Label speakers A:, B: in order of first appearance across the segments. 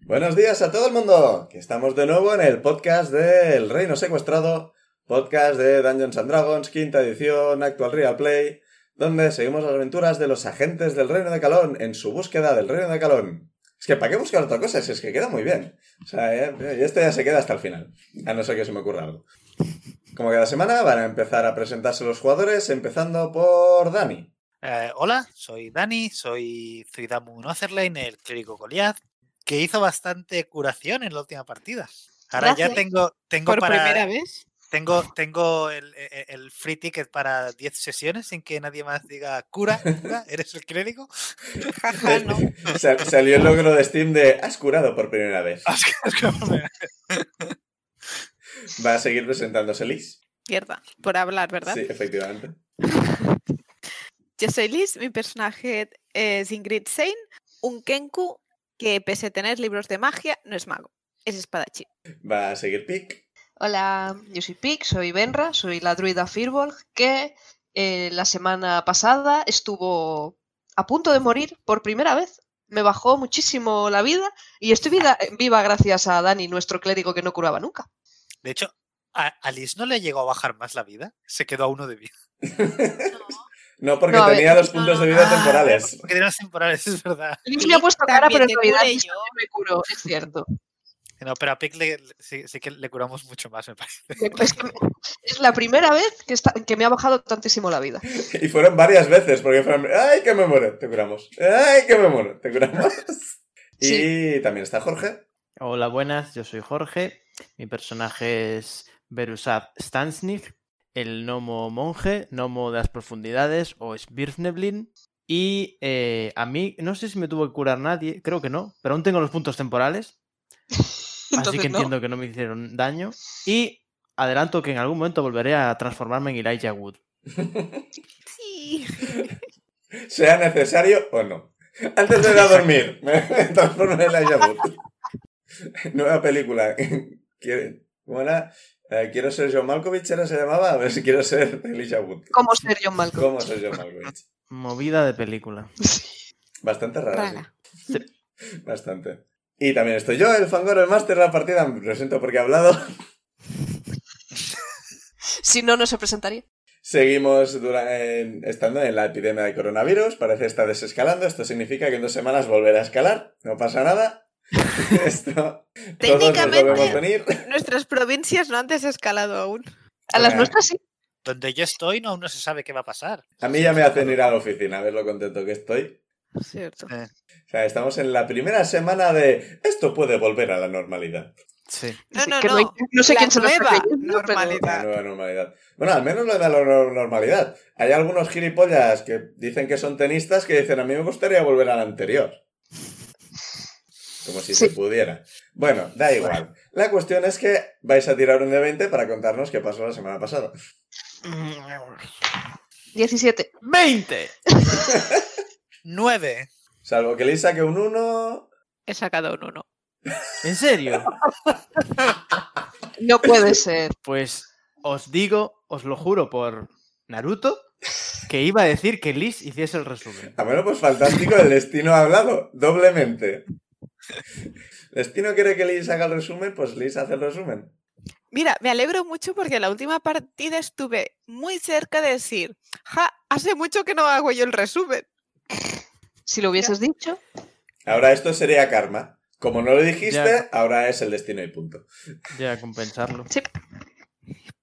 A: Buenos días a todo el mundo, que estamos de nuevo en el podcast del Reino Secuestrado, podcast de Dungeons and Dragons, quinta edición, actual Real Play, donde seguimos las aventuras de los agentes del Reino de Calón en su búsqueda del Reino de Calón. Es que, ¿para qué buscar otra cosa? Si es que queda muy bien. O sea, eh, y esto ya se queda hasta el final, a no ser que se me ocurra algo. Como cada semana van a empezar a presentarse los jugadores, empezando por Dani.
B: Eh, hola, soy Dani, soy Zuidamu Notherlane, el clérigo Goliath, que hizo bastante curación en la última partida. Ahora ya
C: Gracias.
B: tengo, tengo
C: ¿Por
B: para.
C: primera vez?
B: Tengo, tengo el, el- el free ticket para 10 sesiones sin que nadie más diga cura, cura, eres el clérigo.
C: Jaja, no.
A: Sal- Salió el logro de Steam de Has curado por primera vez. Va a seguir presentándose Liz.
C: Mierda, por hablar, ¿verdad?
A: Sí, efectivamente.
C: Yo soy Liz, mi personaje es Ingrid Sein, un Kenku que pese a tener libros de magia, no es mago, es espadachín.
A: Va a seguir Pic.
D: Hola, yo soy Pic, soy Benra, soy la druida Firbolg, que eh, la semana pasada estuvo a punto de morir por primera vez. Me bajó muchísimo la vida y estoy vida- viva gracias a Dani, nuestro clérigo que no curaba nunca.
B: De hecho, a, a Liz no le llegó a bajar más la vida, se quedó a uno de vida.
A: No, porque
D: No, a ver,
A: tenía los
C: no,
A: puntos
C: no,
A: de
C: no.
A: vida
C: Ah,
A: temporales.
B: Porque tiene unas temporales, es verdad.
D: Liz me ha
C: Pic,
D: puesto cara, pero
C: también
D: en
C: te
D: realidad
C: curé
D: Liz
C: yo.
D: me curó, es cierto.
B: No, pero a Pic le- le- sí, sí que le curamos mucho más, me parece.
D: Es, que me- es la primera vez que, está- que me ha bajado tantísimo la vida.
A: Y fueron varias veces, porque fueron, ¡ay, que me muero! Te curamos. ¡Ay, que me muero! Te curamos. Y también está Jorge.
E: Hola, buenas, yo soy Jorge. Mi personaje es Berusat Stansnig, el gnomo monje, gnomo de las profundidades o Svirfneblin. Y eh, a mí, no sé si me tuvo que curar nadie, creo que no, pero aún tengo los puntos temporales, así
D: Entonces,
E: que
D: no.
E: entiendo que no me hicieron daño. Y adelanto que en algún momento volveré a transformarme en Elijah Wood.
C: Sí.
A: Sea necesario o no. Antes de ir a dormir, me transformo en Elijah Wood. Nueva película. Quiere- ¿Cómo era? Eh, quiero ser John Malkovich, ¿era se llamaba? A ver si quiero ser Elijah Wood.
D: ¿Cómo ser John Malcolm?
A: ¿Cómo ser John Malkovich?
E: Movida de película.
A: Bastante rara, sí.
C: Rara.
A: Bastante. Y también estoy yo, el fangor, el máster de la partida. Me presento porque he hablado.
D: Si no, no se presentaría.
A: Seguimos dura- en- estando en la epidemia de coronavirus. Parece estar desescalando. Esto significa que en dos semanas volverá a escalar. No pasa nada. Esto. Todos nos lo ¿eh? vemos
C: Técnicamente-
A: venir.
C: Nuestras provincias no han desescalado aún.
D: A las
A: Ah.
D: nuestras sí.
B: Donde yo estoy, no, aún no se sabe qué va a pasar.
A: A mí ya me hacen ir a la oficina, a ver lo contento que estoy.
C: Cierto.
A: O sea, estamos en la primera semana de. Esto puede volver a la normalidad.
E: Sí.
C: No,
D: Sí,
C: no,
D: que
C: no.
D: hay- no sé
C: la
D: quién se lo está
C: nueva
D: creyendo, pero-
A: La
C: normalidad.
A: nueva normalidad. Bueno, al menos lo de la no- normalidad. Hay algunos gilipollas que dicen que son tenistas que dicen a mí me gustaría volver al anterior. Como si
D: Sí.
A: se pudiera. Bueno, da igual. La cuestión es que vais a tirar un de 20 para contarnos qué pasó la semana pasada.
D: Mm. 17.
E: ¡20!
B: Nueve.
A: Salvo que Liz saque un 1.
C: He sacado un uno.
E: ¿En serio?
D: No puede ser.
E: Pues os digo, os lo juro por Naruto, que iba a decir que Liz hiciese el resumen.
A: A bueno, pues fantástico, el destino ha hablado doblemente. Destino quiere que Liz haga el resumen, pues Liz hace el resumen.
C: Mira, me alegro mucho porque la última partida estuve muy cerca de decir, ja, hace mucho que no hago yo el resumen.
D: Si lo hubieses dicho,
A: Ahora esto sería karma. Como no lo dijiste,
E: Ya.
A: ahora es el destino y punto.
E: Ya a compensarlo.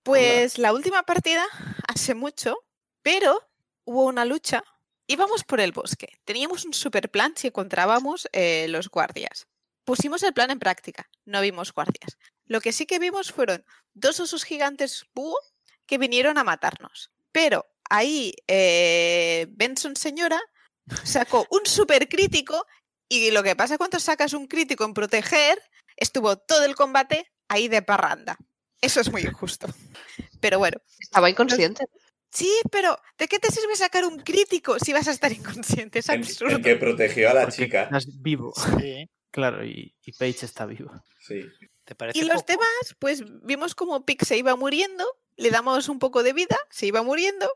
C: Pues la última partida hace mucho, pero hubo una lucha. Íbamos por el bosque. Teníamos un super plan si encontrábamos eh, los guardias. Pusimos el plan en práctica. No vimos guardias. Lo que sí que vimos fueron dos osos gigantes búho que vinieron a matarnos. Pero ahí eh, Benson señora sacó un supercrítico y lo que pasa cuando sacas un crítico en proteger, estuvo todo el combate ahí de parranda. Eso es muy injusto. Pero bueno,
D: Estaba inconsciente.
C: sí, pero ¿de qué te sirve sacar un crítico si vas a estar inconsciente? Es
A: El,
C: absurdo.
A: el que protegió a la
E: Porque
A: chica.
E: Estás vivo.
B: Sí,
E: Claro, y, y Paige está viva.
A: Sí.
B: ¿te parece
C: Y los
B: poco?
C: demás, pues vimos como Pic se iba muriendo, le damos un poco de vida, se iba muriendo,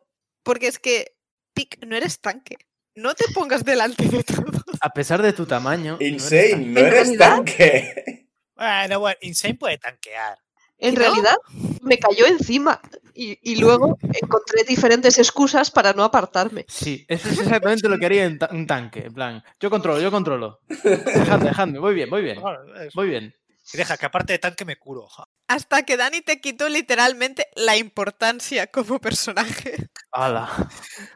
C: porque es que Pic no eres tanque. No te pongas delante de todo.
E: A pesar de tu tamaño. no eres
A: Insane,
E: tan-
A: no eres
D: realidad?
A: tanque.
B: Bueno, bueno, Insane puede tanquear.
D: En
C: ¿No?
D: realidad, me cayó encima y, y luego encontré diferentes excusas para no apartarme.
E: Sí, eso es exactamente lo que haría en ta- un tanque. En plan, yo controlo, yo controlo. Dejadme, dejadme. Voy bien, voy bien.
B: Bueno, es-
E: Voy bien.
B: eh, y Deja que aparte de tanque me curo.
C: Hasta que Dani te quitó literalmente la importancia como personaje.
E: Hala.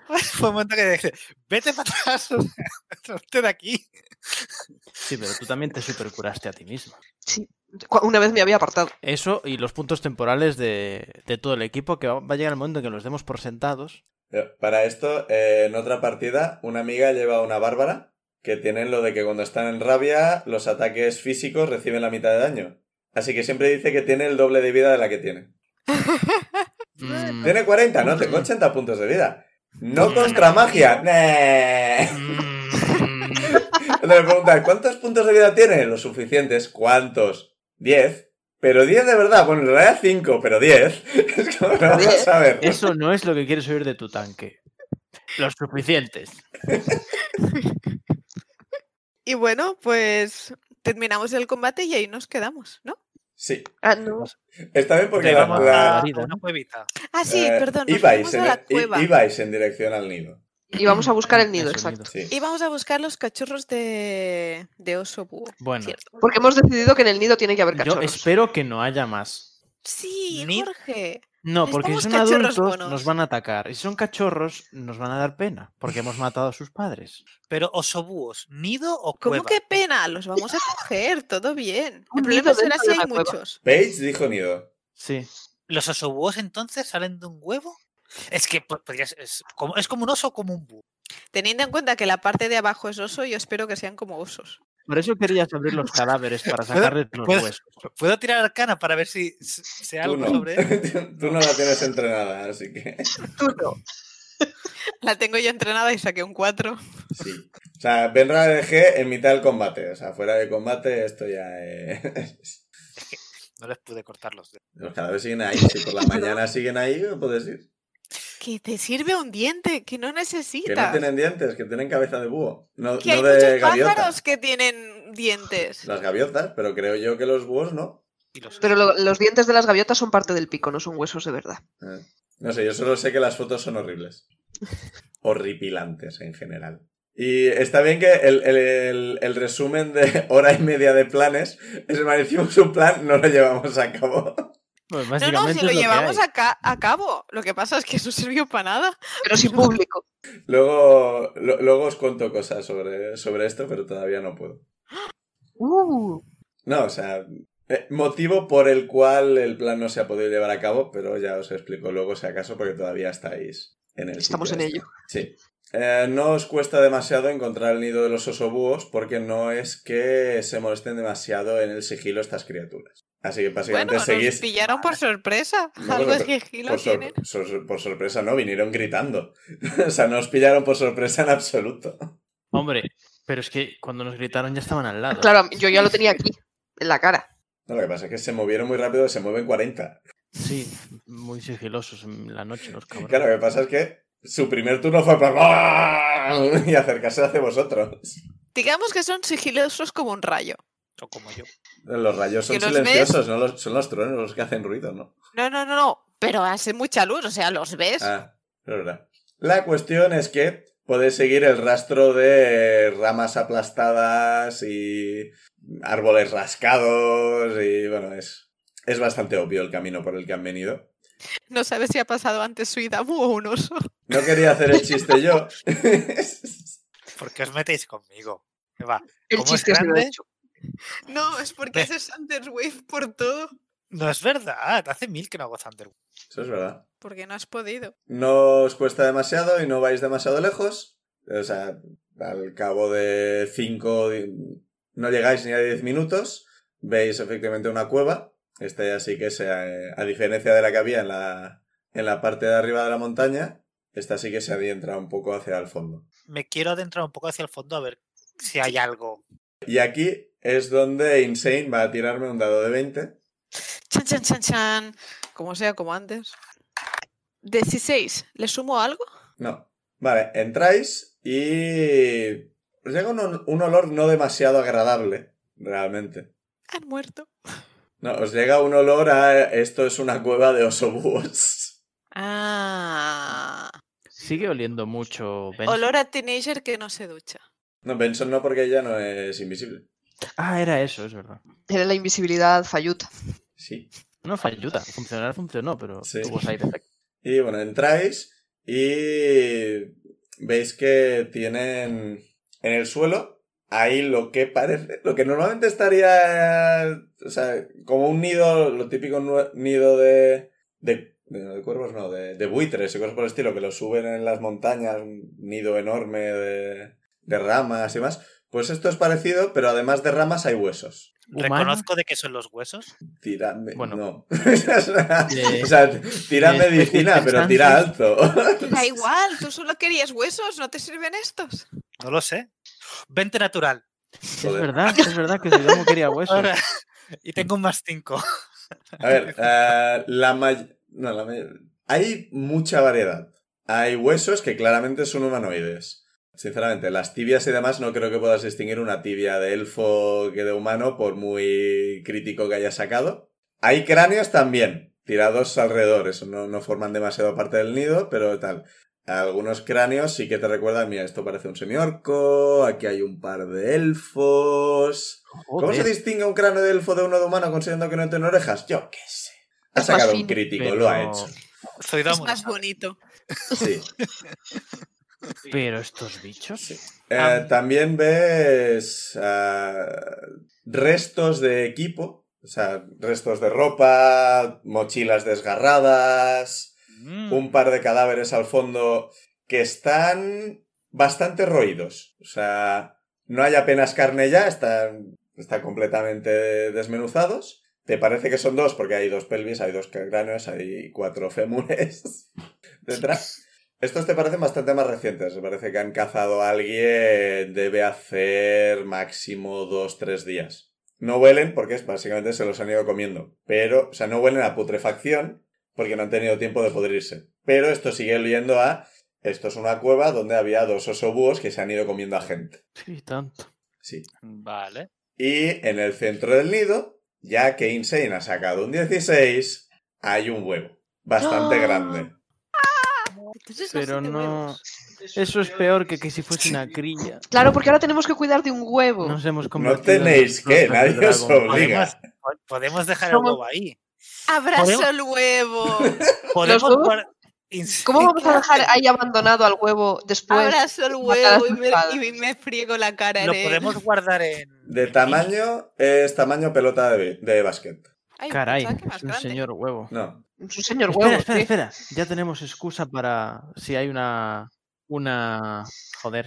B: Fue un momento que dije, vete para atrás, o sea, salte de aquí.
E: Sí, pero tú también te supercuraste a ti mismo.
D: Cu- Una vez me había apartado.
E: Eso y los puntos temporales de, de todo el equipo, que va va a llegar el momento en que los demos por sentados.
A: Pero Para esto, eh, en otra partida, una amiga lleva una bárbara que tienen lo de que cuando están en rabia, los ataques físicos reciben la mitad de daño. Así que siempre dice que tiene el doble de vida de la que tiene.
E: Mm,
A: Tiene 40, no, tengo 80 puntos de vida. No contra magia. Nee.
E: mm,
A: Entonces me preguntan, ¿cuántos puntos de vida tiene? Los suficientes. ¿Cuántos? 10. Pero 10 de verdad. Bueno, en realidad 5, pero 10. Es como no vas a ver.
E: Eso no es lo que quieres oír de tu tanque. Los suficientes.
C: Y bueno, pues terminamos el combate y ahí nos quedamos, ¿no?
A: Sí.
D: Ah, no.
A: Está bien porque
E: Te
A: la,
E: vamos
A: la-
B: a
E: la herida,
B: una
E: ¿no?
B: cuevita.
C: Ah, sí,
A: eh,
C: perdón. Nos
A: ibais
C: fuimos a
A: en,
C: la
A: i-
C: cueva.
A: ibais en dirección al nido.
D: Y vamos a buscar el nido,
E: Eso,
D: exacto.
E: nido.
A: Sí.
C: Y vamos a buscar los cachorros de, de oso búho.
E: Bueno,
C: ¿cierto?
D: Porque hemos decidido que en el nido tiene que haber
E: yo
D: cachorros.
E: espero que no haya más.
C: Sí,
B: Ni-
C: Jorge.
E: No, porque si son
C: Necesitamos cachorros
E: adultos
C: monos.
E: nos van a atacar. Y si son cachorros nos van a dar pena, porque hemos matado a sus padres.
B: Pero osobúos, nido o
C: ¿Cómo
B: cueva.
C: qué pena? Los vamos a coger, todo bien.
D: Un
C: El problema
D: nido
C: será
D: dentro
C: si
D: de
C: hay
D: una cueva.
C: muchos.
A: Paige dijo nido.
E: Sí.
B: ¿Los osobúos entonces salen de un huevo? Es que po- podrías. Es como, es como un oso o como un búho.
C: Teniendo en cuenta que la parte de abajo es oso, yo espero que sean como osos.
E: Por eso querías abrir los cadáveres para
B: ¿Puedo-
E: sacarles los
B: puedo-
E: huesos.
B: ¿Puedo tirar arcana para ver si s- sé
A: Tú
B: algo
A: no.
B: sobre él?
A: Tú no la tienes entrenada, así que.
D: Tú no.
C: La tengo yo entrenada y saqué un 4.
A: Sí. O sea, Benra la dejé en mitad del combate. O sea, fuera de combate, esto ya es.
B: No les pude cortar los dedos.
A: Los cadáveres siguen ahí. Si por la mañana siguen ahí, puedes ir.
C: Que te sirve un diente que no
A: Que no
C: necesitas. Que,
A: tienen dientes, que tienen cabeza de búho. No, no
C: hay
A: de
C: muchos
A: gaviota.
C: pájaros que tienen dientes.
A: Las gaviotas, pero creo yo que los búhos no.
B: Y los
D: Pero lo- los dientes de las gaviotas son parte del pico, no son huesos de verdad.
A: Eh, No sé, yo solo sé que las fotos son horribles. Horripilantes en general. Y está bien que el, el- el- el resumen de hora y media de planes es, "Vale, hicimos un plan, no lo llevamos a cabo.
C: No,
E: Pues
C: no,
E: básicamente
C: si lo
E: es que
C: llevamos
E: hay.
C: a, ca- a cabo. Lo que pasa es que eso sirvió para nada.
D: Pero sin público.
A: Luego, lo- luego os cuento cosas sobre, sobre esto, pero todavía no puedo.
D: Uh,
A: No, o sea, eh, motivo por el cual el plan no se ha podido llevar a cabo, pero ya os explico luego si acaso, porque todavía estáis en el sitio
D: Estamos en
A: este.
D: ello.
A: Sí. Eh, no os cuesta demasiado encontrar el nido de los osobúos porque no es que se molesten demasiado en el sigilo estas criaturas. Así que básicamente
C: Bueno, nos
A: seguís...
C: pillaron por sorpresa.
A: No,
C: Algo
A: bueno,
C: es que
A: Por,
C: Gilo
A: sor-
C: tienen.
A: sor- por sorpresa, no, vinieron gritando. o sea, no os pillaron por sorpresa en absoluto.
E: Hombre, pero es que cuando nos gritaron ya estaban al lado.
D: claro, yo ya lo tenía aquí, en la cara.
A: No, lo que pasa es que se movieron muy rápido, se mueven 40.
E: Sí, muy sigilosos en la noche los cabrones.
A: Claro, lo que pasa es que su primer turno fue para... y acercarse hacia vosotros.
C: Digamos que son sigilosos como un rayo.
B: o como yo.
A: Los rayos son
C: Que los ves.
A: silenciosos, ¿no? Los- son los truenos los que hacen ruido, ¿no?
C: No, no, no, no. Pero hace mucha luz, o sea, los ves.
A: Ah, es verdad. La cuestión es que podéis seguir el rastro de ramas aplastadas y árboles rascados y bueno, es, es bastante obvio el camino por el que han venido.
C: No sabes si ha pasado antes su Idamu o un oso.
A: No quería hacer el chiste yo.
B: ¿Por qué os metéis conmigo? ¿Qué va?
D: El
B: Como es
D: chiste ha sido
B: grande,
D: hecho.
C: No, es porque haces Thunder Wave por todo.
B: No es verdad. Hace mil que no hago Thunderbolt.
A: Eso es verdad.
C: Porque no has podido.
A: No os cuesta demasiado y no vais demasiado lejos. O sea, Al cabo de cinco, no llegáis ni a diez minutos, veis efectivamente una cueva. Esta ya sí que se, eh, a diferencia de la que había en la, en la parte de arriba de la montaña, esta sí que se adentra un poco hacia el fondo.
B: Me quiero adentrar un poco hacia el fondo a ver si hay algo.
A: Y aquí es donde Insane va a tirarme un dado de 20.
C: Chan, chan, chan, chan. Como sea, como antes. 16. ¿Le sumo algo?
A: No. Vale, entráis y os llega un, un olor no demasiado agradable, realmente.
C: Han muerto.
A: No, os llega un olor a esto es una cueva de osobúos.
C: Ah.
E: Sigue oliendo mucho. Benson.
C: Olor a teenager que no se ducha.
A: No, Benson no, porque ella no es invisible.
E: Ah, era eso, es verdad.
D: Era la invisibilidad falluta.
A: Sí.
E: No falluta. Funcionar funcionó, pero
A: Sí.
E: tuvo side effect.
A: Y bueno, entráis y veis que tienen en el suelo ahí lo que parece, lo que normalmente estaría, eh, o sea, como un nido, lo típico nue- nido de, de, de- no, de cuervos, no, de, de buitres y cosas por el estilo, que lo suben en las montañas, un nido enorme de, de ramas y demás. Pues esto es parecido, pero además de ramas hay huesos.
E: Humano.
B: Reconozco de qué son los huesos.
A: Tiradme.
E: Bueno.
A: No. o sea, tirad
E: de
A: medicina, pero
E: circunstancias.
A: tira alto.
C: Da igual, tú solo querías huesos, no te sirven estos.
B: No lo sé. 20 natural.
E: Es
A: Joder.
E: verdad, es verdad que Zuidamo quería huesos.
B: Ahora- y tengo un más 5.
A: A ver, eh, la may- no, la may- Hay mucha variedad. Hay huesos que claramente son humanoides. Sinceramente, las tibias y demás no creo que puedas distinguir una tibia de elfo que de humano por muy crítico que haya sacado. Hay cráneos también, tirados alrededor. Eso no, no forman demasiado parte del nido, pero tal. Algunos cráneos sí que te recuerdan, mira, esto parece un semiorco, aquí hay un par de elfos... ¿Cómo se
E: Joder,
A: distingue un cráneo de elfo de uno de humano considerando que no tiene orejas? Yo qué sé. Ha
D: Es
A: sacado
D: más
A: un
D: fino.
A: crítico,
E: Pero-
A: lo ha hecho.
B: Soy
C: Es
B: Damus.
C: más bonito.
A: Sí.
E: Pero estos bichos.
A: Eh,
B: Ah.
A: también ves ah, restos de equipo, o sea, restos de ropa, mochilas desgarradas,
B: Mm.
A: un par de cadáveres al fondo que están bastante roídos. O sea, no hay apenas carne ya, están, están completamente desmenuzados. Te parece que son dos porque hay dos pelvis, hay dos cráneos, hay cuatro fémures detrás. Estos te parecen bastante más recientes. Me parece que han cazado a alguien, debe hacer máximo dos, tres días. No huelen porque es- básicamente se los han ido comiendo. Pero, o sea, no huelen a putrefacción porque no han tenido tiempo de podrirse. Pero esto sigue oliendo a... Esto es una cueva donde había dos osobúos que se han ido comiendo a gente.
E: Sí, tanto.
A: Sí.
B: Vale.
A: Y en el centro del nido, ya que Insane ha sacado un 16, hay un huevo. Bastante
D: No.
A: grande.
C: Entonces, no
E: Pero
C: se te
E: no.
C: mueve.
E: Eso es peor que, que si fuese una crilla.
D: Claro, porque ahora tenemos que cuidar de un huevo.
E: Nos hemos convertido
A: tenéis
E: en
A: que,
E: Dungeons
A: nadie
E: and
A: os
E: Dragons.
A: obliga.
B: Podemos, po- podemos dejar el
D: Somos-
B: huevo ahí.
C: Abrazo
B: ¿Podemos?
C: el huevo.
B: Podemos
D: huevos?
B: guar- Ins-
D: ¿Cómo vamos a dejar ahí abandonado al huevo
E: Pues,
D: después?
C: Abrazo el
D: matarás
C: huevo y me,
D: espada.
C: y me friego la cara.
B: Lo
C: en él.
B: podemos guardar en.
A: De tamaño es tamaño pelota de, de básquet.
C: Ay,
E: Caray,
C: pensaba que
E: es
C: más
E: un
C: grande.
E: señor huevo.
A: No.
D: Es un señor
E: espera,
D: huevo.
E: espera,
D: sí.
E: espera. Ya tenemos excusa para si hay una. Una. Joder.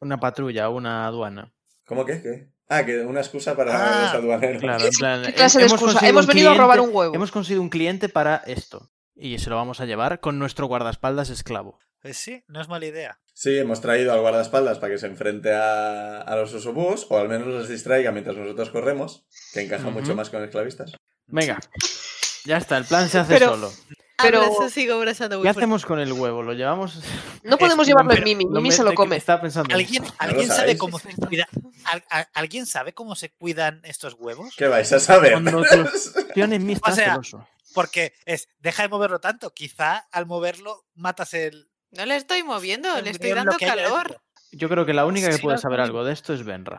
E: Una patrulla, una aduana.
A: ¿Cómo que? ¿Qué? Ah, que una excusa para
B: Ah,
A: los aduaneros.
E: Claro, en plan,
D: ¿Qué clase
E: he-
D: de excusa?
E: conseguido
D: Hemos
E: un
D: venido a robar
E: cliente-
D: un huevo.
E: Hemos conseguido un cliente para esto. Y se lo vamos a llevar con nuestro guardaespaldas esclavo.
B: Pues sí, no es mala idea.
A: Sí, hemos traído al guardaespaldas para que se enfrente a, a los osobús, o al menos los distraiga mientras nosotros corremos, que encaja
E: Ujú.
A: mucho más con esclavistas.
E: Venga. Ya está, el plan se hace
D: Pero-
E: solo.
D: Pero-
C: Abrazo, sigo abrazando muy
E: ¿Qué
C: fuerte.
E: hacemos con el huevo? ¿Lo llevamos?
D: No podemos
B: Es-
D: llevarlo en
B: pero-
D: Mimi. Mimi
E: me-
D: se lo
E: me-
D: come.
E: Estaba pensando. en
B: ¿Alguien,
E: eso.
B: ¿alguien
A: lo
B: sabe
A: sabéis.
B: cómo se cuida? al- al- ¿Alguien sabe cómo se cuidan estos huevos?
A: ¿Qué vais a saber?
E: Cuando tu opción en mí está
B: O sea-
E: asqueroso.
B: Porque es, deja de moverlo tanto. Quizá al moverlo matas el.
C: No le estoy moviendo, le estoy
B: lo
C: dando
B: que haya
C: calor.
B: dentro.
E: Yo creo que la única que
B: Sí,
E: puede
B: no,
E: saber
B: no.
E: algo de esto es Benra.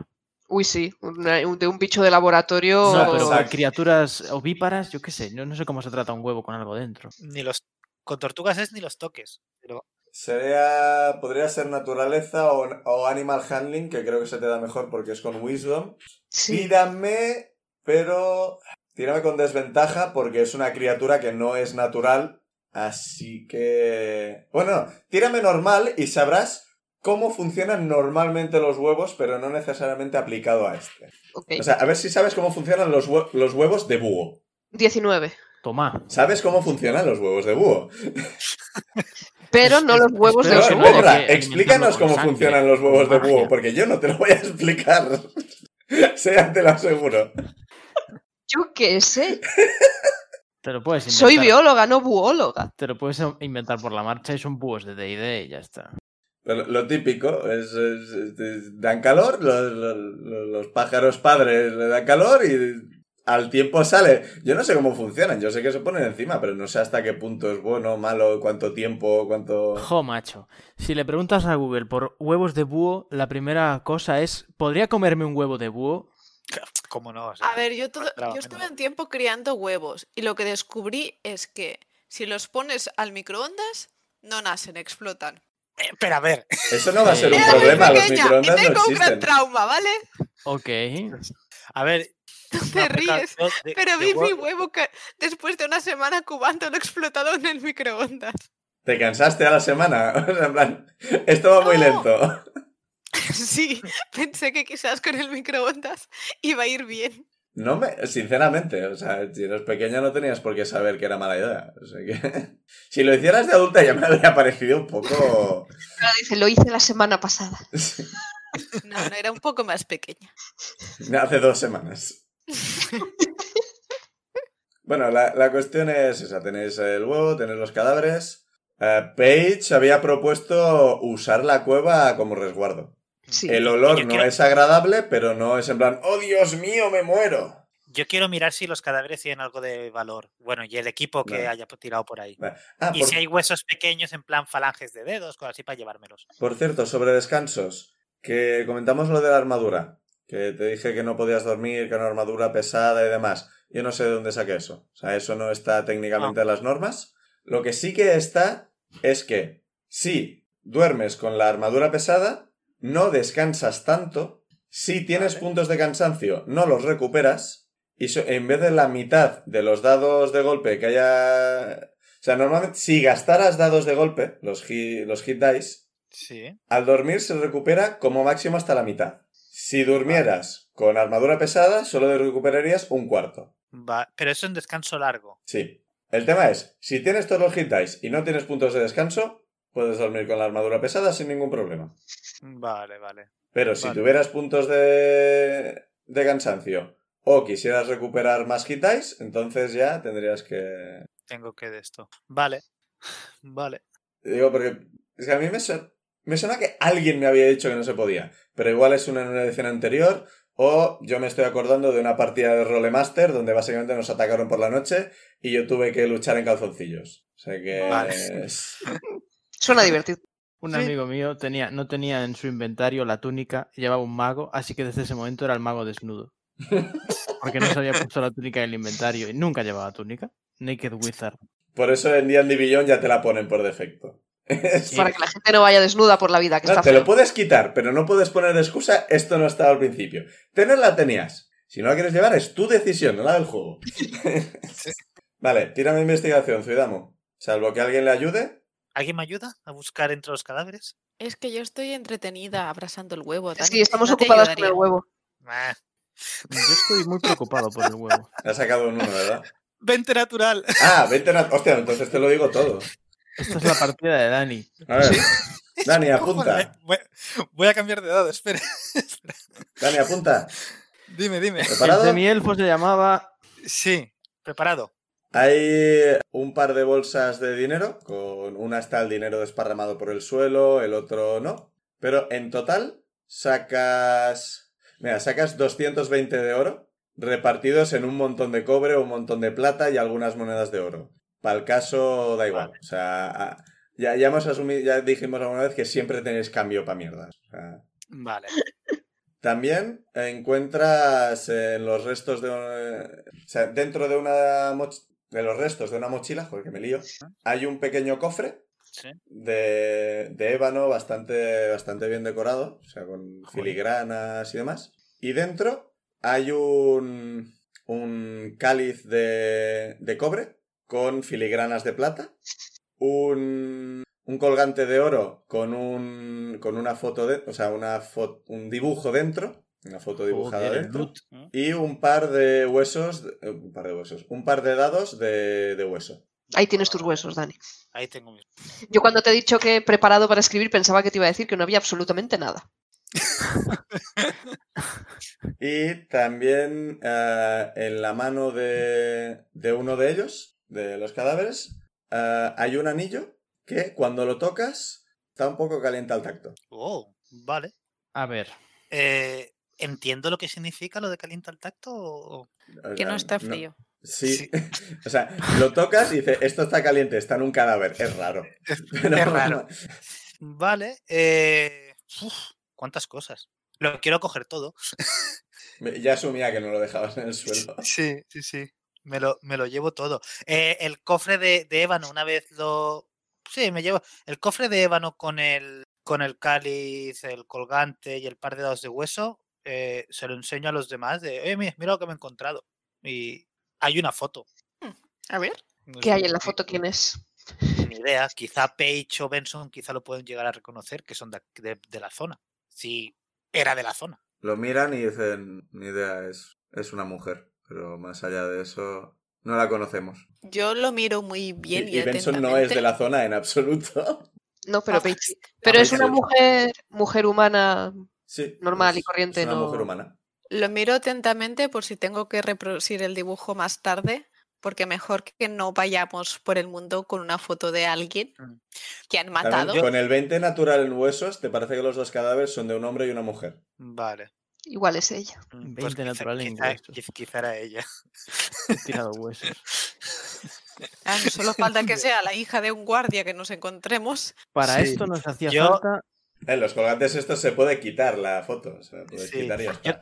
D: Uy, sí. una- un- de un bicho de laboratorio.
E: No, pero
A: exacto.
E: criaturas ovíparas, yo qué sé, yo no sé cómo se trata un huevo con algo dentro.
B: Ni los. Con tortugas es ni los toques. Pero
A: Sería, podría ser naturaleza o, o animal handling, que creo que se te da mejor porque es con wisdom.
D: Sí.
A: Tírame, pero tírame con desventaja porque es una criatura que no es natural. Así que... Bueno, tírame normal y sabrás cómo funcionan normalmente los huevos, pero no necesariamente aplicado a este.
D: Ok.
A: O sea, a ver si sabes cómo funcionan los, hue- los huevos de búho.
D: 19.
E: Toma.
A: ¿Sabes cómo funcionan los huevos de búho?
D: Pero
E: Es-
D: no
E: es-
D: los huevos de
E: espero
D: los
E: que no
D: huevos.
A: Petra,
E: hay que
A: explícanos
E: alimentarlo con
A: cómo
E: sangre.
A: funcionan los huevos de
E: Con magia.
A: búho, porque yo no te lo voy a explicar. sea, te lo aseguro.
D: Yo qué sé.
E: Te lo puedes inventar.
D: Soy bióloga, no buóloga.
E: Te lo puedes inventar por la marcha y son búhos de D&D y ya está.
A: Pero lo típico es, es- es- es- dan calor, los, los- los pájaros padres le dan calor y al tiempo sale. Yo no sé cómo funcionan, yo sé que se ponen encima, pero no sé hasta qué punto es bueno, malo, cuánto tiempo, cuánto...
E: Jo, macho. Si le preguntas a Google por huevos de búho, la primera cosa es, ¿podría comerme un huevo de búho?
B: ¿Cómo no? O sea,
C: A ver, yo, todo-
B: traba,
C: yo
B: menos
C: estuve
B: mal.
C: un tiempo criando huevos y lo que descubrí es que si los pones al microondas, no nacen, explotan.
B: eh, pero a ver,
A: Eso no va a ser un
E: Era muy
A: problema, los
C: pequeña y
A: microondas no
C: tengo un gran
A: existen.
C: trauma, ¿vale?
E: Ok.
B: a ver.
C: te
B: no, Petra,
C: ríes,
B: yo
E: Eh,
B: de-
C: Pero
B: de
C: vi mi
B: huevo-
C: huevo ca- después de una semana cubándolo explotado en el microondas.
A: ¿Te cansaste a la semana? O sea, en plan, esto va muy
C: No.
A: lento.
C: Sí, pensé que quizás con el microondas iba a ir bien.
A: No me, sinceramente, o sea, si eras pequeña no tenías por qué saber que era mala idea. O sea que, si lo hicieras de adulta ya me habría parecido un poco...
D: Ahora dice, lo hice la semana pasada.
C: No, no, era un poco más pequeña.
A: Hace dos semanas. bueno, la, la cuestión es esa. Tenéis el huevo, tenéis los cadáveres. Eh, Paige había propuesto usar la cueva como resguardo.
D: Sí.
A: Mm. El olor
B: Yo
A: no
B: quiero-
A: es agradable, pero no es en plan, ¡Oh, Dios mío, me muero!
B: Yo quiero mirar si los cadáveres tienen algo de valor. Bueno, y el equipo que
A: Vale.
B: haya tirado por ahí.
A: Ah,
B: Y
A: por,
B: si hay huesos pequeños en plan falanges de dedos, cosas así para llevármelos.
A: por cierto, sobre descansos, que comentamos lo de la armadura, que te dije que no podías dormir, que era una armadura pesada y demás. Yo no sé de dónde saqué eso. O sea, eso no está técnicamente en las normas. Lo que sí que está es que si duermes con la armadura pesada, no descansas tanto. Si tienes
B: Vale.
A: puntos de cansancio, no los recuperas. Y so- en vez de la mitad de los dados de golpe que haya... O sea, normalmente si gastaras dados de golpe, los hit, los hit dice,
B: Sí.
A: al dormir se recupera como máximo hasta la mitad. Si durmieras con armadura pesada, solo te recuperarías un cuarto.
B: Va- Pero eso en descanso largo.
A: Sí. El tema es, si tienes todos los hit dice y no tienes puntos de descanso, puedes dormir con la armadura pesada sin ningún problema.
B: Vale, vale.
A: Pero si
B: Vale.
A: tuvieras puntos de, de cansancio o quisieras recuperar más hit dice, entonces ya tendrías que...
B: Tengo que de esto. Vale. Vale.
A: Digo, porque es que a mí me, su- me suena que alguien me había dicho que no se podía, pero igual es una en una edición anterior, o yo me estoy acordando de una partida de Rolemaster donde básicamente nos atacaron por la noche y yo tuve que luchar en calzoncillos. O sea que...
B: Vale.
A: es-
D: Suena divertido.
E: Un
D: Sí.
E: amigo mío tenía, no tenía en su inventario la túnica, llevaba un mago, así que desde ese momento era el mago desnudo. Porque no se había puesto la túnica en el inventario y nunca llevaba túnica. Naked Wizard.
A: Por eso en D&D Beyond ya te la ponen por defecto. Es-
D: Para que la gente no vaya desnuda por la vida, que
A: No,
D: está
A: te lo
D: feo.
A: puedes quitar, pero no puedes poner de excusa esto no estaba al principio. Tenerla tenías. Si no la quieres llevar es tu decisión, no la del juego. vale, tírame investigación, Zuidamo. Salvo que alguien le ayude.
B: ¿Alguien me ayuda a buscar entre los cadáveres?
C: Es que yo estoy entretenida abrazando el huevo.
D: Sí, estamos ocupadas con el huevo.
B: Meh.
E: Eh, Yo estoy muy preocupado por el huevo.
A: Ha sacado un uno, ¿verdad?
B: 20 natural.
A: Ah, vente na- Hostia, entonces te lo digo todo.
E: Esta es la partida de Dani.
A: A ver. Dani,
B: Cojones,
A: apunta.
B: Voy, voy a cambiar de dado, espera.
A: Dani, apunta.
B: Dime, dime.
E: El de
A: ¿Preparado?
E: mi elfo se llamaba.
B: Sí, preparado.
A: Hay un par de bolsas de dinero. Con una está el dinero desparramado por el suelo, el otro no. Pero en total sacas. Mira, sacas 220 de oro repartidos en un montón de cobre, un montón de plata y algunas monedas de oro. Para el caso, da igual.
B: Vale.
A: O sea, a- ya, ya hemos asumido, ya dijimos alguna vez que siempre tenéis cambio para mierdas. O sea,
B: Vale.
A: también encuentras en los restos de. eh, O sea, dentro de una. moch- De los restos de una mochila, joder, que me lío. Hay un pequeño cofre
B: Sí.
A: de, de ébano bastante, bastante bien decorado, o sea, con
E: Joder.
A: filigranas y demás. Y dentro hay un. Un cáliz de, de cobre con filigranas de plata. Un. un colgante de oro con un con una foto de, o sea, una fo- un dibujo dentro, una foto dibujada
E: Joder, el
A: dentro
E: loot.
B: ¿eh?
A: y un par de huesos, eh, un par de huesos, un par de dados de, de hueso.
D: Ahí tienes tus huesos, Dani.
B: Ahí tengo mis.
D: Yo cuando te he dicho que he preparado para escribir pensaba que te iba a decir que no había absolutamente nada.
A: Y también eh, en la mano de, de uno de ellos, de los cadáveres, eh, hay un anillo que cuando lo tocas está un poco caliente al tacto.
B: Oh, vale.
E: A ver,
B: Eh, ¿Entiendo lo que significa lo de caliente al tacto? o-
A: O
C: Que
A: sea,
C: no está frío.
A: Sí.
B: Sí.
A: o sea, lo tocas y dices, esto está caliente, está en un cadáver, es raro. Pero-
B: Es raro. Vale. eh, uf, ¿Cuántas cosas? Lo quiero coger todo.
A: Ya asumía que no lo dejabas en el suelo.
B: Sí, sí, sí. Me lo, me lo llevo todo. Eh, el cofre de, de ébano, una vez lo. Sí, me llevo. El cofre de ébano con el, con el cáliz, el colgante y el par de dados de hueso, eh, se lo enseño a los demás de, oye, mira, mira lo que me he encontrado. Y hay una foto.
C: A ver.
B: No
D: ¿Qué
B: sé,
D: hay en la
B: ni-
D: foto? ¿Quién es?
B: Ni idea. Quizá Page o Benson quizá lo pueden llegar a reconocer que son de, ac- de- de la zona. Si era de la zona.
A: Lo miran y dicen, ni idea, es, es una mujer. Pero más allá de eso, no la conocemos.
C: Yo lo miro muy bien.
A: y, y Benson no es de la zona en absoluto.
D: No, pero,
C: Ah,
D: Paige- pero es una
A: sí.
D: mujer, mujer humana.
A: Sí.
D: Normal
A: es-
D: y corriente,
A: es una
D: no-
A: mujer humana.
C: Lo miro atentamente por si tengo que reproducir el dibujo más tarde, porque mejor que no vayamos por el mundo con una foto de alguien
B: Mm.
C: que han
A: También,
C: matado.
A: con el 20 natural en huesos, te parece que los dos cadáveres son de un hombre y una mujer.
B: Vale.
D: Igual es ella.
B: Mm,
E: 20 natural en
B: quizá,
E: huesos.
B: quiz- quizá era ella.
E: he tirado huesos.
C: Ah, no solo falta que sea la hija de un guardia que nos encontremos.
E: Para
B: Sí.
E: esto nos hacía
B: Yo-
E: falta.
A: En Eh, los colgantes estos se puede quitar la foto. Se la puede
B: Sí.
A: quitar y ya
B: Yo,
A: está.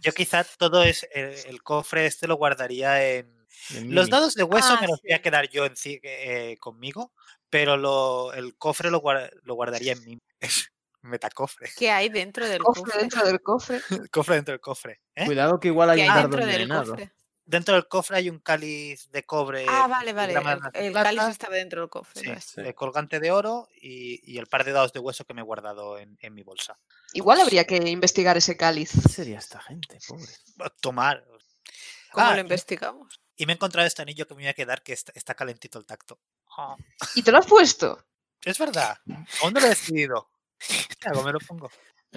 B: yo quizá todo es el, el cofre este lo guardaría en
E: de
B: los
E: Mimi.
B: dados de hueso
C: Ah,
B: me los voy a
C: sí.
B: quedar yo en ci- eh, conmigo, pero lo, el cofre lo, guar- lo guardaría en mí. Metacofre.
C: ¿Qué hay dentro del
D: Cofre
C: cofre?
D: dentro del cofre.
B: El cofre dentro del cofre. ¿eh?
E: Cuidado que igual hay
C: ¿Qué
E: un
C: hay
E: dardo
C: dentro del
E: envenenado.
C: cofre?
B: Dentro del cofre hay un cáliz de cobre.
C: Ah,
B: con
C: vale, vale.
B: filigramas
C: El, el
B: azulata,
C: cáliz estaba dentro del cofre.
B: Eh, sí,
C: no es.
A: Sí.
B: el eh, colgante de oro y, y el par de dados de hueso que me he guardado en, en mi bolsa.
D: Igual habría que investigar ese cáliz.
E: ¿Qué sería esta gente, pobre?
B: A Tomar.
C: ¿Cómo
B: Ah,
C: lo
B: y me-
C: investigamos?
B: y me he encontrado este anillo que me voy a quedar que está, está calentito el tacto. Ah,
D: ¿Y te lo has puesto?
B: es verdad. Aún no lo he decidido. ¿Qué hago? Me lo pongo.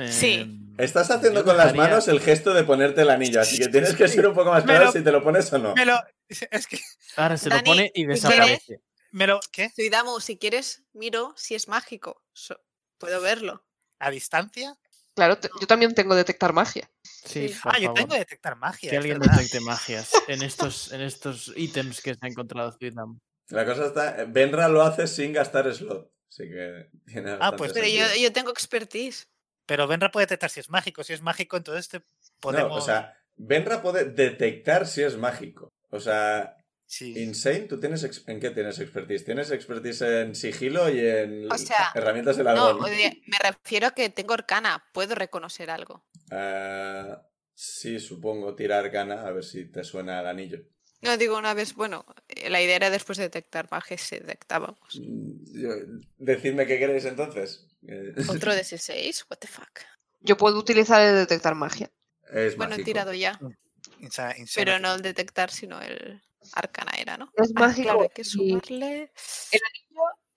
C: Sí.
E: Em,
A: Estás haciendo
E: Yo
A: con las
E: dejaría-
A: manos el gesto de ponerte el anillo, así que tienes que ser un poco más
B: Me
A: claro
B: lo-
A: si te lo pones o no.
B: Me lo. Es que.
E: Ahora se lo
C: Dani,
E: pone y
C: ¿quieres?
E: desaparece.
B: Me lo. ¿Qué?
C: Suidamu, si quieres, miro si es mágico. So- puedo
B: Pues,
C: verlo.
B: ¿A distancia?
D: Claro, te- yo también tengo detectar magia.
E: Sí,
C: Sí.
E: por
B: ah, yo
E: favor.
B: tengo que detectar magia.
E: Que
B: es
E: alguien
B: verdad.
E: detecte magias en estos, en estos ítems que se ha encontrado Zuidam.
A: La cosa está. Benra lo hace sin gastar slot. Así que tiene bastante
B: pues-
C: Ah, Pero yo,
A: sentido.
C: yo tengo expertise.
B: Pero Benra puede detectar si es mágico. Si es mágico, entonces te podemos.
A: No, o sea, Benra puede detectar si es mágico. O sea,
B: sí.
A: Insane, ¿tú tienes ex- en qué tienes expertise? Tienes expertise en sigilo y en
C: O sea,
A: herramientas de
C: No,
A: ladrón.
C: oye, me refiero a que tengo arcana. Puedo reconocer algo.
A: Ah, sí, supongo tirar gana a ver si te suena el anillo.
C: No, digo una vez, bueno, eh, la idea era después de detectar magia se detectábamos.
A: Mm, yo- Decidme qué queréis entonces. Eh,
C: Otro 16, what the fuck.
D: Yo puedo utilizar el detectar magia.
A: Es
C: Bueno, he
A: mágico.
C: tirado ya,
B: Insa- insana
C: pero no
B: tiene.
C: el detectar, sino el arcana era, ¿no?
D: Es
C: Ah,
D: mágico.
C: claro, hay que
D: y-
C: sumarle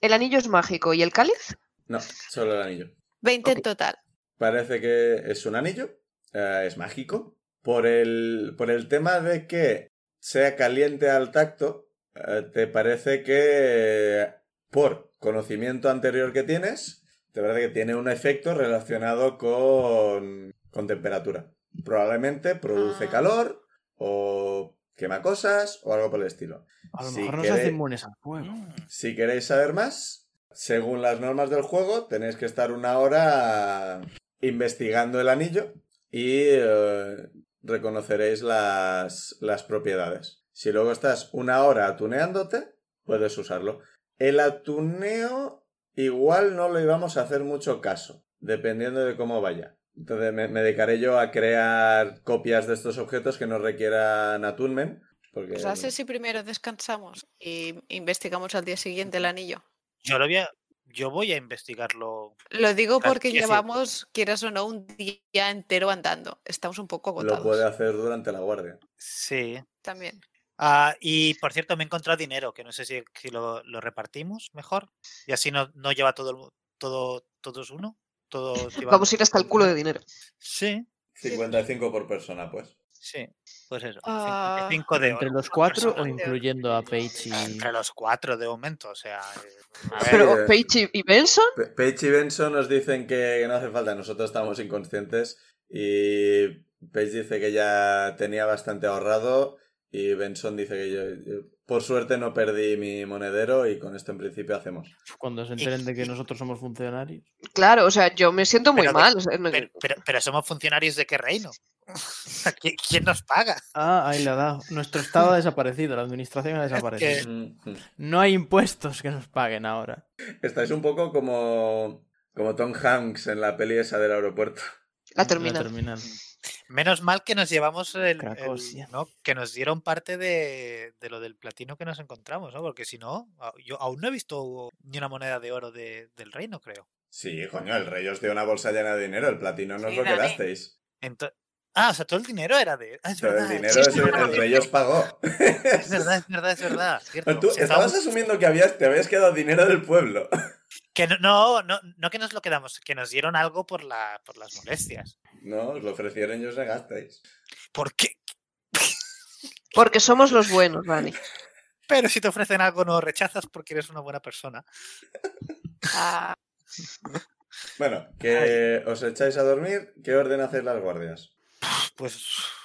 D: El anillo es mágico. ¿Y el cáliz?
A: No, solo el anillo.
C: 20 en
D: Ok.
C: total.
A: Parece que es un anillo, eh, es mágico. Por el, por el tema de que sea caliente al tacto, eh, te parece que, por conocimiento anterior que tienes, te parece que tiene un efecto relacionado con, con temperatura. Probablemente produce
C: Ah.
A: calor o quema cosas o algo por el estilo.
E: A lo
A: Si
E: mejor nos
A: queréis-
E: hace inmunes al fuego.
B: Mm,
A: Si queréis saber más, según las normas del juego, tenéis que estar una hora investigando el anillo y eh, reconoceréis las, las propiedades. Si luego estás una hora atuneándote, puedes usarlo. El atuneo igual no le íbamos a hacer mucho caso, dependiendo de cómo vaya. Entonces me, me dedicaré yo a crear copias de estos objetos que no requieran atunmen. Porque...
C: Pues hace si primero descansamos y investigamos al día siguiente el anillo.
B: Yo lo voy a. yo voy a investigarlo.
C: Lo digo
B: Claro,
C: porque
B: quiero decir-
C: llevamos, quieras o no, un día entero andando. Estamos un poco
A: Lo puede
C: agotados
A: hacer durante la guardia.
B: Sí.
C: también.
B: Ah, y por cierto, me he encontrado dinero, que no sé si, si lo, lo repartimos mejor. Y así no, no lleva todo, el mu- todo todos uno. Todos llevan-
D: Vamos a ir hasta el culo de dinero.
B: Sí,
A: 55 por persona, pues.
B: sí. Pues eso.
C: Ah,
B: 55 de
E: ¿Entre
B: oro
E: los
B: por
E: cuatro o
B: persona.
E: incluyendo a Paige y...
B: Entre los cuatro de aumento, o sea. eh, a ver,
D: Pero
A: eh.
D: Paige y y Benson,
A: Pe- Paige y Benson nos dicen que no hace falta, nosotros estamos inconscientes y Paige dice que ya tenía bastante ahorrado y Benson dice que yo, yo- por suerte no perdí mi monedero y con esto en principio hacemos.
E: Cuando se enteren de que nosotros somos funcionarios.
D: claro, o sea, yo me siento muy
B: Pero de-
D: mal. o sea, no-
B: pero, pero- pero somos funcionarios de qué reino. ¿Qui- ¿Quién nos paga?
E: Ah, ahí la da. Nuestro estado ha desaparecido, la administración ha desaparecido.
A: Mm.
E: No hay impuestos que nos paguen ahora.
A: Estáis un poco como, como Tom Hanks en la peli esa del aeropuerto.
D: la terminal.
B: Menos mal que nos llevamos el,
E: Cracosia.
B: el- ¿no? que nos dieron parte de, de lo del platino que nos encontramos, ¿no? Porque si no, a- yo aún no he visto ni una moneda de oro de- del reino, creo.
A: Sí, coño, el rey os dio una bolsa llena de dinero, el platino no os
C: Sí,
A: lo
C: dale.
A: quedasteis.
B: Ento- ah, o sea, todo el dinero era de. ah, es
A: Pero el
B: verdad,
A: dinero
B: sí,
A: es
B: sí,
A: el, el rey os pagó.
B: es verdad, es verdad, es verdad. es cierto.
A: Tú
B: Si
A: estabas
B: estábamos-
A: asumiendo que habías, te habías quedado dinero del pueblo.
B: que no, no, no, no que nos lo quedamos, que nos dieron algo por, la, por las molestias.
A: No, os lo ofrecieron y os negasteis.
B: ¿Por qué?
D: Porque somos los buenos, Dani.
B: Pero si te ofrecen algo, no rechazas porque eres una buena persona.
C: Ah,
A: Bueno, que os echáis a dormir, ¿qué orden hacéis las guardias?
B: Pues,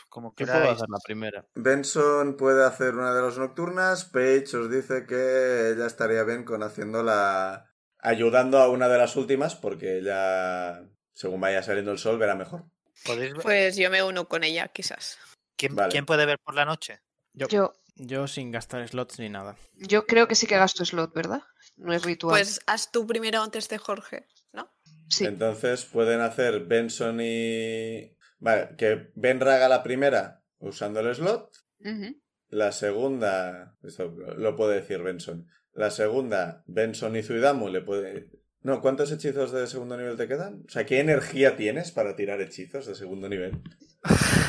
B: como
E: ¿Qué puedo
B: queráis.
E: hacer la primera?
A: Benson puede hacer una de las nocturnas, Paige os dice que ella estaría bien con haciendo la... ayudando a una de las últimas, porque ella, según vaya saliendo el sol, verá mejor.
B: ¿Podéis ver-
C: pues yo me uno con ella, quizás.
B: ¿Quién,
A: vale.
B: quién puede ver por la noche?
E: Yo, yo...
D: Yo,
E: sin gastar slots ni nada.
D: yo creo que sí que gasto slot, ¿verdad? No es ritual.
C: Pues haz tú primero antes de Jorge, ¿no?
D: sí.
A: Entonces pueden hacer Benson y... Vale, que Benra haga la primera usando el slot,
D: Ujú.
A: La segunda, esto lo puede decir Benson. La segunda, Benson y Zuidamu le puede... No, ¿cuántos hechizos de segundo nivel te quedan? O sea, ¿qué energía tienes para tirar hechizos de segundo nivel?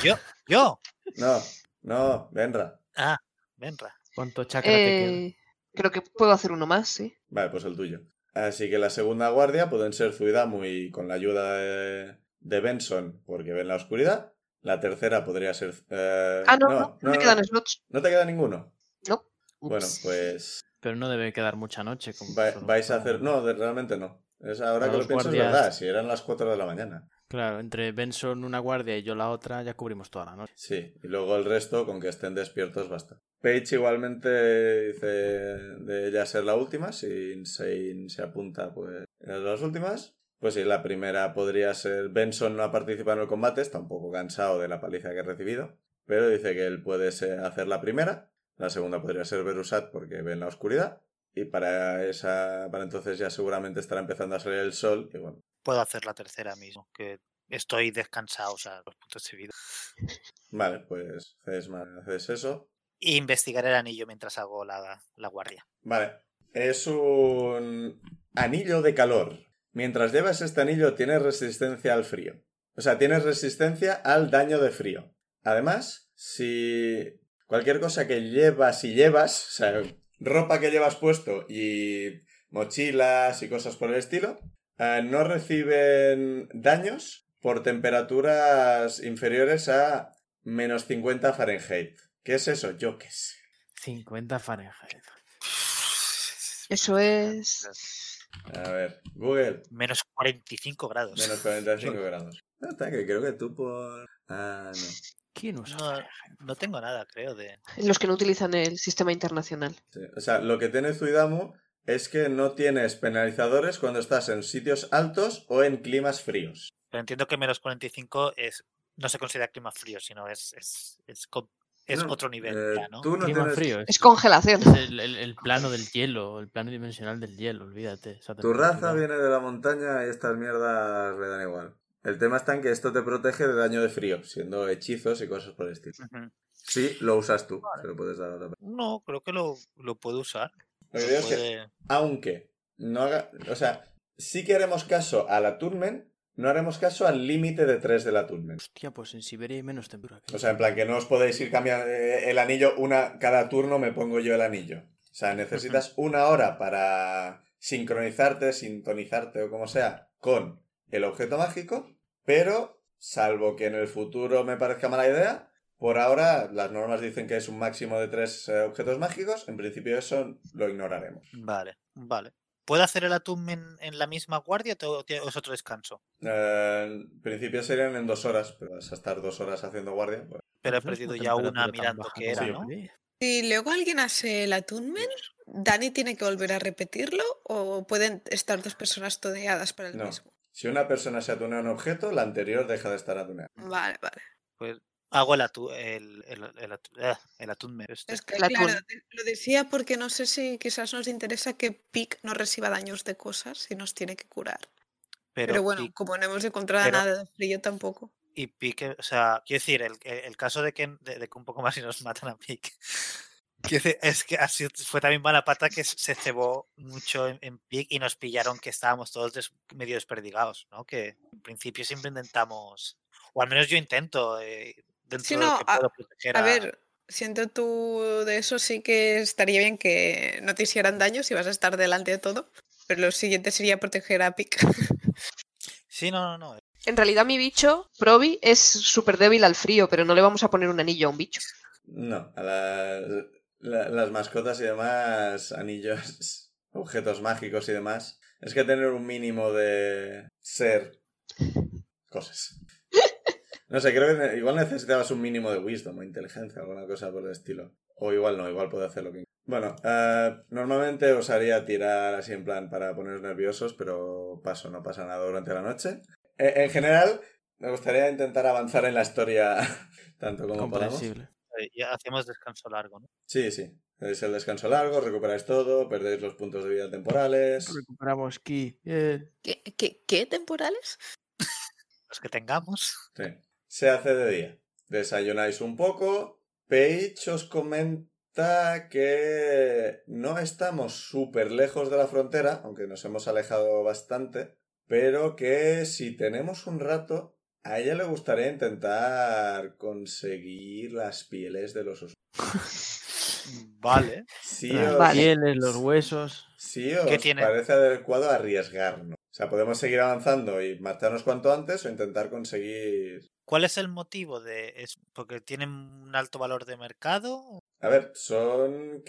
B: Yo, yo.
A: No, no, Benra.
B: Ah, Benra.
E: ¿Cuánto chakra te queda?
D: Eh, creo que puedo hacer uno más, sí.
A: Vale, pues el tuyo. Así que la segunda guardia pueden ser Zuidamu y con la ayuda de, de Benson, porque ven la oscuridad. La tercera podría ser... eh,
D: Ah, no, no, no, me
A: no,
D: quedan slots.
A: no te queda ninguno.
D: No.
A: Bueno,
E: Ups.
A: pues
E: Pero no debe quedar mucha noche. como
A: Va-
E: solo
A: vais a
E: para-
A: hacer. No, de- realmente no. Es ahora
E: Para
A: que lo
E: los
A: pienso, es
E: guardias.
A: verdad. Si eran las 4 de la mañana.
E: Claro, entre Benson una guardia y yo la otra, ya cubrimos toda la noche.
A: Sí, y luego el resto, con que estén despiertos, basta. Paige igualmente dice de ella ser la última. Si Shane se apunta, pues eras de las últimas. Pues sí, la primera podría ser. Benson no ha participado en el combate, está un poco cansado de la paliza que ha recibido. Pero dice que él puede ser- hacer la primera. La segunda podría ser Berusat porque ve en la oscuridad. Y para esa. Para entonces ya seguramente estará empezando a salir el sol. Y bueno,
B: Puedo hacer la tercera mismo, que estoy descansado, o sea, los puntos de vida.
A: Vale, pues haces, ma- haces eso.
B: Y E investigaré el anillo mientras hago la, la guardia.
A: Vale. Es un anillo de calor. Mientras llevas este anillo tienes resistencia al frío. O sea, tienes resistencia al daño de frío. Además, si cualquier cosa que llevas y llevas, o sea, ropa que llevas puesto y mochilas y cosas por el estilo, eh, no reciben daños por temperaturas inferiores a menos 50 Fahrenheit. ¿Qué es eso? Yo qué sé.
E: 50 Fahrenheit.
D: Eso es.
A: A ver, Google,
B: Menos 45 grados.
A: menos 45 grados. No, está, que creo que tú por... Ah, no.
E: ¿Quién usa
B: No,
E: Fahrenheit?
B: no tengo nada, creo, de...
D: Los que no utilizan el sistema internacional.
A: Sí, O sea, lo que tiene Zuidamu es que no tienes penalizadores cuando estás en sitios altos o en climas fríos.
B: Pero entiendo que menos 45 es, no se considera clima frío, sino es, es, es, co- es
A: No,
B: otro nivel.
A: eh,
B: ya, ¿no?
A: Tú no
E: Clima
A: tienes...
E: frío.
D: Es congelación.
E: es el, el- el plano del hielo, el plano dimensional del hielo, olvídate. esa
A: Tu raza
E: temperatura.
A: viene de la montaña y estas mierdas le dan igual. El tema está en que esto te protege de daño de frío, siendo hechizos y cosas por el estilo.
B: Ujú.
A: Sí, lo usas tú. Se lo puedes dar a otra persona.
B: No, creo que lo, lo puedo usar.
A: Lo que digo es que,
B: Puede-
A: aunque no haga, o sea, sí que haremos caso a la Turmen, no haremos caso al límite de 3 de la Turmen.
E: Hostia, pues en Siberia hay menos temperatura. que
A: O sea, en plan que no os podéis ir cambiando eh, el anillo una cada turno me pongo yo el anillo. O sea, necesitas una hora para sincronizarte, sintonizarte o como sea con el objeto mágico, pero salvo que en el futuro me parezca mala idea, por ahora las normas dicen que es un máximo de tres eh, objetos mágicos, en principio eso lo ignoraremos.
B: Vale, vale. ¿Puedo hacer el atum en, en la misma guardia o te- o te- o es otro descanso?
A: Eh, en principio serían en dos horas, pero vas a estar dos horas haciendo guardia. pues,
B: Pero he
E: No es
B: perdido
E: una
B: ya una
E: temperatura tan
B: mirando
E: baja
B: que era,
E: como
B: ¿no?
E: Siberia.
C: Si luego alguien hace el attunement, ¿Dani tiene que volver a repetirlo o pueden estar dos personas todeadas para el
A: No.
C: mismo?
A: si una persona se atunea a un objeto, la anterior deja de estar atunea.
C: Vale, vale.
B: Hago el atu- el, el, el, atu- ah, el attunement este.
C: Es que,
D: El
C: claro,
D: atún.
C: de- lo decía porque no sé si quizás nos interesa que Pic no reciba daños de cosas y nos tiene que curar. Pero, bueno,
B: y-
C: como no hemos encontrado
B: pero-
C: nada de frío tampoco.
B: y pique, o sea, quiero decir, el, el- el caso de que, de, de que un poco más y nos matan a Pique. quiero decir, es que así fue también mala pata que se- se cebó mucho en, en Pic y nos pillaron que estábamos todos des- medio desperdigados, ¿no? Que en principio siempre intentamos, o al menos yo intento, eh, dentro
C: Sí,
B: de lo
C: no,
B: que
C: a-
B: puedo proteger
C: A ver, siento tú de eso sí que estaría bien que no te hicieran daño si vas a estar delante de todo. Pero lo siguiente sería proteger a Pic.
B: Sí, no, no, no.
D: En realidad mi bicho, Probi, es súper débil al frío, pero no le vamos a poner un anillo a un bicho.
A: No, a las, la- las mascotas y demás, anillos, objetos mágicos y demás. Es que tener un mínimo de ser cosas. No sé, creo que ne- igual necesitabas un mínimo de wisdom o inteligencia, alguna cosa por el estilo. O igual no, igual puede hacerlo. bien. Bueno, eh, normalmente os haría tirar así en plan para poneros nerviosos, pero paso, no pasa nada durante la noche. Eh, en general, me gustaría intentar avanzar en la historia tanto como podamos.
E: Comprensible.
B: eh, ya hacemos descanso largo, ¿no?
A: Sí, sí. Es el descanso largo, recuperáis todo, perdéis los puntos de vida temporales.
E: Recuperamos ki. Bien.
C: ¿Qué, qué, qué temporales?
B: Los que tengamos.
A: Sí. Se hace de día. Desayunáis un poco. Paige os comenta que no estamos súper lejos de la frontera, aunque nos hemos alejado bastante, pero que si tenemos un rato, a ella le gustaría intentar conseguir las pieles de los osos.
C: Mm,
B: Vale.
A: Sí,
E: Las
A: os-
D: Vale.
E: pieles, los huesos.
A: Sí, os
B: ¿Qué tiene?
A: parece adecuado arriesgarnos. O sea, podemos seguir avanzando y marcharnos cuanto antes o intentar conseguir.
B: ¿Cuál es el motivo de es porque tienen un alto valor de mercado?
A: A ver, son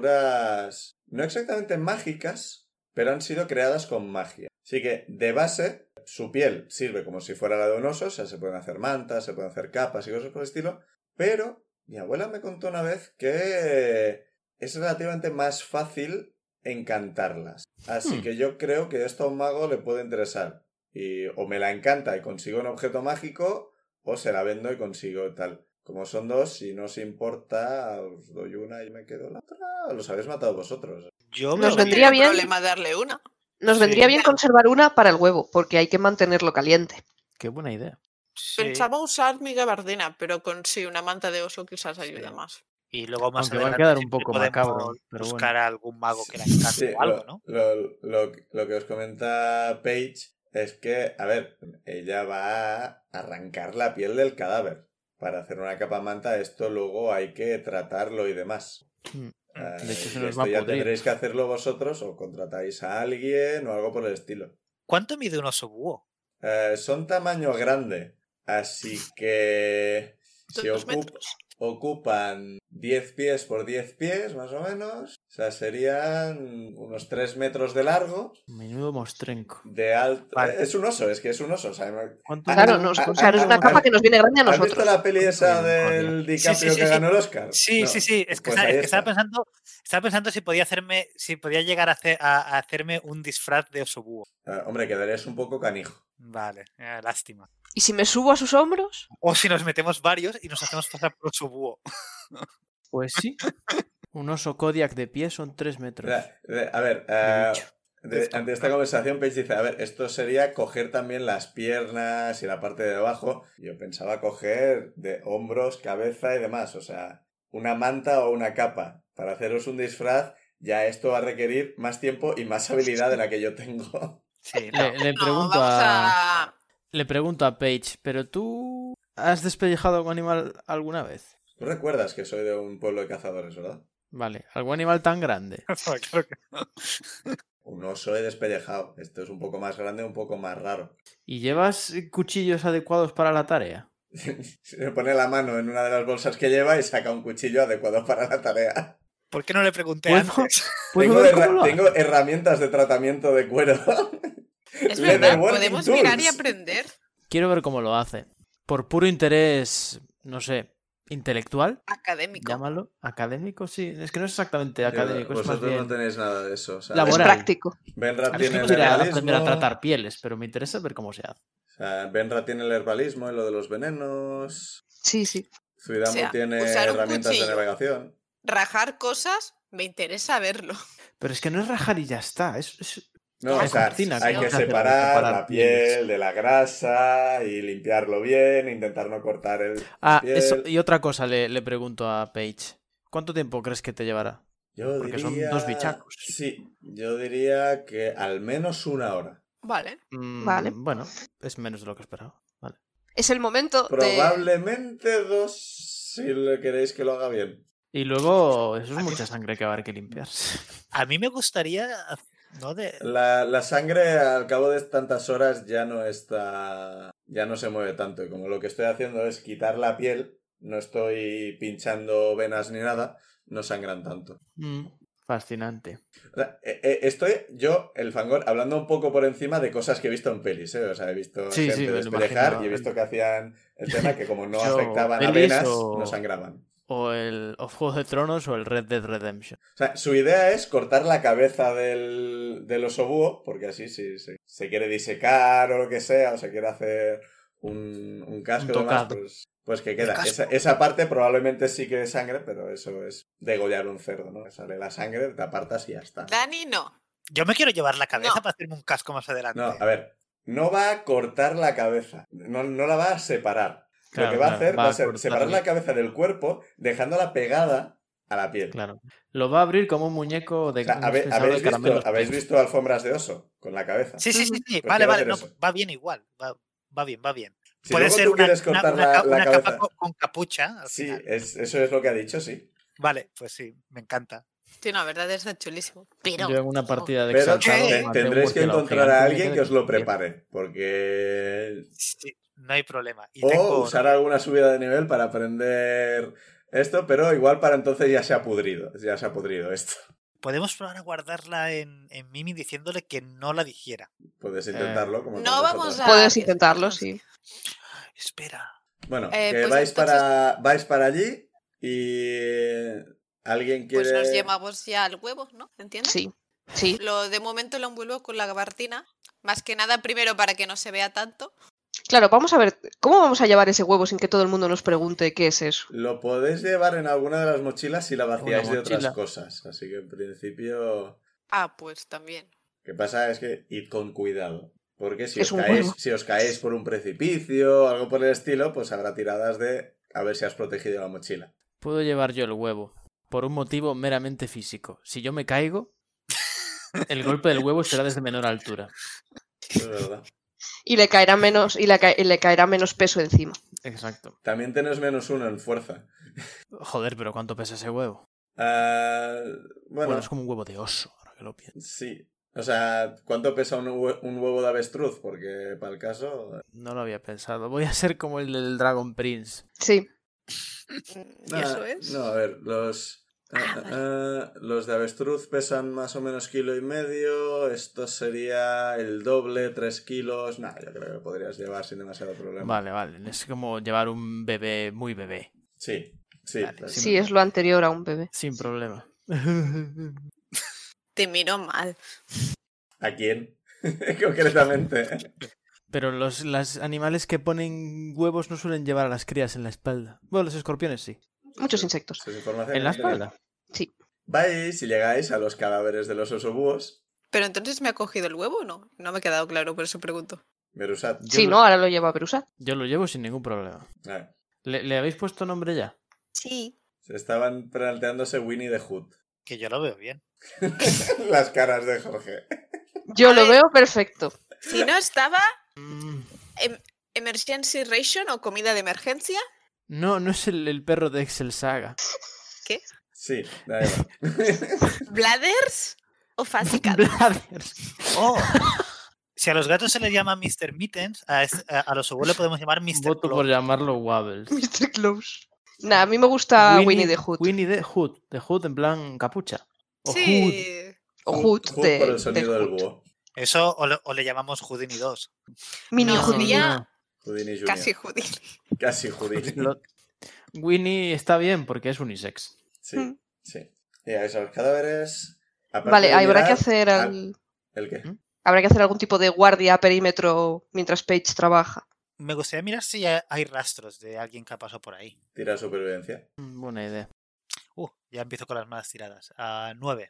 A: criaturas no exactamente mágicas, pero han sido creadas con magia. Así que, de base, su piel sirve como si fuera la de un oso, o sea, se pueden hacer mantas, se pueden hacer capas y cosas por el estilo, pero mi abuela me contó una vez que es relativamente más fácil encantarlas. Así
E: Hmm.
A: que yo creo que esto a un mago le puede interesar. Y o me la encanta y consigo un objeto mágico, o se la vendo y consigo tal. Como son dos, si no os importa, os doy una y me quedo la otra. Los habéis matado vosotros.
B: Yo
D: Nos
B: veo bien.
D: vendría
C: No hay
D: bien.
C: problema darle una.
D: Nos
B: Sí.
D: vendría bien conservar una para el huevo, porque hay que mantenerlo caliente.
E: Qué buena idea.
B: Sí.
C: Pensaba usar mi gabardina, pero con sí, una manta de oso quizás ayuda
B: Sí.
C: más.
B: Y luego más
E: Aunque va a
B: adelante
E: quedar un
B: siempre
E: poco
B: podemos
E: macabro, ¿eh? pero bueno.
B: buscar a algún mago que la encante
A: Sí,
B: o algo,
A: lo-
B: ¿no?
A: Lo, lo- lo que os comenta Paige es que, a ver, ella va a arrancar la piel del cadáver. Para hacer una capa manta, esto luego hay que tratarlo y demás.
E: Mm.
A: Ah,
E: De hecho, se
A: y
E: nos
A: esto
E: va a
A: ya
E: pudrir.
A: tendréis que hacerlo vosotros o contratáis a alguien o algo por el estilo.
B: ¿Cuánto mide un oso búho?
A: Eh, son tamaño grande, así que si
C: Dos
A: ocup-
C: metros.
A: ocupan 10 pies por 10 pies, más o menos, o sea, serían unos 3 metros de largo.
E: Menudo mostrenco.
A: De alto.
B: Vale.
A: Es un oso, es que es un oso. o sea, no-
E: ¿Cuánto
A: Ah,
D: Claro,
A: no,
D: nos-
A: ah,
D: o sea,
A: ah,
D: es una
A: ah,
D: capa
A: ah,
D: que nos viene grande a
A: ¿Has visto
D: nosotros.
A: la peli esa
E: Bien,
A: del DiCaprio
B: Sí, sí, sí,
A: que
B: sí.
A: ganó el Oscar?
B: Sí,
A: No.
B: sí, sí. Es que,
A: pues
B: está-
A: ahí
B: es que estaba
A: está.
B: pensando, estaba pensando si podía hacerme, si podía llegar a, hacer- a- a hacerme un disfraz de oso búho.
A: Ah, hombre, quedarías un poco canijo.
B: Vale, eh, lástima.
D: ¿Y si me subo a sus hombros?
B: O si nos metemos varios y nos hacemos pasar por oso búho.
E: Pues sí. Un oso Kodiak de pie son 3 metros.
A: Ra- ra- A ver, ah,
E: bicho.
A: de- ante esta conversación, Paige dice: A ver, esto sería coger también las piernas y la parte de abajo. Yo pensaba coger de hombros, cabeza y demás. O sea, una manta o una capa. Para haceros un disfraz, ya esto va a requerir más tiempo y más habilidad de la que yo tengo.
B: Sí, no.
E: Le, le
C: No,
E: pregunto
C: vamos
E: a...
C: a...
E: Le pregunto a Paige, ¿pero tú has despellejado algún animal alguna vez?
A: Tú recuerdas que soy de un pueblo de cazadores, ¿verdad?
E: Vale, algún animal tan grande.
B: Claro que no.
A: Un oso he despellejado. Esto es un poco más grande, un poco más raro.
E: ¿Y llevas eh, cuchillos adecuados para la tarea?
A: Se pone la mano en una de las bolsas que lleva y saca un cuchillo adecuado para la tarea.
B: ¿Por qué no le pregunté
E: ¿Puedo?
B: antes?
E: ¿Puedo
A: tengo,
E: ver
A: herra-
E: Pues cómo lo
A: tengo herramientas de tratamiento de cuero.
C: Es
A: Leather
C: verdad,
A: working
C: podemos mirar y
A: tools.
C: aprender.
E: Quiero ver cómo lo hace. Por puro interés, no sé, intelectual,
C: Académico.
E: llámalo. Académico, sí. Es que no es exactamente académico, es más
A: Vosotros
E: bien.
A: no tenéis nada de eso. ¿sabes?
D: Es
E: Laboral. Moral.
D: práctico.
A: Benra
E: A mí sí
A: tiene
E: me
A: el
E: gustaría
A: herbalismo.
E: aprender a tratar pieles, pero me interesa ver cómo se hace.
A: O sea, Benra tiene el herbalismo y lo de los venenos.
D: Sí, sí.
A: Zuidamu
C: O sea,
A: tiene
C: usar un
A: herramientas de
C: cuchillo.
A: navegación.
C: Rajar cosas, me interesa verlo.
E: Pero es que no es rajar y ya está. Es, es-
A: No,
C: Ah,
A: o sea,
C: cocina,
A: hay
C: ¿no?
A: que
C: Hacer-
A: separar
E: separar
A: la
E: pieles.
A: piel de la grasa y limpiarlo bien, intentar no cortar el
E: Ah,
A: piel.
E: eso- y otra cosa le, le pregunto a Paige. ¿Cuánto tiempo crees que te llevará?
A: Yo
E: porque son dos bichacos.
A: Sí, yo diría que al menos una hora.
C: Vale.
E: Mm,
D: Vale.
E: Bueno, es menos de lo que esperaba. Vale.
D: Es el momento de...
A: Probablemente dos si le queréis que lo haga bien.
E: Y luego, eso es mucha sangre que va a haber que limpiar.
B: A mí me gustaría. No de.
A: La, la sangre al cabo de tantas horas ya no está. ya no se mueve tanto. Y como lo que estoy haciendo es quitar la piel, no estoy pinchando venas ni nada, no sangran tanto.
E: Mm, Fascinante.
A: O sea, eh, eh, estoy yo, el fangor, hablando un poco por encima de cosas que he visto en pelis, ¿eh? O sea, he visto
E: Sí,
A: gente
E: sí, me lo
A: despellejar
E: imaginaba.
A: y he visto que hacían el tema que como no
E: Yo,
A: afectaban a
E: pelis
A: venas,
E: o-
A: no sangraban.
E: O el o Juego de Tronos o el Red Dead Redemption.
A: O sea, su idea es cortar la cabeza del, del oso búho, porque así si se, se quiere disecar o lo que sea, o se quiere hacer un, un casco
E: Un
A: y demás,
E: tocado.
A: pues, pues que queda.
B: casco.
A: Esa, esa parte probablemente sí que es sangre, pero eso es degollar un cerdo, ¿no? Sale la sangre, te apartas y ya está.
C: Dani no.
B: Yo me quiero llevar la cabeza
C: No.
B: para hacerme un casco más adelante.
A: No, a ver, no va a cortar la cabeza, no, no la va a separar.
E: Claro,
A: lo que va a
E: claro,
A: hacer va a ser
E: cortarle.
A: separar la cabeza del cuerpo, dejándola pegada a la piel.
E: Claro. Lo va a abrir como un muñeco de,
A: O sea,
E: un
A: habe-
E: dispensador
A: habéis,
E: de
A: visto,
E: caramelos pues.
A: habéis
E: Pringles.
A: visto alfombras de oso con la cabeza.
B: Sí, sí, sí, sí.
A: Pues
B: Vale,
A: quiero
B: vale.
A: hacer
B: No,
A: eso.
B: va bien igual. Va, va bien, va bien.
A: Si
B: Puede
A: luego
B: ser
A: tú
B: una,
A: quieres
B: una-
A: cortar
B: una ca-
A: la, la
B: una
A: cabeza.
B: capa con, con capucha. al
A: Sí,
B: final.
A: es- eso es lo que ha dicho, sí.
B: Vale, pues sí, me encanta.
C: Sí, no, la verdad es chulísimo. Pero.
E: Yo en una partida de
A: Pero
E: Exaltado
A: te-
E: maté un
A: tendréis que
E: murciélago
A: encontrar a
E: gigante, me
A: alguien
E: quedé
A: que os lo
E: con diez.
A: prepare, porque...
B: Sí, no hay problema. Y
A: O
B: tengo-
A: Oh, usar alguna subida de nivel para aprender esto, pero igual para entonces ya se ha pudrido, ya se ha pudrido esto.
B: Podemos probar a guardarla en, en Mimi diciéndole que no la dijera.
E: Eh,
A: Puedes intentarlo. como
C: no
A: con
C: vamos
A: vosotros.
C: a-
D: Puedes intentarlo, sí.
B: Espera.
A: Bueno,
C: Eh,
A: que
C: pues
A: vais,
C: entonces-
A: para, vais para allí y... Alguien quiere...
C: Pues nos llevamos ya al huevo, ¿no? ¿Entiendes?
D: Sí. Sí.
C: Lo de momento lo envuelvo con la gabardina. Más que nada, primero para que no se vea tanto.
D: Claro, vamos a ver, ¿cómo vamos a llevar ese huevo sin que todo el mundo nos pregunte qué es eso?
A: Lo podéis llevar en alguna de las mochilas si la vacíais
E: Una
A: de otras
E: mochila.
A: cosas. Así que en principio,
C: Ah, pues también.
A: lo que pasa es que id con cuidado. Porque si
D: Es
A: os,
D: un
A: caéis,
D: huevo.
A: si os caéis por un precipicio o algo por el estilo, pues habrá tiradas de a ver si has protegido la mochila.
E: Puedo llevar yo el huevo, por un motivo meramente físico. Si yo me caigo, el golpe del huevo será desde menor altura.
A: Eso es verdad.
D: Y le caerá menos, y le, ca- y le caerá menos peso encima.
E: Exacto.
A: También tenéis menos uno en fuerza.
E: Joder, pero ¿cuánto pesa ese huevo?
A: Ah,
E: Bueno,
A: bueno,
E: es como un huevo de oso, ahora que lo pienso.
A: sí. O sea, ¿cuánto pesa un, hue- un huevo de avestruz? Porque para el caso...
E: No lo había pensado. Voy a ser como el del Dragon Prince.
D: Sí.
C: Mm, ¿Y
A: Nah,
C: eso es?
A: Ah, No, a ver, los. ah, ah, los de avestruz pesan más o menos kilo y medio. Esto sería el doble, tres kilos. Nah, yo creo que podrías llevar sin demasiado problema.
E: Vale, vale. Es como llevar un bebé muy bebé.
A: Sí, sí.
E: Vale,
A: pues,
E: sí.
D: Sí, es lo anterior a un bebé.
E: Sin problema.
C: Te miro mal.
A: ¿A quién? Concretamente.
E: Pero los las animales que ponen huevos no suelen llevar a las crías en la espalda. Bueno, los escorpiones sí.
D: Muchos insectos.
A: Esa es información
E: ¿En la
A: que no tenía.
E: espalda?
A: Vais y llegáis a los cadáveres de los osobúos.
C: Pero entonces me ha cogido el huevo o no? No me ha quedado claro, por eso pregunto.
A: Merusat.
E: Yo
D: Sí,
E: lo-
D: ¿no? Ahora lo lleva a Perusa.
E: Yo lo llevo sin ningún problema.
A: A ver,
E: ¿Le, le habéis puesto nombre ya?
C: Sí.
A: se estaban planteándose Winnie the Hood.
B: que yo lo veo bien.
A: Las caras de Jorge.
D: Yo
C: A
D: lo
C: ver.
D: veo perfecto.
C: Si no estaba
D: Mm.
C: em- emergency ration o comida de emergencia,
E: No, no es el, el perro de Excel Saga.
A: Sí, da igual.
C: bladders o fascicados.
E: Bladders.
B: Oh, si a los gatos se les llama Mr. Mittens, a, es- a- a los abuelos le podemos llamar Mr.
E: Voto
B: Claw.
E: por llamarlo Wobbles.
D: Mr. Close. Nah, a mí me gusta Winnie, the Hood.
E: Winnie the Hood. The Hood en plan capucha. O Hood.
C: Sí.
D: O Hood,
A: Hood
D: de,
A: por el
D: del
A: sonido del
D: Hood.
A: búho.
B: Eso o, lo- o le llamamos Houdini 2.
D: Mini
C: No,
D: Hood.
C: sería
A: Houdini Jr.
C: Casi judío.
A: Casi Houdini.
E: Lo- Winnie está bien porque es unisex.
A: Sí,
D: Mm.
A: sí. Y a esos cadáveres. aparte
D: Vale,
A: de
D: habrá
A: mirar
D: que hacer
A: al-
D: al-
A: ¿El qué?
D: habrá que hacer algún tipo de guardia a perímetro mientras Paige trabaja.
B: Me gustaría mirar si ha- hay rastros de alguien que ha pasado por ahí.
A: Tira supervivencia.
E: Mm, Buena idea.
B: Uh, ya empiezo con las malas tiradas. A 9.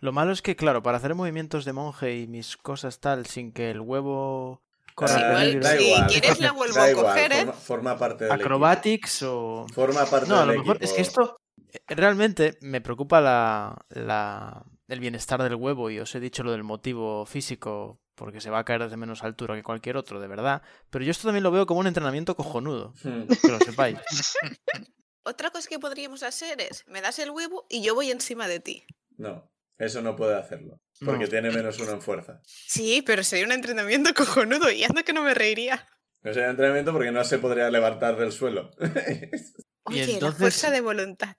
E: Lo malo es que, claro, para hacer movimientos de monje y mis cosas tal sin que el huevo corra
D: Pues
A: Eh,
C: igual,
E: peligro.
A: da
C: si
A: igual.
C: quieres la vuelvo
A: Da
C: a
A: igual,
C: coger, ¿eh?
A: forma, forma parte del
E: Acrobatics o.
A: equipo. Forma parte
E: No, a
A: del
E: lo mejor es que
A: equipo.
E: esto eh, realmente me preocupa la, la- el bienestar del huevo y os he dicho lo del motivo físico porque se va a caer desde menos altura que cualquier otro, de verdad. Pero yo esto también lo veo como un entrenamiento cojonudo,
A: Hmm.
E: que lo sepáis.
C: Otra cosa que podríamos hacer es, me das el huevo y yo voy encima de ti.
A: No, eso no puede hacerlo.
E: No.
A: Porque tiene menos uno en fuerza.
C: Sí, pero sería un entrenamiento cojonudo y anda que no me reiría.
A: No sería entrenamiento porque no se podría levantar del suelo.
E: Y
C: Oye,
E: entonces-
C: la fuerza de voluntad.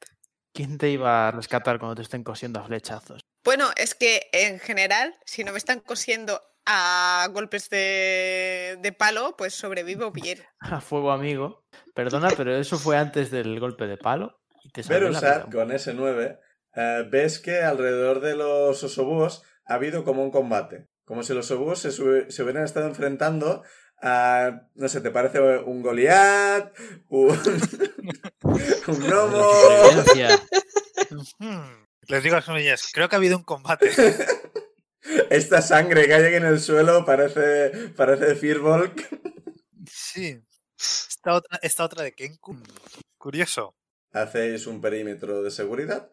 E: ¿Quién te iba a rescatar cuando te estén cosiendo a flechazos?
C: Bueno, es que en general, si no me están cosiendo a golpes de, de palo, pues sobrevivo bien.
E: A fuego amigo. Perdona, pero eso fue antes del golpe de palo. Y te salvé la
A: Berusat,
E: vida.
A: con ese 9, eh, ves que alrededor de los osobúos ha habido como un combate. Como si los osobúos se, sube- se hubieran estado enfrentando a, no sé, ¿te parece un Goliat? Un, un gnomo.
E: La supervivencia.
B: Hmm, Les digo a las comillas, creo que ha habido un combate.
A: Esta sangre que hay aquí en el suelo parece, parece Firbolg.
B: Sí. Esta otra, esta otra de Kenku.
A: Mm.
B: Curioso.
A: Hacéis un perímetro de seguridad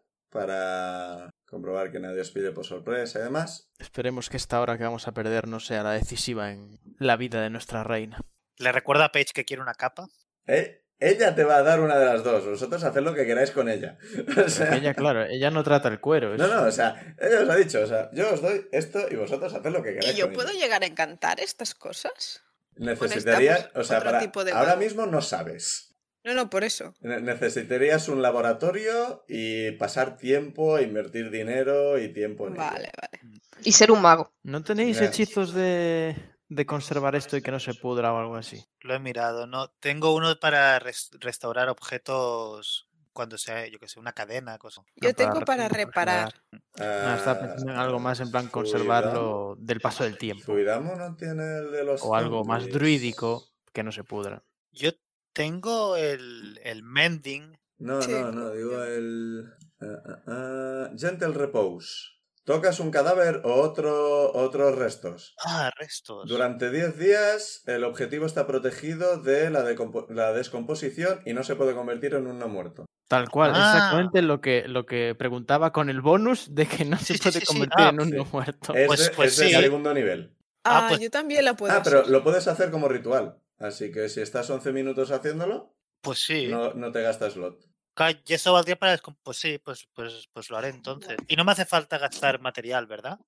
A: para comprobar que nadie os pille por sorpresa y demás.
E: Esperemos que esta hora que vamos a perder no sea la decisiva en la vida de nuestra reina.
B: Le recuerda a Paige que quiere una capa.
A: Eh, Ella te va a dar una de las dos. Vosotros haced lo que queráis con ella. O sea,
E: Ella, claro, ella no trata el cuero. es-
A: No, no, o sea, ella os ha dicho, o sea, yo os doy esto y vosotros haced lo que
C: ¿Y
A: queráis.
C: yo
A: con
C: puedo
A: ello.
C: llegar a encantar estas cosas?
A: Necesitarías,
C: necesitamos
A: o sea,
C: otro
A: para-
C: tipo de
A: ahora
C: huevo.
A: mismo no sabes.
C: No, no, por eso.
A: Ne- Necesitarías un laboratorio y pasar tiempo, invertir dinero y tiempo en ello.
C: Vale, vale.
D: Y ser un mago.
E: ¿No tenéis
A: Ya.
E: hechizos de, de conservar esto y que no se pudra o algo así?
B: Lo he mirado, ¿no? Tengo uno para res- restaurar objetos cuando sea, yo que sé, una cadena, cosa.
C: Yo
E: No, para
C: tengo para reparar.
E: No,
A: Ah,
E: estaba pensando en algo más en plan
A: Zuidam-
E: conservarlo del paso del tiempo.
A: Zuidamo no tiene el de los
E: O algo más
A: zombies.
E: druídico que no se pudra.
B: Yo tengo el, el mending.
A: No,
C: Sí.
A: no, no, digo el... ah, ah, ah, gentle Repose. Tocas un cadáver o otro, otros restos.
B: Ah, restos.
A: Durante 10 días el objetivo está protegido de la, decompo- la descomposición y no se puede convertir en un no muerto.
E: Tal cual,
B: Ah.
E: exactamente lo que, lo que preguntaba con el bonus de que no
B: Sí,
E: se
B: sí,
E: puede
B: sí, sí.
E: convertir
B: Ah,
E: en un
A: sí.
E: no muerto.
A: Es,
B: Pues-
A: de,
B: pues
A: es de
B: sí.
A: segundo nivel.
B: Ah,
C: Ah,
B: pues-
C: yo también la puedo
A: Ah,
C: hacer.
A: pero lo puedes hacer como ritual. Así que si estás 11 minutos haciéndolo,
B: Pues sí.
A: no, no te gastas slot.
B: Ca- Y eso valdría para... descom- Pues sí, pues, pues, pues lo haré entonces. Y no me hace falta gastar material, ¿verdad?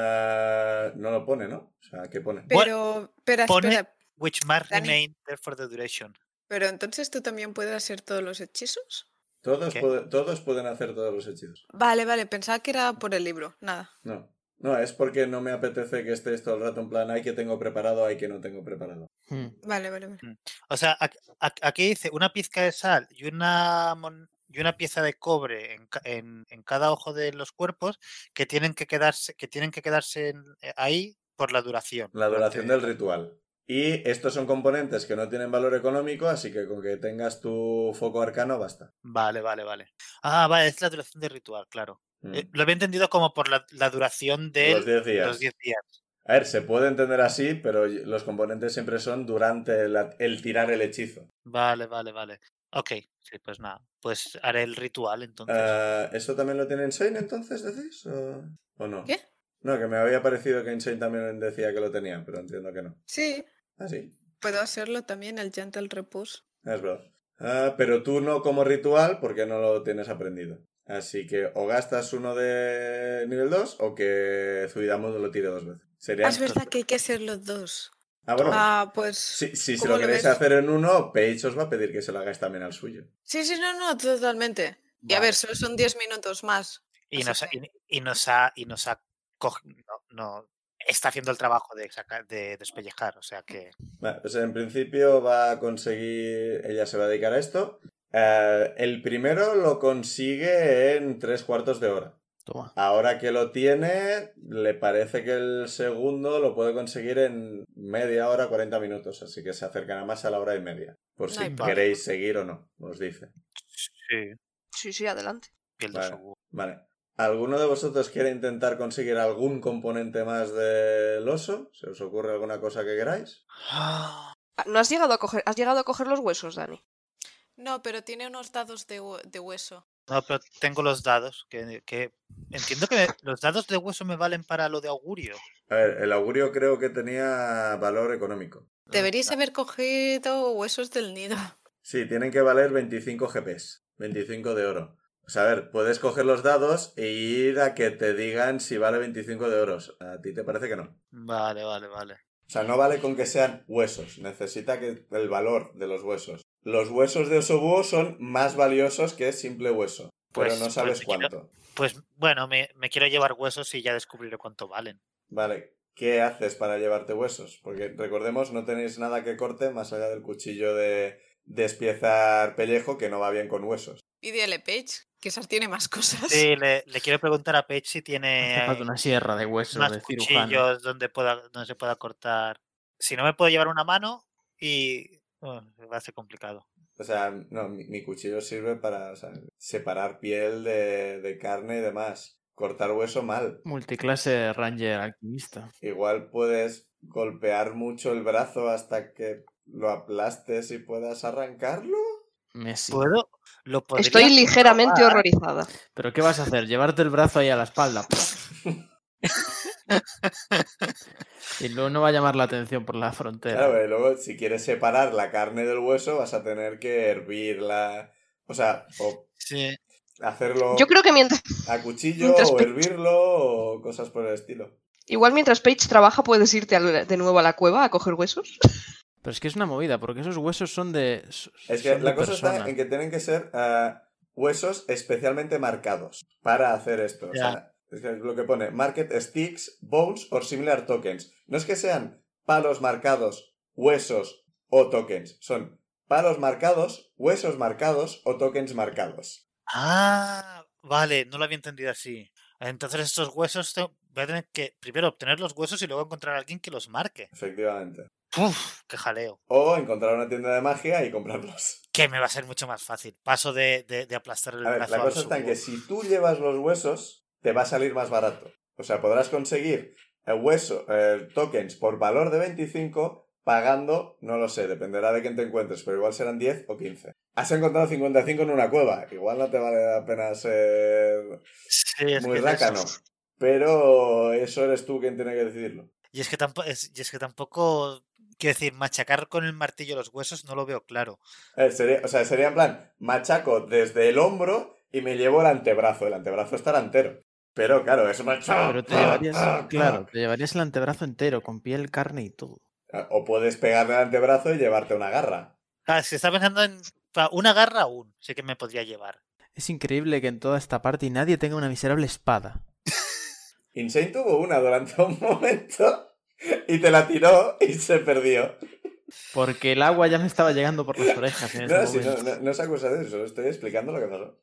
A: Ah, no lo pone, ¿no? O sea, ¿qué pone?
B: Bueno,
C: Pero, pero
B: pone-
C: espera,
B: Which must
C: Dani.
B: remain there for the duration.
C: pero entonces tú también puedes hacer todos los hechizos.
A: Todos,
B: ¿qué?
A: puede- todos pueden hacer todos los hechizos.
C: Vale, vale, pensaba que era por el libro, nada.
A: No. No, es porque no me apetece que estéis todo el rato en plan, hay que tengo preparado, hay que no tengo preparado.
E: Hmm.
C: Vale, vale, vale.
B: O sea, ac- ac- aquí dice una pizca de sal y una, mon- y una pieza de cobre en, ca- en- en cada ojo de los cuerpos que tienen que quedarse, que tienen que quedarse en- eh, ahí por la duración.
A: La duración del
B: durante-
A: ritual. Y estos son componentes que no tienen valor económico, así que con que tengas tu foco arcano basta.
B: Vale, vale, vale. Ah, vale, es la duración del ritual, claro.
A: Mm.
B: Eh, lo había entendido como por la, la duración de
A: Los 10 días.
B: los 10 días.
A: A ver, se puede entender así, pero los componentes siempre son durante la- el tirar el hechizo.
B: Vale, vale, vale. Ok, sí, pues nada. Pues haré el ritual entonces.
A: Eh, ¿Eso también lo tiene Insane entonces, decís? ¿O, o no?
C: ¿Qué?
A: No, que me había parecido que Insane también decía que lo tenía, pero entiendo que no.
C: Sí,
A: Ah, sí,
C: puedo hacerlo también, el Gentle Repose.
A: es verdad. Ah, pero tú no como ritual porque no lo tienes aprendido. Así que o gastas uno de nivel 2 o que Zuidamo lo tire dos veces. Sería...
C: Ah, es verdad que hay que hacer los dos.
A: Ah,
B: Oh.
A: bueno.
C: Ah, pues.
A: Si, si se
C: ¿cómo
A: lo
C: lo
A: queréis
C: ves?
A: hacer en uno, Page os va a pedir que se lo hagáis también al suyo.
C: Sí, sí, no, no, totalmente. Y a
A: Vale.
C: ver, solo son 10 minutos más.
B: y,
C: eso
B: nos ha, y, y nos ha. Y nos ha cog- no, no, está haciendo el trabajo de, sacar, de despellejar. O sea que.
A: Vale, pues en principio va a conseguir. Ella se va a dedicar a esto. Eh, el primero lo consigue en tres cuartos de hora.
E: Toma.
A: Ahora que lo tiene, le parece que el segundo lo puede conseguir en media hora, 40 minutos. Así que se acercará más a la hora y media. Por
C: No
A: si
C: hay
E: problema.
A: queréis seguir o no, os dice.
B: Sí.
F: Sí, sí, adelante.
B: Pierdo
A: Vale.
B: su-
A: Vale. ¿Alguno de vosotros quiere intentar conseguir algún componente más del oso? ¿Se os ocurre alguna cosa que queráis?
F: Ah, ¿No has llegado a coger, has llegado a coger los huesos, Dani?
C: No, pero tiene unos dados de, hue- de hueso.
B: No, pero tengo los dados. Que, que entiendo que me- los dados de hueso me valen para lo de augurio. Eh,
A: A ver, el augurio creo que tenía valor económico.
B: Ah,
C: Deberíais haber cogido huesos del nido.
A: Sí, tienen que valer 25 GPs, 25 de oro. O sea, a ver, puedes coger los dados e ir a que te digan si vale 25 de oros. A ti te parece que no.
B: Vale, vale, vale.
A: O sea, no vale con que sean huesos. Necesita que el valor de los huesos. Los huesos de oso búho son más valiosos que simple hueso.
B: Pues-
A: pero no sabes
B: pues me quiero-
A: cuánto.
B: Pues bueno, me, me quiero llevar huesos y ya descubriré cuánto valen.
A: Vale, ¿qué haces para llevarte huesos? Porque recordemos, no tenéis nada que corte más allá del cuchillo de despiezar pellejo que no va bien con huesos.
C: Pídele Page, quizás tiene más cosas.
B: Sí, le, le quiero preguntar a Pech si tiene
E: Hace falta una sierra de huesos
B: más
E: de cirujano.
B: Eh, cuchillos donde, pueda, donde se pueda cortar. Si no me puedo llevar una mano y... bueno, va a ser complicado.
A: O sea, no, mi, mi cuchillo sirve para o sea, separar piel de, de carne y demás. Cortar hueso mal.
E: Multiclase Ranger alquimista.
A: Igual puedes golpear mucho el brazo hasta que lo aplastes y puedas arrancarlo.
E: Messi.
B: ¿Puedo? Lo podría
D: Estoy ligeramente
B: probar.
D: horrorizada.
E: ¿Pero qué vas a hacer? ¿Llevarte el brazo ahí a la espalda? y luego no va a llamar la atención por la frontera.
A: Claro, eh. y luego si quieres separar la carne del hueso vas a tener que hervirla. O sea, o
B: Sí.
A: hacerlo...
D: Yo creo que mientras,
A: a cuchillo
D: Mientras
A: o
D: pe-
A: hervirlo o cosas por el estilo.
D: igual mientras Paige trabaja puedes irte al- de nuevo a la cueva a coger huesos.
E: Pero es que es una movida, porque esos huesos son de.
A: Es que la cosa está en que tienen que ser ah, huesos especialmente marcados para hacer esto. O
B: Ya.
A: sea, es que es lo que pone market sticks, bones or similar tokens. No es que sean palos marcados, huesos o tokens. Son palos marcados, huesos marcados o tokens marcados.
B: Ah, vale, no lo había entendido así. Entonces estos huesos te- voy a tener que primero obtener los huesos y luego encontrar a alguien que los marque.
A: Efectivamente.
B: Uf, qué jaleo.
A: O encontrar una tienda de magia y comprarlos.
B: Que me va a ser mucho más fácil. Paso de, de, de aplastar el
A: A ver,
B: brazo
A: la
B: al
A: cosa está en
B: subo.
A: que si tú llevas los huesos, te va a salir más barato. O sea, podrás conseguir el hueso, eh, tokens por valor de 25 pagando, no lo sé, dependerá de quién te encuentres, pero igual serán 10 o 15. Has encontrado 55 en una cueva, igual no te vale la pena ser
B: Sí, es
A: muy
B: que es-
A: rácano, pero eso eres tú quien tiene que decidirlo.
B: Y es que tampoco, y es que tampoco, quiero decir, machacar con el martillo los huesos no lo veo claro.
A: Eh, sería- o sea, sería en plan, machaco desde el hombro y me llevo el antebrazo, el antebrazo estará entero. Pero claro, es machaco.
E: Pero te
A: Ah,
E: llevarías. Claro, te llevarías el antebrazo entero, con piel, carne y todo.
A: O puedes pegarle al antebrazo y llevarte una garra.
B: Ah, si está pensando en pa- una garra aún, sí que me podría llevar.
E: Es increíble que en toda esta parte nadie tenga una miserable espada.
A: Insane tuvo una durante un momento y te la tiró y se perdió.
E: Porque el agua ya me estaba llegando por las orejas en ese
A: No, sí, no,
E: momento.
A: no, no se acusa de eso, estoy explicando lo que pasó.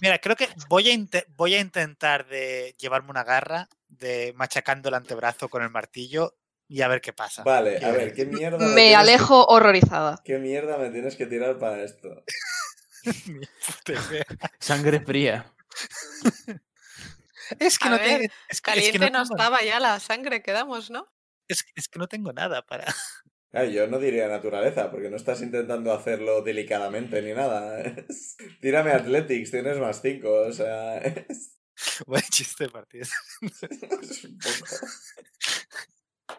B: Mira, creo que voy a, inte- voy a intentar de llevarme una garra de machacando el antebrazo con el martillo y a ver qué pasa.
A: Vale,
E: Ah,
B: Qué
A: a
B: bien.
A: ver, ¿qué mierda, me tienes
D: Me
A: que-
D: alejo horrorizada.
A: ¿Qué mierda me tienes que tirar para esto?
B: Te veo.
E: Sangre fría.
B: Es que
C: A
B: no
C: ver,
B: tengo, es que- es que
C: Caliente
B: no
C: no
B: tengo-
C: estaba ya la sangre que damos, ¿no?
B: es- es que no tengo nada para.
A: Claro, Ah, yo no diría naturaleza, porque no estás intentando hacerlo delicadamente ni nada. Es- Tírame Athletics, tienes más 5, o sea... es-
B: Buen chiste, Martínez.
A: es un poco-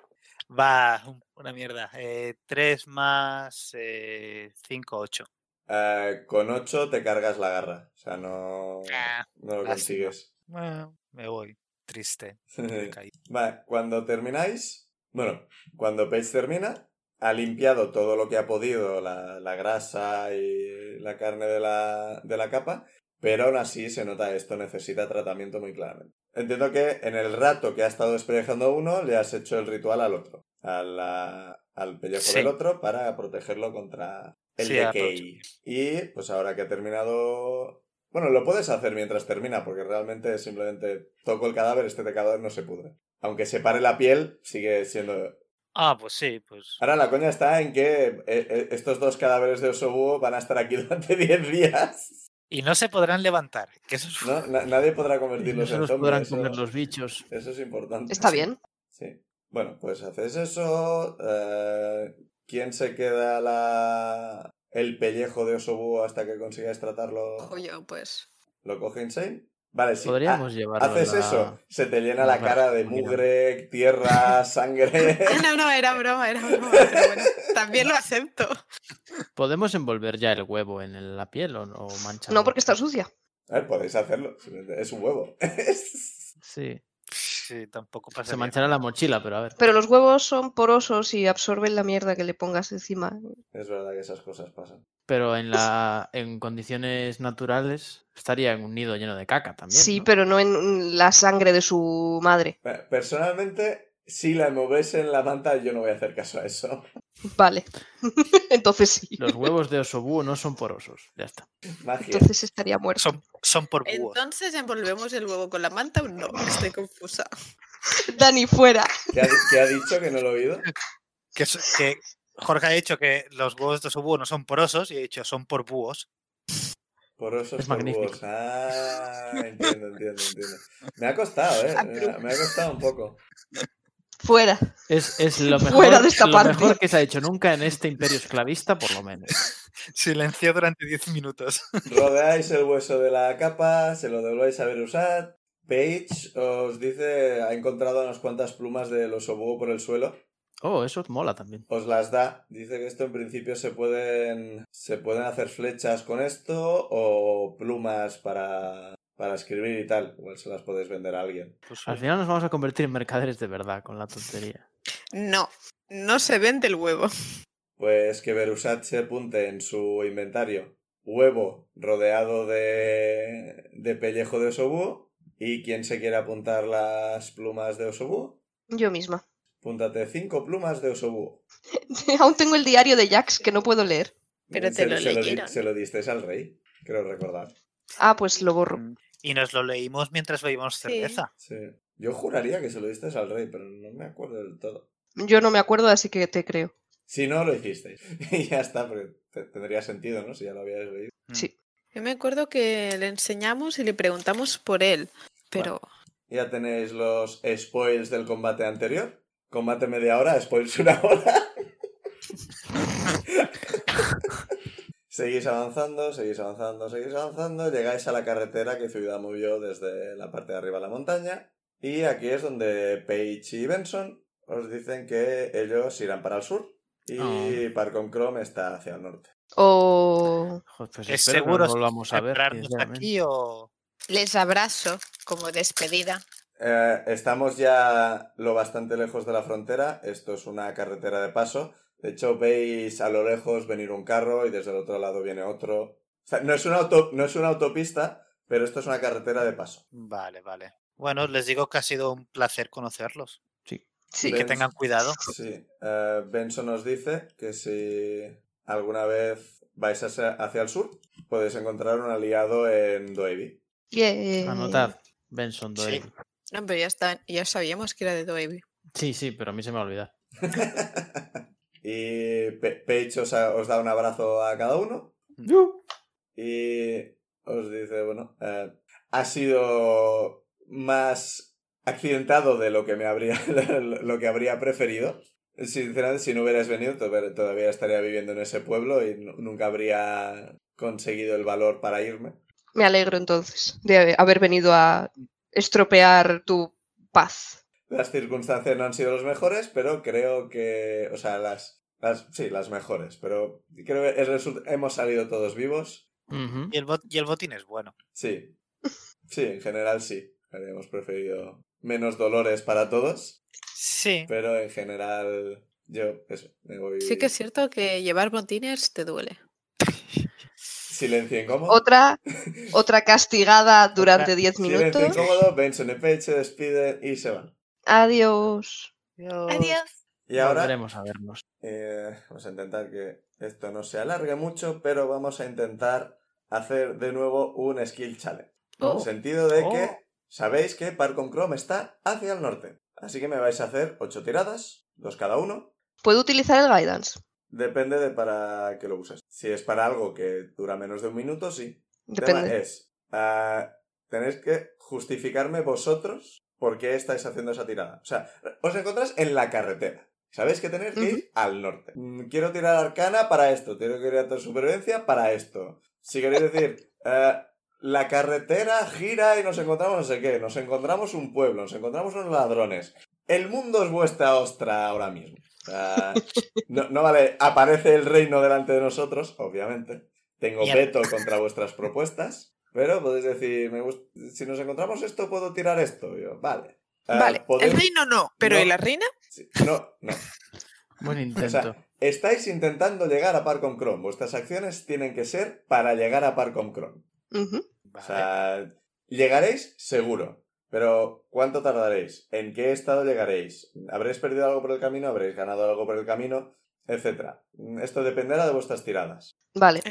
B: Va, un- una mierda. Eh, 3 más 5, 8.
A: Eh, con 8 te cargas la garra, o sea, no,
E: Ah,
A: no lo
B: lástima.
A: consigues.
B: Ah, me voy. Triste.
C: Eh.
B: me caí.
A: Vale, cuando termináis, bueno, cuando Paige termina, ha limpiado todo lo que ha podido, la, la grasa y la carne de la, de la capa, pero aún así se nota esto necesita tratamiento muy claramente. Entiendo que en el rato que ha estado despellejando a uno, le has hecho el ritual al otro, a la- al pellejo
B: Sí.
A: del otro, para protegerlo contra el
B: Sí, a
A: decay. Y pues ahora que ha terminado bueno, lo puedes hacer mientras termina, porque realmente simplemente toco el cadáver, este cadáver no se pudre. Aunque se pare la piel, sigue siendo...
B: Ah, pues sí, pues.
A: Ahora la coña está en que eh, eh, estos dos cadáveres de oso búho van a estar aquí durante 10 días.
B: Y no se podrán levantar. Que eso es...
A: ¿no? Na- nadie podrá
E: Y
A: convertirlos
E: no se
A: en
E: los
A: zombies.
E: podrán
A: eso-
E: comer los bichos.
A: Eso es importante.
D: Está bien.
A: Sí. Bueno, pues haces eso. eh, ¿Quién se queda la... el pellejo de oso búho hasta que consigáis tratarlo?
C: Ojo yo, pues.
A: ¿Lo coge Insane? Vale, sí. Ah,
E: Podríamos llevarlo.
A: Haces
E: a la-
A: eso, se te llena la
E: la barra
A: cara de
E: comunidad.
A: mugre, tierra, sangre.
C: Ah, No, no, era broma, era broma. Pero bueno, también lo acepto.
E: ¿Podemos envolver ya el huevo en el- la piel o, no mancharlo?
D: No, porque está sucia.
A: A ver, podéis hacerlo, es un huevo.
E: Sí.
B: Sí, tampoco pasa
E: Se manchará la mochila, pero a ver.
D: Pero los huevos son porosos y absorben la mierda que le pongas encima.
A: Es verdad que esas cosas pasan.
E: Pero en la en condiciones naturales estaría en un nido lleno de caca también.
D: sí,
E: ¿no?
D: pero no en la sangre de su madre.
A: Eh, Personalmente, si la movéis en la manta, yo no voy a hacer caso a eso.
D: Vale. Entonces sí.
E: Los huevos de oso búho no son porosos. Ya está.
A: Magia.
D: Entonces estaría muerto.
B: Son, son por búhos.
C: Entonces, ¿envolvemos el huevo con la manta o no? Estoy confusa.
D: Dani fuera.
A: ¿Qué ha, di- qué ha dicho que no lo he oído?
B: Que, so- que Jorge ha dicho que los huevos de su búho no son porosos y he dicho son por búhos.
A: Porosos
E: Es
A: por
E: magnífico.
A: búhos. Ah, entiendo, entiendo, entiendo. Me ha costado, ¿eh? Me ha, me ha costado un poco.
D: Fuera.
E: Es, es lo, mejor,
D: Fuera de esta
E: lo
D: parte.
E: mejor que se ha hecho nunca en este imperio esclavista, por lo menos.
B: Silencio durante 10 minutos.
A: Rodeáis el hueso de la capa, se lo devolvéis a Berusat. Paige os dice, ha encontrado unas cuantas plumas del oso búho por el suelo.
E: Oh, eso mola también.
A: os las da. Dice que esto en principio se pueden, se pueden hacer flechas con esto o plumas para, para escribir y tal. Igual se las podéis vender a alguien.
B: Pues sí.
E: Al final nos vamos a convertir en mercaderes de verdad con la tontería.
C: No, no se vende el huevo.
A: Pues que Berusat se apunte en su inventario huevo rodeado de, de pellejo de osobú y quien se quiera apuntar las plumas de osobú,
D: Yo misma.
A: apúntate cinco plumas de osobú.
D: Aún tengo el diario de Jax que no puedo leer.
C: Pero te
A: Eh, Se-
C: lo
A: se di-
C: leyeron.
A: se lo disteis al rey, creo recordar.
D: Ah, pues lo borro.
B: Y nos lo leímos mientras bebíamos
C: Sí.
B: cerveza.
A: Sí. Yo juraría que se lo disteis al rey, pero no me acuerdo del todo.
D: Yo no me acuerdo, así que te creo.
A: Si no, lo hicisteis. y ya está, porque te- tendría sentido, ¿no? Si ya lo habíais leído.
D: Sí.
C: Yo me acuerdo que le enseñamos y le preguntamos por él, pero
A: Ya tenéis los spoils del combate anterior. Combate media hora, spoils una hora. seguís avanzando, seguís avanzando, seguís avanzando. Llegáis a la carretera que Ciudad movió desde la parte de arriba de la montaña. Y aquí es donde Paige y Benson os dicen que ellos irán para el sur. Y
E: Oh.
A: Parcon Chrome está hacia el norte.
D: O
E: Joder, pues
B: ¿Es
E: espero que
B: seguro
E: nos volvamos a ver.
B: ¿Separarnos
E: sinceramente.
B: aquí o.?
C: les abrazo como despedida.
A: Eh, estamos ya lo bastante lejos de la frontera. Esto es una carretera de paso. De hecho, veis a lo lejos venir un carro y desde el otro lado viene otro. O sea, no, es una auto- no es una autopista, pero esto es una carretera de paso.
B: Vale, vale. Bueno, les digo que ha sido un placer conocerlos.
D: sí.
B: Que
A: Ven-
B: tengan cuidado.
A: Sí. Eh, Benson nos dice que si alguna vez vais hacia, hacia el sur, podéis encontrar un aliado en Doevi.
D: Yay.
E: Anotad, Benson
B: Sí.
E: Doyle.
C: No, pero ya, está, ya sabíamos que era de Doevi.
E: Sí. sí, pero a mí se me ha olvidado.
A: y Pe- Paige os, ha- os da un abrazo a cada uno. Y os dice, bueno, eh, ha sido más accidentado de lo que me habría, lo que habría preferido. Sinceramente, si no hubieras venido, to- todavía estaría viviendo en ese pueblo y nu- nunca habría conseguido el valor para irme.
D: Me alegro entonces de haber venido a estropear tu paz.
A: Las circunstancias no han sido las mejores, pero creo que. O sea, las. las sí, las mejores, pero creo que es resu- hemos salido todos vivos.
E: Ujú.
B: Y el, bot- y el botín es bueno.
A: Sí. Sí, en general sí. Habríamos preferido menos dolores para todos,
B: Sí.
A: pero en general. Yo, eso, me voy.
C: Sí que es cierto que llevar botines te duele.
A: Silencio incómodo.
D: Otra, otra castigada durante 10
A: Silencio
D: minutos.
A: incómodo, Benson en pecho, despiden y se van.
D: Adiós.
B: Adiós.
A: Y ahora
E: Volveremos a vernos.
A: eh, vamos a intentar que esto no se alargue mucho, pero vamos a intentar hacer de nuevo un skill challenge. En el
C: Oh,
A: sentido de
B: Oh.
A: que sabéis que Parcom Chrome está hacia el norte. Así que me vais a hacer ocho tiradas, dos cada uno.
D: ¿Puedo utilizar el guidance?
A: Depende de para qué lo uses. Si es para algo que dura menos de un minuto, sí. El tema
D: Depende.
A: es, ah, tenéis que justificarme vosotros por qué estáis haciendo esa tirada. O sea, os encontráis en la carretera. Sabéis que tenéis que ir al norte. Mm, Quiero tirar arcana para esto, quiero que tirar supervivencia para esto. Si queréis decir, ah, la carretera gira y nos encontramos no sé qué, nos encontramos un pueblo, nos encontramos unos ladrones. El mundo es vuestra ostra ahora mismo. O sea, no, no vale, aparece el reino delante de nosotros, obviamente. Tengo
B: Mierda.
A: veto contra vuestras propuestas, pero podéis decir, me gust- si nos encontramos esto, puedo tirar esto. Y yo, vale. Ah,
C: vale,
A: podéis-
C: el reino no, pero ¿y
A: no.
C: la reina?
A: Sí, No, no.
E: Buen
A: O sea,
E: intento.
A: estáis intentando llegar a par con Chrome. Vuestras acciones tienen que ser para llegar a par con Chrome.
D: Ujú.
A: O
B: Vale.
A: sea, llegaréis seguro. Pero, ¿cuánto tardaréis? ¿En qué estado llegaréis? ¿Habréis perdido algo por el camino? ¿Habréis ganado algo por el camino? Etcétera. Esto dependerá de vuestras tiradas.
D: Vale.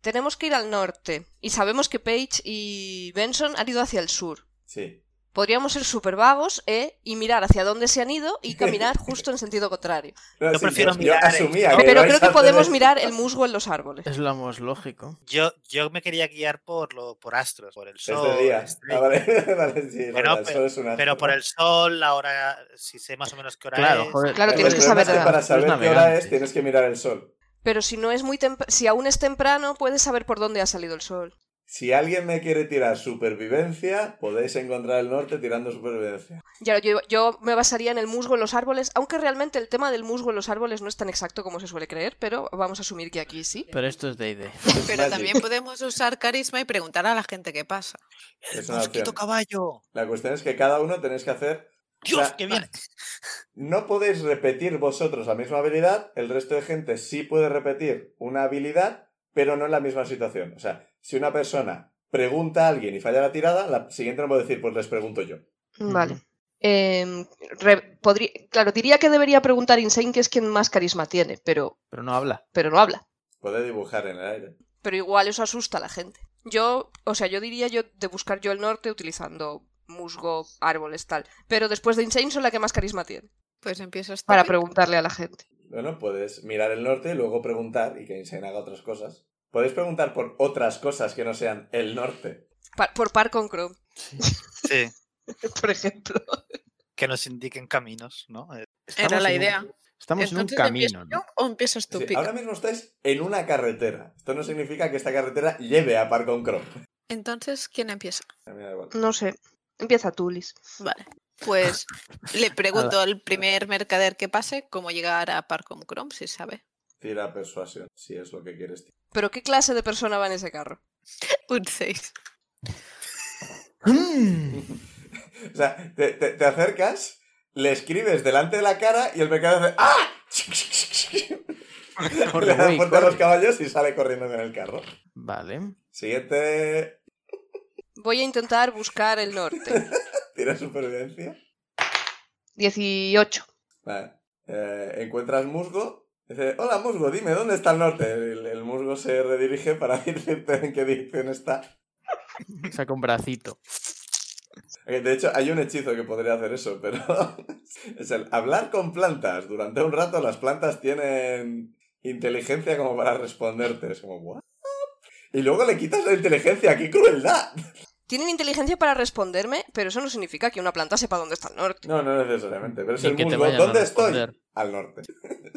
C: Tenemos
D: que ir al norte. Y sabemos que Paige y Benson han ido hacia el sur.
A: Sí.
D: Podríamos ser súper vagos, ¿eh? Y mirar hacia dónde se han ido y caminar justo en sentido contrario.
A: No,
B: Yo prefiero
A: yo, yo
B: mirar,
A: asumía
B: ¿eh?
A: que
D: Pero
A: ibais
D: creo
A: a
D: que
A: hacer
D: podemos
A: esto.
D: mirar el musgo en los árboles.
E: Es lo más lógico.
B: Yo, yo me quería guiar por lo, por astros, por el
A: Es de
B: sol,
A: día.
B: la
A: Ah,
B: estrella,
A: vale, vale, sí, es
B: Bueno,
A: verdad, el sol es una-
B: pero por el sol, la hora, si sé más o menos qué hora
E: Claro,
B: es.
E: joder.
D: Claro,
A: El
D: tienes que
A: problema
D: saber
A: Pues es
D: la-
A: para
E: Sois
A: saber qué hora es,
E: navegantes.
A: tienes que mirar el sol.
D: Pero si no es muy tempr- si aún es temprano, puedes saber por dónde ha salido el sol.
A: Si alguien me quiere tirar supervivencia, podéis encontrar el norte tirando supervivencia.
D: Ya, yo, yo me basaría en el musgo en los árboles, aunque realmente el tema del musgo en los árboles no es tan exacto como se suele creer, pero vamos a asumir que aquí sí.
E: Pero esto es D&D.
C: Pero
A: Magic.
C: también podemos usar carisma y preguntar a la gente qué pasa.
A: Es
B: ¡El
A: una
B: mosquito
A: opción.
B: caballo!
A: La cuestión es que cada uno tenéis que hacer
B: ¡Dios,
A: sea,
B: qué bien!
A: No podéis repetir vosotros la misma habilidad, el resto de gente sí puede repetir una habilidad, pero no en la misma situación. O sea, si una persona pregunta a alguien y falla la tirada, la siguiente no puede decir, pues les pregunto yo.
D: Vale. Em, re- podrí- claro, diría que debería preguntar Insane, que es quien más carisma tiene, pero,
E: Pero no habla.
D: pero no habla.
A: Puede dibujar en el aire.
D: Pero igual eso asusta a la gente. Yo, o sea, yo diría yo de buscar yo el norte utilizando musgo, árboles, tal. Pero después de Insane son la que más carisma tiene.
C: Pues empiezas tú.
D: Para
C: Vic.
D: preguntarle a la gente.
A: Bueno, puedes mirar el norte y luego preguntar y que Insane haga otras cosas. Podéis preguntar por otras cosas que no sean el norte.
D: Pa- por par con Chrome,
B: Sí,
D: por ejemplo.
B: que nos indiquen caminos, ¿no? Eh,
E: Estamos
C: Era la
E: en un-
C: idea.
E: Estamos
C: Entonces,
E: en un
C: ¿empiezo
E: camino.
C: yo
E: ¿no?
C: ¿O empiezas tú,
A: Sí,
C: Pic?
A: ahora mismo estáis en una carretera. Esto no significa que esta carretera lleve a Park on Chrome.
C: Entonces, ¿quién empieza?
A: A mí me da igual.
D: No sé. Empieza tú, Liz.
C: Vale. Pues le pregunto al primer mercader que pase cómo llegar a Parcom Chrome, si sabe.
A: Tira persuasión, si es lo que quieres.
D: ¿Pero qué clase de persona va en ese carro?
C: Un 6.
A: O sea, te, te- te acercas, le escribes delante de la cara y el mercader hace ¡Ah!
E: Corre,
A: le da
E: güey,
A: fuerte a los
E: corre.
A: caballos y sale corriendo con el carro.
E: Vale.
A: Siguiente.
D: Voy a intentar buscar el norte.
A: Tira supervivencia.
D: 18.
A: Vale. Eh, encuentras musgo. Dice, hola musgo, dime, ¿dónde está el norte? El, el musgo se redirige para decirte en qué dirección está.
E: Saca un bracito.
A: Eh, De hecho, hay un hechizo que podría hacer eso, pero es el hablar con plantas. Durante un rato las plantas tienen inteligencia como para responderte. Es como, ¿what? Y luego le quitas la inteligencia, ¡qué crueldad!
D: Tienen inteligencia para responderme, pero eso no significa que una planta sepa dónde está el norte.
A: No, no necesariamente, pero es
E: Ni
A: el
E: que te
A: musgo.
E: vayan a
A: ¿Dónde
E: responder.
A: estoy? Al norte.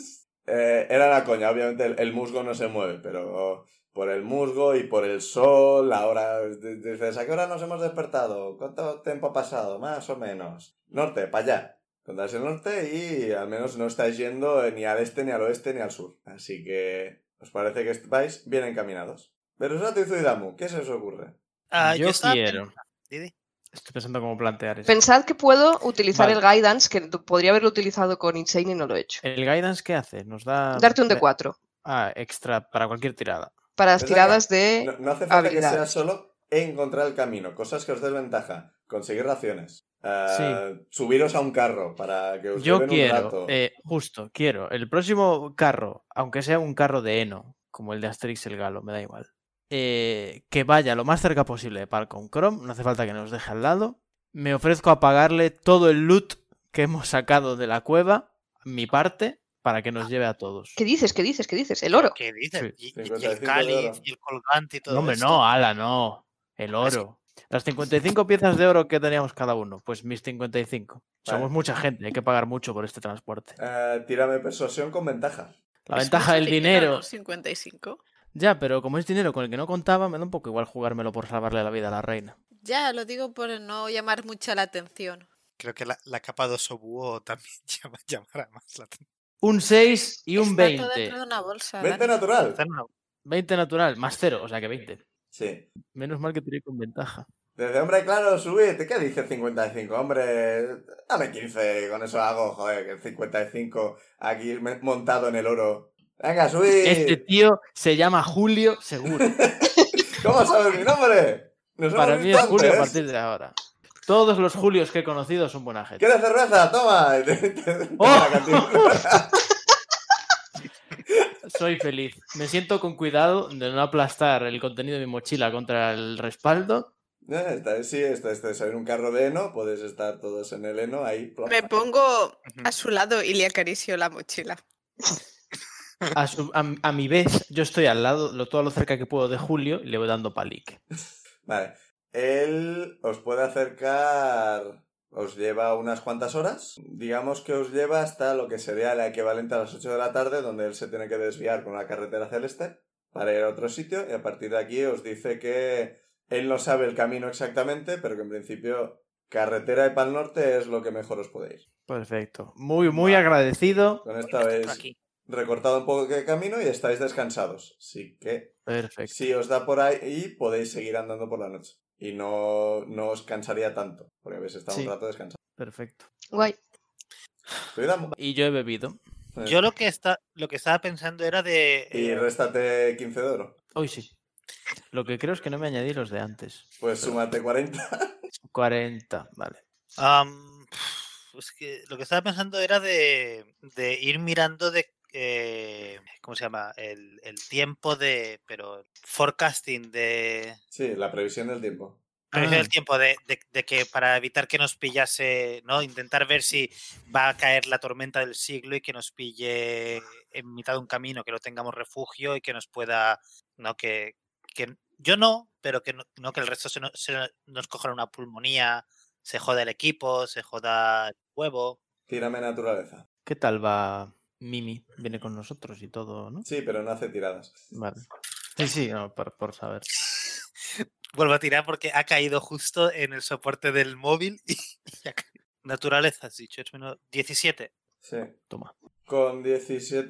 A: Eh, era la coña, obviamente el, el musgo no se mueve, pero por el musgo y por el sol, ahora d- dices, ¿a qué hora nos hemos despertado? ¿Cuánto tiempo ha pasado? Más o menos. Norte, para allá. Contarás el norte y al menos no estáis yendo ni al este, ni al oeste, ni al sur. Así que os parece que estáis bien encaminados. Pero y Zuidamu, ¿qué se os ocurre?
B: Ah,
E: yo
B: estaba
E: quiero.
B: pensando- Didi.
E: Estoy pensando cómo plantear esto.
D: Pensad que puedo utilizar
E: Vale.
D: el guidance, que t- podría haberlo utilizado con Insane y no lo he hecho.
E: ¿El guidance qué hace? Nos da.
D: Darte un
E: ve-
D: D4
E: Ah, extra para cualquier tirada.
D: para las
A: Pensad que-
D: tiradas de.
A: No, no hace falta que
D: habilidades.
A: sea solo encontrar el camino, cosas que os desventaja, conseguir raciones, eh, subiros a un carro para que os
E: Yo
A: lleven un
E: quiero,
A: rato.
E: eh, justo, quiero. El próximo carro, aunque sea un carro de heno, como el de Asterix el Galo, me da igual. eh, que vaya lo más cerca posible de Falcon Chrome, no hace falta que nos deje al lado. Me ofrezco a pagarle todo el loot que hemos sacado de la cueva, mi parte, para que nos lleve a todos.
D: ¿Qué dices? ¿Qué dices? ¿Qué dices? El oro.
B: ¿Qué dices?
E: Sí.
B: Y- y- Y,
A: 55
B: el
A: de oro.
B: cáliz, y el colgante y todo
E: No, hombre,
B: esto.
E: no, ala, no. El oro. Las 55 piezas de oro que teníamos cada uno, pues mis 55. Somos
A: Vale.
E: mucha gente, hay que pagar mucho por este transporte.
A: Eh, tírame persuasión con ventaja.
E: La
C: Es
E: ventaja
C: mucho
E: del dinero.
C: ¿no? 55.
E: Ya, pero como es dinero con el que no contaba, me da un poco igual jugármelo por salvarle la vida a la reina.
C: Ya, lo digo por no llamar mucha la atención.
B: Creo que la, la capa de Osobuo también llama- llamará más la atención.
E: Un 6 y un
C: Está
E: 20.
C: todo dentro de una bolsa.
A: ¿20
C: Dani.
A: natural?
B: Está en una-
E: 20 natural, más 0, o sea que 20.
A: Sí.
E: Menos mal que tiré con ventaja.
A: Desde hombre, claro, subid. ¿Qué dice 55? Hombre, dame 15, con eso hago, joder, que el 55 aquí me- montado en el oro. Venga, subid.
E: Este tío se llama Julio, seguro.
A: ¿Cómo sabes mi nombre? Nos hemos
E: Para mí
A: visto
E: es Julio a
A: antes.
E: partir de ahora. Todos los Julios que he conocido son buena gente.
A: ¿Quieres cerveza? Toma. Y te- te- te da
E: ¡Oh!
A: la cantina.
E: Soy feliz. Me siento con cuidado de no aplastar el contenido de mi mochila contra el respaldo.
A: Eh, está- sí, está, está, está en un carro de heno, podéis estar todos en el heno ahí. plop.
C: Me pongo
B: Ujú.
C: a su lado y le acaricio la mochila.
E: A, su- a- a mi vez, yo estoy al lado, lo, todo lo cerca que puedo de Julio, y le voy dando palique.
A: Vale. Él os puede acercar. Os lleva unas cuantas horas. Digamos que os lleva hasta lo que sería la equivalente a las 8 de la tarde, donde él se tiene que desviar con la carretera celeste para ir a otro sitio. Y a partir de aquí os dice que él no sabe el camino exactamente, pero que en principio carretera de Pal Norte es lo que mejor os podéis.
E: Perfecto. Muy, muy agradecido.
A: Con esta vez
B: Aquí.
A: recortado un poco de camino y estáis descansados. Así que
E: Perfecto.
A: si os da por ahí, podéis seguir andando por la noche. Y no, no os cansaría tanto, porque habéis estado
E: Sí.
A: un rato descansando.
E: Perfecto.
D: Guay.
A: Cuidamos.
E: Y yo he bebido.
B: Yo lo que, está, lo que estaba pensando era de...
A: Y
B: eh,
A: réstate 15 de oro.
E: Hoy sí. Lo que creo es que no me añadí los de antes.
A: Pues
E: Pero-
A: súmate 40.
E: 40, vale.
B: Am, es que lo que estaba pensando era de, de ir mirando de eh, ¿cómo se llama? El, el tiempo de, pero forecasting de
A: Sí, la previsión del tiempo.
B: previsión del
E: Ah.
B: tiempo de, de- de que para evitar que nos pillase, ¿no? Intentar ver si va a caer la tormenta del siglo y que nos pille en mitad de un camino, que no tengamos refugio y que nos pueda, ¿no? Que, que yo no, pero que no, no que el resto se nos, se no- nos coja una pulmonía, se joda el equipo, se joda el huevo.
A: Tírame naturaleza.
E: ¿Qué tal va Mimi? Viene con nosotros y todo, ¿no?
A: Sí, pero no hace tiradas.
E: Vale. Sí, sí, no, por, por saber.
B: Vuelvo a tirar porque ha caído justo en el soporte del móvil y, y ha caído. Naturaleza, has dicho, es menos 17.
A: Sí.
E: Toma.
A: Con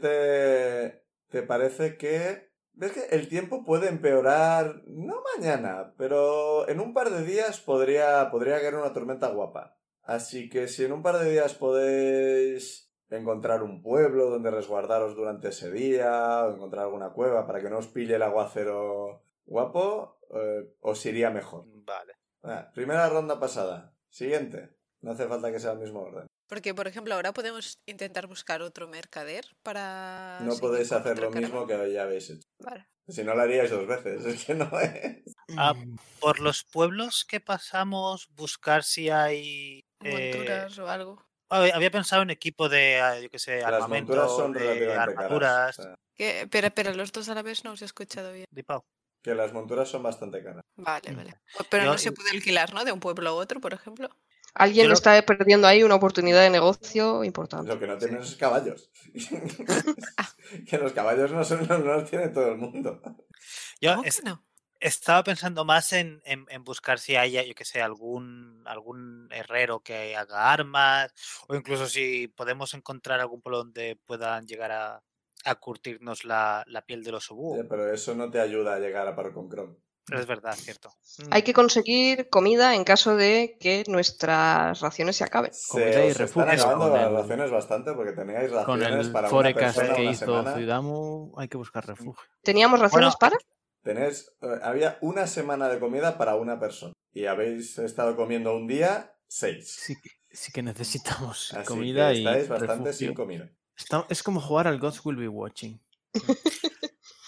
A: 17 te parece que... ¿Ves que el tiempo puede empeorar? No mañana, pero en un par de días podría, podría caer una tormenta guapa. Así que si en un par de días podéis encontrar un pueblo donde resguardaros durante ese día, o encontrar alguna cueva para que no os pille el aguacero guapo, eh, os iría mejor.
B: Vale.
A: Ah, primera ronda pasada. Siguiente. No hace falta que sea el mismo orden.
C: Porque, por ejemplo, ahora podemos intentar buscar otro mercader para...
A: No
C: seguir
A: podéis
C: Ah, con
A: hacer
C: otra
A: lo mismo
C: caravana.
A: que ya habéis hecho.
C: Vale.
A: Si no lo haríais dos veces, es que no es.
B: Ah,
E: Mm,
B: Por los pueblos que pasamos, buscar si hay. eh,
C: Monturas o algo.
B: hab- había pensado en equipo de, ah, yo qué sé,
A: Las
B: armamento,
A: monturas son
B: de
A: relativamente
B: armaduras.
A: caras. o sea,
C: Que- Pero, pero los dos a la vez no os he escuchado bien.
B: Dipau.
A: que las monturas son bastante caras.
C: Vale, vale. Pues, Pero
B: Yo-
C: no se puede alquilar, ¿no? De un pueblo a otro, por ejemplo.
D: Alguien
B: Yo lo-
D: está perdiendo ahí una oportunidad de negocio
A: Lo
C: Ah,
D: importante.
A: que no tienen es caballos. que los caballos no, son, no los tiene todo el mundo.
B: Yo
C: ¿Cómo que
B: es-
C: no?
B: estaba pensando más en, en- en buscar si haya, yo que sé, algún, algún herrero que haga armas, o incluso si podemos encontrar algún pueblo donde puedan llegar a, a curtirnos la, la piel de los
C: Uh.
A: Oye,
B: obú.
A: Pero eso no te ayuda a llegar a par con Chrome.
B: Es verdad, cierto.
D: Hay que conseguir comida en caso de que nuestras raciones se acaben.
A: Se
E: Comida y
A: os están
E: refugio
A: acabando
E: con
A: las
E: el-
A: raciones bastante porque teníais
E: Con
A: raciones
E: el
A: para una
E: forecast
A: persona
E: que
A: una
E: hizo
A: semana.
E: Zuidamu, hay que buscar refugio.
D: ¿Teníamos raciones para?
A: Tenéis, eh, había una semana de comida para una persona y habéis estado comiendo un día seis.
E: Sí que, sí que necesitamos
A: Así
E: comida
A: que
E: y
A: estáis bastante
E: refugio.
A: sin comida.
E: Está- es como jugar al Gods Will Be Watching.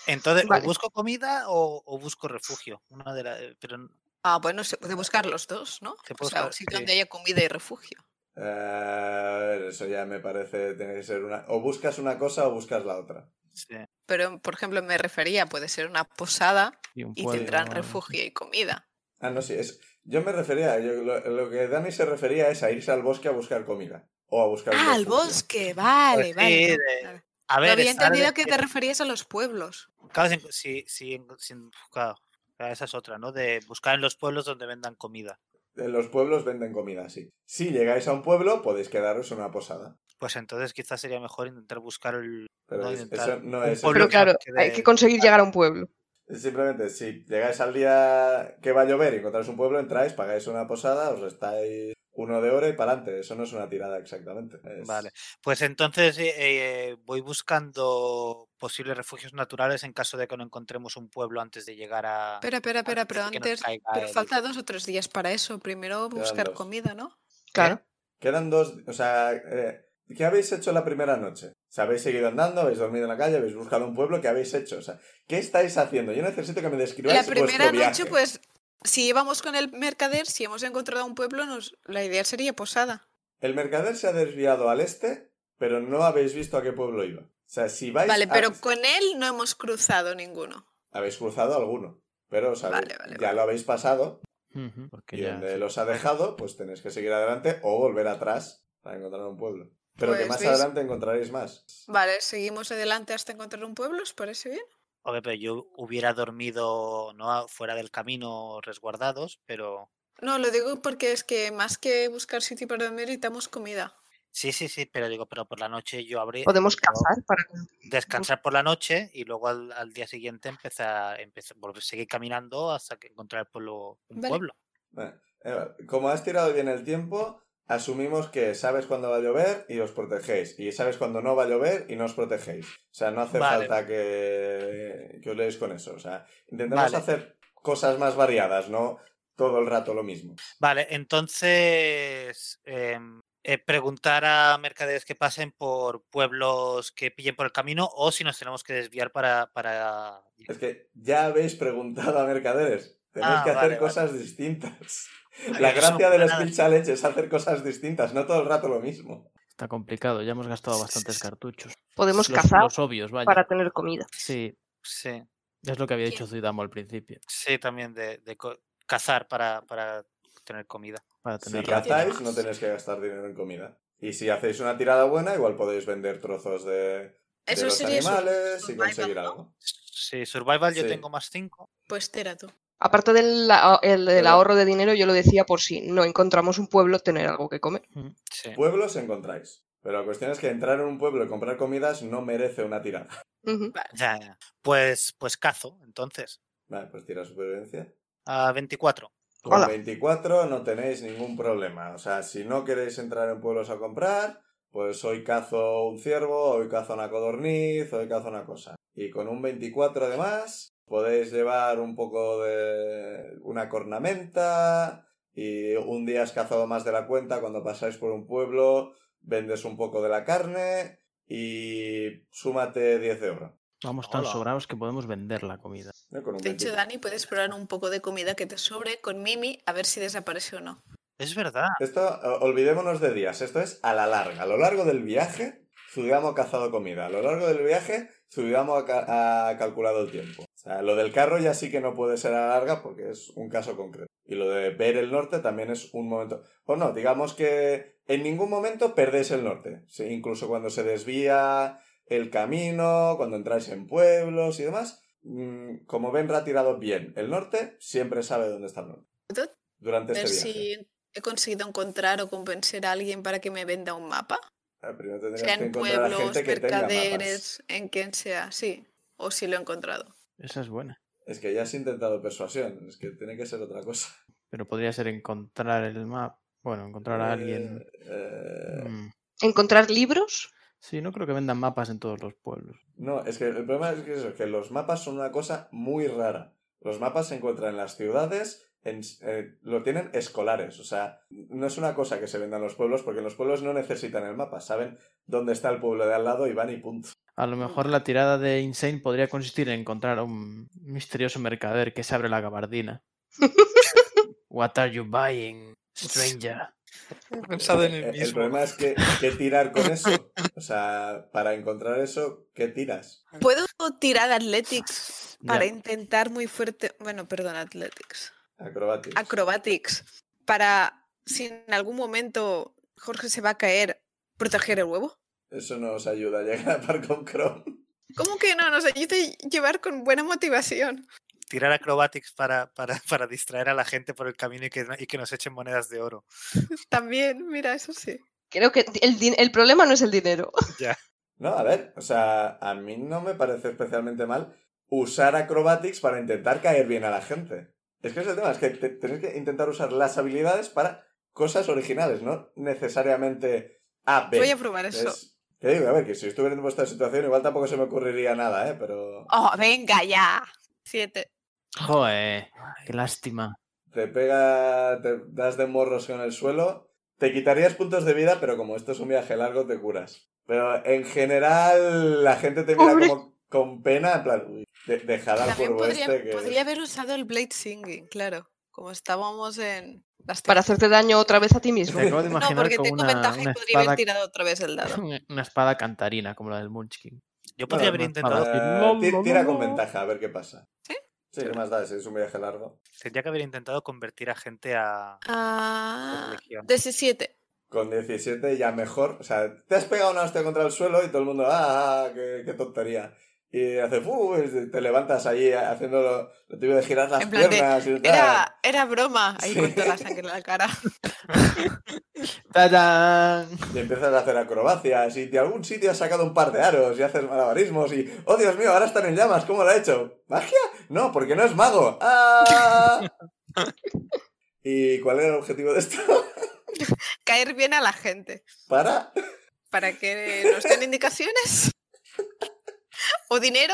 B: Entonces, o
D: Vale.
B: busco comida o, o busco refugio. Una de la- pero n-
C: Ah, bueno, se puede buscar los dos, ¿no?
B: Se
C: O
B: puede
C: sea,
B: buscar,
C: un sitio
B: sí.
C: donde haya comida y refugio.
A: Eh, eso ya me parece tiene que ser una. O buscas una cosa o buscas la otra.
B: sí.
C: Pero, por ejemplo, me refería, puede ser una posada
E: Y, un
C: y
E: pueblo
C: tendrán
E: o algo así.
C: refugio y comida.
A: Ah, no, sí. Es, yo me refería. yo- lo, lo que Dani se refería es a irse al bosque a buscar comida. O a buscar. un
C: Ah, al
A: refugio.
C: bosque, vale,
B: Pues sí,
C: vale. no,
B: de-
C: nada.
B: A
C: No
B: ver,
C: había
B: estar de-
C: entendido que
B: de-
C: te referías a los pueblos.
B: claro, sin- sí, sí, en- sin- claro, claro, esa es otra, ¿no? De buscar en los pueblos donde vendan comida.
A: En los pueblos venden comida, sí. Si llegáis a un pueblo, podéis quedaros en una posada.
B: Pues entonces quizás sería mejor intentar buscar el...
A: Pero
B: no
A: es-
B: intentar,
A: eso no
B: un
A: es.
B: pueblo
D: Pero
B: Pueblos
D: claro,
B: que de-
D: hay que conseguir llegar a un pueblo.
A: Simplemente, si llegáis al día que va a llover y encontráis un pueblo, entráis, pagáis una posada, os restáis uno de hora y para adelante. Eso no es una tirada exactamente. Es-
B: Vale. Pues entonces eh, eh, voy buscando posibles refugios naturales en caso de que no encontremos un pueblo antes de llegar a...
C: Espera, espera, espera, pero
B: de Ah, pues que nos
C: antes.
B: caiga
C: Pero
B: el-
C: falta dos o tres días para eso. Primero
A: Quedan
C: buscar
A: dos.
C: comida, ¿no?
D: Claro.
A: Quedan dos, o sea, eh, ¿qué habéis hecho la primera noche? O sea, habéis seguido andando, habéis dormido en la calle, habéis buscado un pueblo, ¿qué habéis hecho? O sea, ¿qué estáis haciendo? Yo necesito que me describáis
C: La primera
A: vuestro viaje.
C: noche, pues, si íbamos con el mercader, si hemos encontrado un pueblo, nos... la idea sería posada.
A: El mercader se ha desviado al este, pero no habéis visto a qué pueblo iba. O sea, si vais
C: Vale,
A: a-
C: pero con él no hemos cruzado ninguno.
A: habéis cruzado alguno, pero os habéis-
C: Vale, vale,
A: ya lo habéis pasado
E: Ujú, Porque
A: y
E: ya-
A: donde los ha dejado, pues tenéis que seguir adelante o volver atrás para encontrar un pueblo. Pero que
C: Pues,
A: más
C: ¿veis?
A: adelante encontraréis más.
C: Vale, seguimos adelante hasta encontrar un pueblo, ¿os parece bien?
B: Hombre, pero yo hubiera dormido no A- fuera del camino resguardados, pero...
C: No, lo digo porque es que más que buscar sitio para dormir, necesitamos comida.
B: Sí, sí, sí, pero digo, pero por la noche yo habría...
D: Podemos
B: yo-
D: cazar para...
B: descansar por la noche y luego al, al día siguiente empezar, empezar volver, seguir caminando hasta que encontrar el pueblo, un
C: Vale.
B: pueblo.
A: Vale. Eva, Como has tirado bien el tiempo, asumimos que sabes cuándo va a llover y os protegéis. Y sabes cuándo no va a llover y no os protegéis. O sea, no hace
B: Vale.
A: falta que, que os leéis con eso. O sea, intentamos
B: Vale.
A: hacer cosas más variadas, no todo el rato lo mismo.
B: Vale, entonces em, eh, preguntar a mercaderes que pasen por pueblos que pillen por el camino o si nos tenemos que desviar para... para...
A: Es que ya habéis preguntado a mercaderes. Tenéis
B: Ah,
A: que hacer
B: vale, vale.
A: cosas distintas.
B: Vale,
A: La
B: que son
A: gracia del
B: planadas.
A: Skill Challenge es hacer cosas distintas, no todo el rato lo mismo.
E: Está complicado, ya hemos gastado bastantes cartuchos.
D: Podemos
E: Los-
D: cazar
E: Los obvios, vaya.
D: para tener comida.
E: Sí,
B: Sí,
E: es lo que había
C: ¿Quién?
E: dicho Zuidamo al principio.
B: sí, también de, de co- cazar para, para tener comida.
E: Para
A: Si
E: tener raciones.
A: cazáis, no tenéis que gastar dinero en comida. Y si hacéis una tirada buena, igual podéis vender trozos de, de
C: Eso
A: los
C: sería su-
A: animales y
C: survival,
A: conseguir
C: ¿no?
A: algo.
B: Sí, survival yo
A: Sí.
B: tengo más 5.
C: Pues tera tú.
D: Aparte del la- el- del
A: Pero-
D: ahorro de dinero, yo lo decía por si no encontramos un pueblo, tener algo que comer.
A: Pues
B: Sí.
A: Pueblos encontráis. Pero la cuestión es que entrar en un pueblo y comprar comidas no merece una tirada.
D: Ujú.
B: Ya, ya. Pues, pues cazo, entonces.
A: Vale, pues tira supervivencia.
B: A 24.
A: Con
D: Hola.
A: 24 no tenéis ningún problema. O sea, si no queréis entrar en pueblos a comprar, pues hoy cazo un ciervo, hoy cazo una codorniz, hoy cazo una cosa. Y con un 24 además, podéis llevar un poco de una cornamenta y un día has cazado más de la cuenta cuando pasáis por un pueblo, vendes un poco de la carne y súmate 10 de oro.
E: Vamos tan
B: Hola.
E: sobrados que podemos vender la comida.
A: ¿no? Con un
C: De hecho,
A: 24.
C: Dani, puedes probar un poco de comida que te sobre con Mimi a ver si desaparece o no.
B: Es verdad.
A: Esto, o- olvidémonos de días, esto es a la larga. A lo largo del viaje, Zugamo ha cazado comida. A lo largo del viaje, Zugamo ha, ca- ha calculado el tiempo. O sea, sea, lo del carro ya sí que no puede ser a la larga porque es un caso concreto. Y lo de ver el norte también es un momento. O no, digamos que en ningún momento perdéis el norte. Sí, incluso cuando se desvía el camino, cuando entráis en pueblos y demás. mm, Como ven, ha tirado bien el norte, siempre sabe dónde está el norte.
C: ¿Puedo
A: Durante este
C: ver
A: viaje.
C: si he conseguido encontrar o convencer a alguien para que me venda un mapa?
A: Ah, Primero tendrías que
C: Sean
A: encontrar a
C: pueblos,
A: gente que tenga mapas.
C: mercaderes, en quien sea, sí. O si lo he encontrado.
E: Esa es buena.
A: Es que ya has intentado persuasión, es que tiene que ser otra cosa.
E: Pero podría ser encontrar el map. Bueno, encontrar a alguien.
A: Eh, eh,
E: Mm.
D: ¿Encontrar libros?
E: Sí, no creo que vendan mapas en todos los pueblos.
A: No, es que el problema es que, eso, que los mapas son una cosa muy rara. Los mapas se encuentran en las ciudades, en, eh, lo tienen escolares, o sea, no es una cosa que se venda en los pueblos, porque los pueblos no necesitan el mapa, saben dónde está el pueblo de al lado y van y punto.
E: A lo mejor la tirada de Insane podría consistir en encontrar a un misterioso mercader que se abre la gabardina. What are you buying, stranger?
B: He pensado en el
A: Eh,
B: mismo.
A: problema es que, ¿qué tirar con eso? O sea, para encontrar eso, ¿qué tiras?
C: ¿Puedo tirar Athletics
E: Ya.
C: para intentar muy fuerte? Bueno, perdón, Athletics.
A: Acrobático.
C: Acrobatics. Para, si en algún momento Jorge se va a caer, proteger el huevo.
A: Eso no os ayuda a llegar a par con Chrome.
C: ¿Cómo que no? Nos ayuda a llevar con buena motivación.
B: Tirar acrobatics para, para, para distraer a la gente por el camino y que, y que nos echen monedas de oro.
C: También, mira, eso sí.
D: Creo que el, din- el problema no es el dinero.
A: No, a ver, o sea, a mí no me parece especialmente mal usar acrobatics para intentar caer bien a la gente. Es que es el tema, es que te- tenéis que intentar usar las habilidades para cosas originales, no necesariamente A, B.
C: Voy a probar pues eso.
A: Es- te digo, a ver, que si estuviera en vuestra situación igual tampoco se me ocurriría nada, ¿eh? Pero
C: ¡Oh, venga ya! Siete.
E: Joe, qué lástima.
A: te pega, te das de morros con el suelo, te quitarías puntos de vida, pero como esto es un viaje largo, te curas. Pero en general la gente te mira
D: Pobre.
A: como con pena, en plan, uy, de- dejad al
C: También
A: cuervo
C: podría,
A: este que...
C: podría haber usado el Blade Singing, claro. Como estábamos en las
D: Para
C: teclas.
D: hacerte daño otra vez a ti mismo.
E: Te acabo de
C: No,
E: imaginar
C: porque
E: con
C: tengo
E: una,
C: ventaja
E: una
C: y podría haber
E: espada,
C: tirado otra vez el dado.
E: eh, una espada cantarina como la del Munchkin.
B: Yo podría haber
E: más
B: intentado,
E: para-
A: Eh,
E: Ah, No,
A: ti-
E: no,
A: tira
E: no,
A: con
E: no.
A: ventaja, a ver qué pasa.
C: ¿Sí?
A: Sí, ¿qué más da, si es un viaje largo.
B: tendría que haber intentado convertir a gente a
C: Ah,
B: religión.
C: 17.
A: Con 17 ya mejor. O sea, te has pegado una hostia contra el suelo y todo el mundo, ah, ah, qué, qué tontería. Y hace, "Fu", y te levantas ahí haciendo lo, lo típico de girar las
C: En plan de,
A: piernas y tal.
C: Era, era broma. Ahí
A: Sí.
C: con toda la sangre en la cara.
E: ¡Tadán!
A: Y empiezas a hacer acrobacias y de algún sitio has sacado un par de aros y haces malabarismos y, oh Dios mío, ahora están en llamas, ¿cómo lo ha hecho? ¿Magia? No, porque no es mago. ¡Ah! ¿Y cuál era el objetivo de esto?
C: Caer bien a la gente.
A: Para
C: Para que nos den indicaciones. O dinero.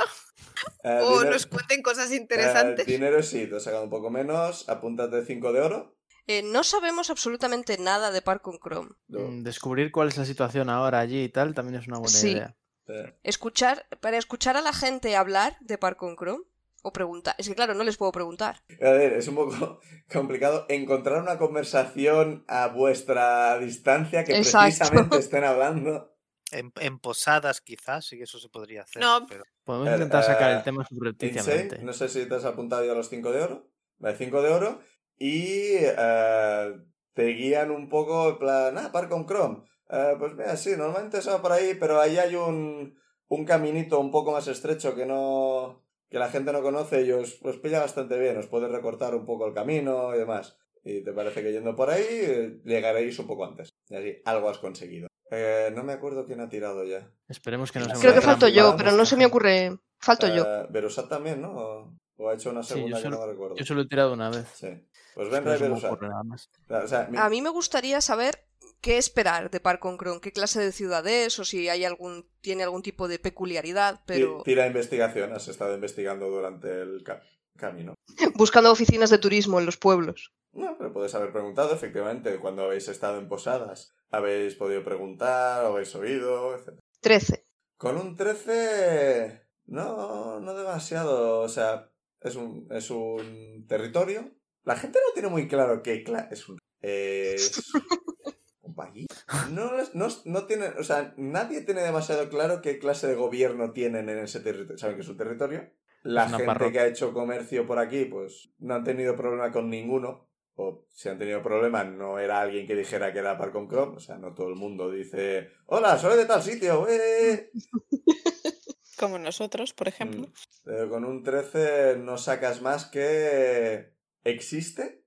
A: eh,
C: O
A: dinero-
C: nos cuenten cosas
A: eh,
C: interesantes.
A: dinero sí, te has sacado un poco menos, apúntate 5 de oro.
F: Eh, no sabemos absolutamente nada de Park con Chrome.
A: No,
E: Mm, Descubrir cuál es la situación ahora allí y tal también es una buena
D: Sí.
E: idea.
A: eh,
F: Escuchar, para escuchar a la gente hablar de Park con Chrome o preguntar. Es que claro, no les puedo preguntar.
A: a ver, es un poco complicado encontrar una conversación a vuestra distancia que
D: Exacto.
A: precisamente estén hablando.
B: en, en posadas quizás, sí que eso se podría hacer.
C: No.
B: pero-
E: Podemos
A: Eh,
E: intentar sacar
A: eh,
E: el tema
A: Insane,
E: subrepticiamente.
A: no sé si te has apuntado ya a los 5 de oro. Vale, 5 de oro. Y eh, te guían un poco, en plan, ah, par con Chrome. Eh, pues mira, sí, normalmente se va por ahí, pero ahí hay un, un caminito un poco más estrecho que no que la gente no conoce y os, os pilla bastante bien, os puede recortar un poco el camino y demás. Y te parece que yendo por ahí eh, llegaréis un poco antes. Y así, algo has conseguido. Eh, no me acuerdo quién ha tirado ya.
E: Esperemos que no sea
D: Creo
E: una
D: que
E: trampa.
D: falto yo,
A: Vamos,
D: pero no se me ocurre. Falto yo.
A: Eh, Berusat también, ¿no? O, o ha hecho una
E: Sí, yo
A: segunda que
E: solo-
A: no me recuerdo.
E: Yo solo he tirado una vez.
A: Sí. Pues
E: No
A: ven
E: se
A: Ray
E: me
A: Berusat.
E: ocurre nada más.
A: O sea, mi-
F: A mí me gustaría saber qué esperar de Park con Chrome, qué clase de ciudad es o si hay algún tiene algún tipo de peculiaridad,
A: ti-
F: pero
A: Tira investigación, has estado investigando durante el ca- camino.
D: Buscando oficinas de turismo en los pueblos.
A: No, pero podéis haber preguntado, efectivamente, cuando habéis estado en posadas. Habéis podido preguntar, habéis oído, etc.
D: 13.
A: Con un 13... No, no demasiado. O sea, es un, es un territorio. La gente no tiene muy claro qué cla- es un... Es un país. No, les- no, no tienen, o sea, nadie tiene demasiado claro qué clase de gobierno tienen en ese territorio. Saben que es un territorio, La
E: Es una
A: gente
E: parroquia.
A: que ha hecho comercio por aquí, pues no han tenido problema con ninguno. O si han tenido problema, no era alguien que dijera que era Parcom Chrome. O sea, no todo el mundo dice, hola, soy de tal sitio. ¡eh!".
C: Como nosotros, por ejemplo.
A: Mm. Pero con un 13 no sacas más que... ¿Existe?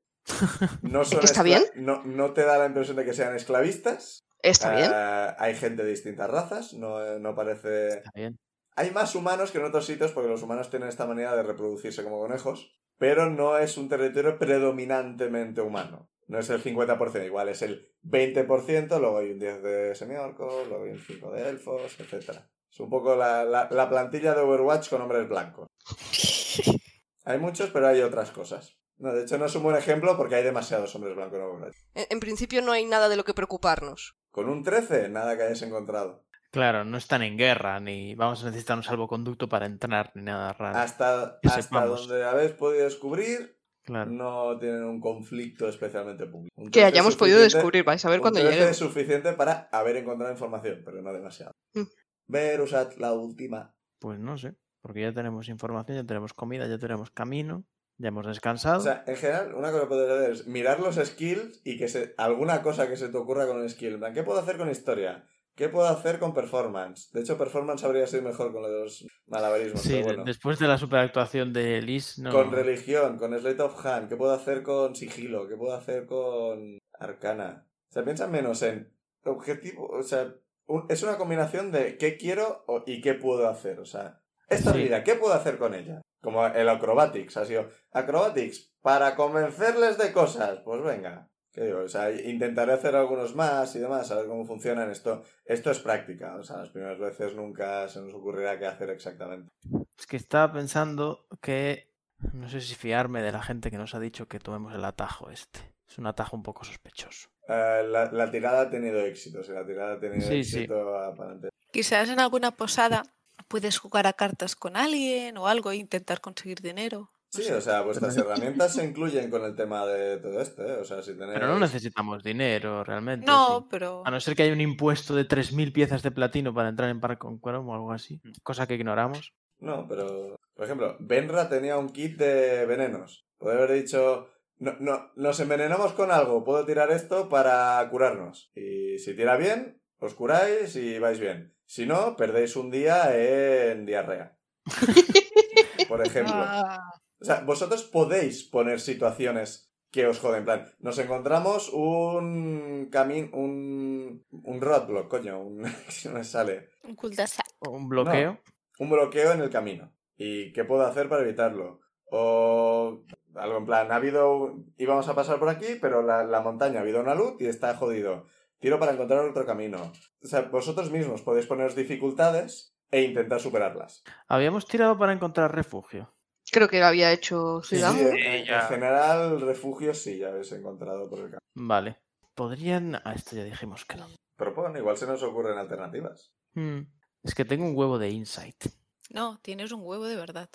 A: No son
D: está
A: escla-
D: bien.
A: No, no te da la impresión de que sean esclavistas.
D: Está bien.
A: Ah, hay gente de distintas razas, no, no parece...
E: Está bien.
A: Hay más humanos que en otros sitios porque los humanos tienen esta manera de reproducirse como conejos, pero no es un territorio predominantemente humano. No es el 50%, igual es el 20%, luego hay un 10 de semiorcos, luego hay un 5 de elfos, etc. Es un poco la, la- la plantilla de Overwatch con hombres blancos. Mm. Hay muchos, pero hay otras cosas. No, de hecho no es un buen ejemplo porque hay demasiados hombres blancos en Overwatch.
F: En, en principio no hay nada de lo que preocuparnos.
A: Con un 13, nada que hayas encontrado.
E: Claro, no están en guerra, ni vamos a necesitar un salvoconducto para entrar, ni nada raro.
A: Hasta,
E: Que
A: hasta
E: sepamos.
A: donde habéis podido descubrir,
E: Claro.
A: no tienen un conflicto especialmente público. Un
D: Que
A: trece
D: hayamos
A: es
D: podido
A: suficiente-
D: descubrir, vais a ver
A: un
D: cuando
A: trece
D: llegue.
A: es suficiente para haber encontrado información, pero no demasiado.
D: Mm.
A: Verusat, la última.
E: Pues no sé, porque ya tenemos información, ya tenemos comida, ya tenemos camino, ya hemos
D: Ah.
E: descansado.
A: O sea, en general, una cosa que puedes hacer es mirar los skills y que se, alguna cosa que se te ocurra con un skill. En plan, ¿qué puedo hacer con historia? ¿Qué puedo hacer con performance? De hecho, performance habría sido mejor con lo de los malabarismos.
E: sí,
A: pero
E: de-
A: bueno.
E: después de la superactuación de Liz, no.
A: Con religión, con Slate of Hand, ¿qué puedo hacer con sigilo? ¿Qué puedo hacer con arcana? O sea, piensa menos en objetivo, o sea, un- es una combinación de qué quiero o- y qué puedo hacer. O sea, esta
E: Sí.
A: vida, ¿qué puedo hacer con ella? Como el acrobatics, ha sido acrobatics para convencerles de cosas. Pues venga, ¿qué digo? O sea, intentaré hacer algunos más y demás, a ver cómo funcionan esto. Esto es práctica, o sea, las primeras veces nunca se nos ocurrirá qué hacer exactamente.
E: Es Pues que estaba pensando que no sé si fiarme de la gente que nos ha dicho que tomemos el atajo este. Es un atajo un poco sospechoso.
A: Eh, la, la tirada ha tenido éxito, sí, la tirada ha tenido
E: Sí, sí.
A: éxito aparente.
C: Quizás en alguna posada puedes jugar a cartas con alguien o algo e intentar conseguir dinero. No
A: Sí,
C: sé.
A: o sea, vuestras
E: Pero-
A: herramientas se incluyen con el tema de todo esto, ¿eh? O sea, si tenéis...
E: Pero no necesitamos dinero realmente.
A: pues
C: no,
E: sí.
C: pero
A: Ah,
E: A no ser que haya un impuesto de 3.000 piezas de platino para entrar en par con Chrome o algo así. Cosa que ignoramos.
A: No, pero... Por ejemplo, Benra tenía un kit de venenos. Podría haber dicho... No, no, nos envenenamos con algo, puedo tirar esto para curarnos. Y si tira bien, os curáis y vais bien. Si no, perdéis un día en diarrea. Por ejemplo.
B: Ah,
A: O sea, vosotros podéis poner situaciones que os joden. En plan, nos encontramos un camino, un, un roadblock, coño, un, si no me sale.
C: un cul-de-sac.
E: O Un bloqueo.
A: Un bloqueo en el camino. ¿Y qué puedo hacer para evitarlo? O algo en plan, ha habido, un- íbamos a pasar por aquí, pero la, la montaña ha habido una luz y está jodido. Tiro para encontrar otro camino. O sea, vosotros mismos podéis poneros dificultades e intentar superarlas.
E: Habíamos tirado para encontrar refugio.
D: Creo que lo había hecho Ciudad.
A: Sí, eh. en- en,
B: ya.
A: general, refugios sí, ya habéis encontrado por el camino.
E: Vale. Podrían. Ah, esto ya dijimos que no.
A: Propone, pues, igual se nos ocurren alternativas.
E: Hmm. Es que tengo un huevo de insight. Mm.
C: No, tienes un huevo de verdad.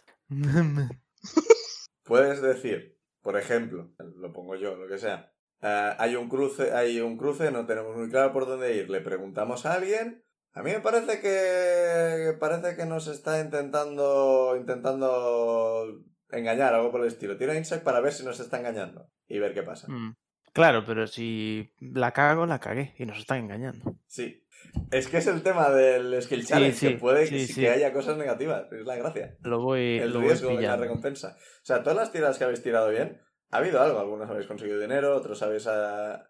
A: Puedes decir, por ejemplo, lo pongo yo, lo que sea. ah, hay un cruce, hay un cruce, no tenemos muy claro por dónde ir. Le preguntamos a alguien. A mí me parece que parece que nos está intentando intentando engañar, algo por el estilo. Tira insight para ver si nos está engañando y ver qué pasa.
E: Mm. Claro, pero si la cago, la cagué y nos están engañando.
A: Sí. Es que es el tema del skill
E: Sí,
A: challenge,
E: sí,
A: que puede que
E: sí,
A: sí
E: sí.
A: que haya cosas negativas, es la gracia.
E: Lo voy,
A: el
E: lo voy
A: riesgo y la
E: pillando.
A: recompensa. O sea, todas las tiradas que habéis tirado bien, ha habido algo. Algunos habéis conseguido dinero, otros habéis a-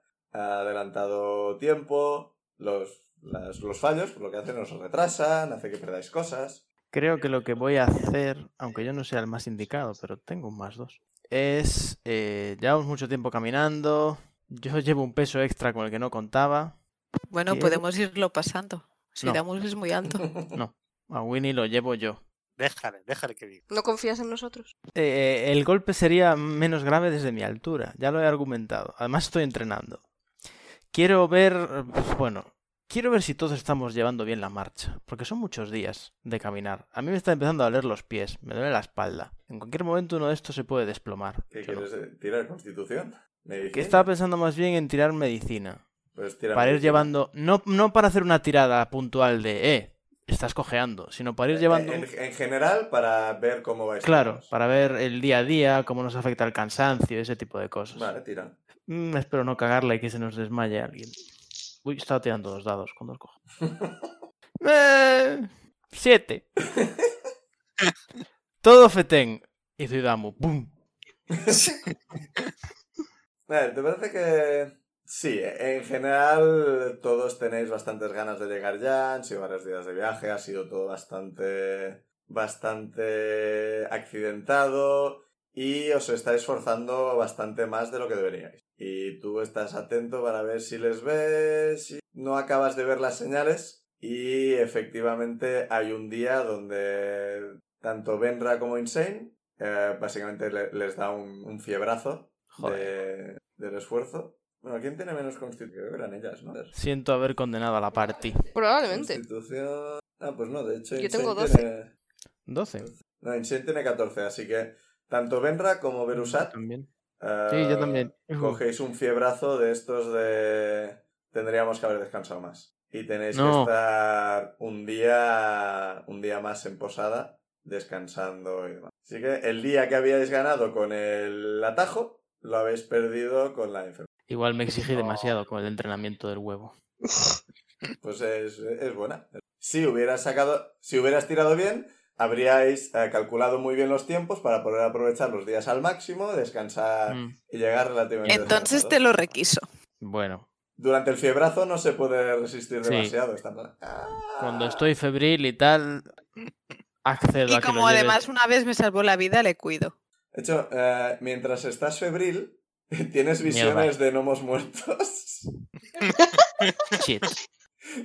A: adelantado tiempo. Los, las- los fallos, por lo que hacen, os retrasan, hace que perdáis cosas.
E: Creo que lo que voy a hacer, aunque yo no sea el más indicado, pero tengo un más dos, es. eh, llevamos mucho tiempo caminando. Yo llevo un peso extra con el que no contaba.
C: Bueno,
E: ¿Qué?
C: podemos irlo pasando. Si
E: No.
C: damos es muy alto.
E: A Winnie lo llevo yo.
B: déjale, déjale que diga.
F: ¿No confías en nosotros?
E: Eh, el golpe sería menos grave desde mi altura, ya lo he argumentado. Además estoy entrenando. Quiero ver, eh, bueno, quiero ver si todos estamos llevando bien la marcha, porque son muchos días de caminar. A mí me está empezando a doler los pies, me duele la espalda. En cualquier momento uno de estos se puede desplomar.
A: ¿Qué
E: Yo no-
A: quieres eh, tirar? ¿Constitución? ¿Medicina?
E: Que estaba pensando más bien en tirar medicina,
A: Pues tira
E: para ir
A: medicina.
E: llevando, no, no para hacer una tirada puntual de, eh, estás cojeando, sino para ir
A: Eh,
E: llevando...
A: En, en general, para ver cómo vais.
E: Claro, para ver el día a día, cómo nos afecta el cansancio, ese tipo de cosas.
A: Vale, tira.
E: Mm, espero no cagarla y que se nos desmaye alguien. Uy, estaba tirando dos dados cuando los cojo. Eh, siete. Todo Feten y Zuidamu. ¡Bum!
A: Vale, ¿te parece que...? Sí, en general todos tenéis bastantes ganas de llegar ya, han sido varios días de viaje, ha sido todo bastante... bastante accidentado y os estáis forzando bastante más de lo que deberíais. Y tú estás atento para ver si les ves, si no acabas de ver las señales y efectivamente hay un día donde tanto Benra como Insane eh, básicamente le- les da un, un fiebrazo de- del esfuerzo. Bueno, ¿quién tiene menos constitución? Creo que eran ellas, ¿no?
E: Siento haber condenado a la party.
F: Probablemente.
A: Constitución... Ah, pues no, de hecho...
F: Yo
A: Insane
F: tengo
A: Tiene...
E: 12.
A: No, Insane tiene 14, así que tanto Benra como Berusat...
E: También.
A: eh,
E: Sí, yo también.
A: Cogéis un fiebrazo de estos de... Tendríamos que haber descansado más. Y tenéis
E: No.
A: que estar un día, un día más en posada, descansando y demás. Así que el día que habíais ganado con el atajo, lo habéis perdido con la enfermedad.
E: Igual me exigí
B: No.
E: demasiado con el entrenamiento del huevo.
A: Pues es, es buena. Si hubieras sacado, si hubieras tirado bien, habríais eh, calculado muy bien los tiempos para poder aprovechar los días al máximo, descansar
E: Mm,
A: y llegar relativamente.
C: Entonces
A: descansados.
C: te lo requiso.
E: Bueno,
A: Durante el fiebrazo no se puede resistir
E: Sí.
A: demasiado. Está... mal. Ah.
E: cuando estoy febril y tal, accedo a
C: Y
E: que lo
C: como
E: lleves.
C: además una vez me salvó la vida, le cuido.
A: De hecho, eh, mientras estás febril, tienes visiones de gnomos muertos.
E: Shit.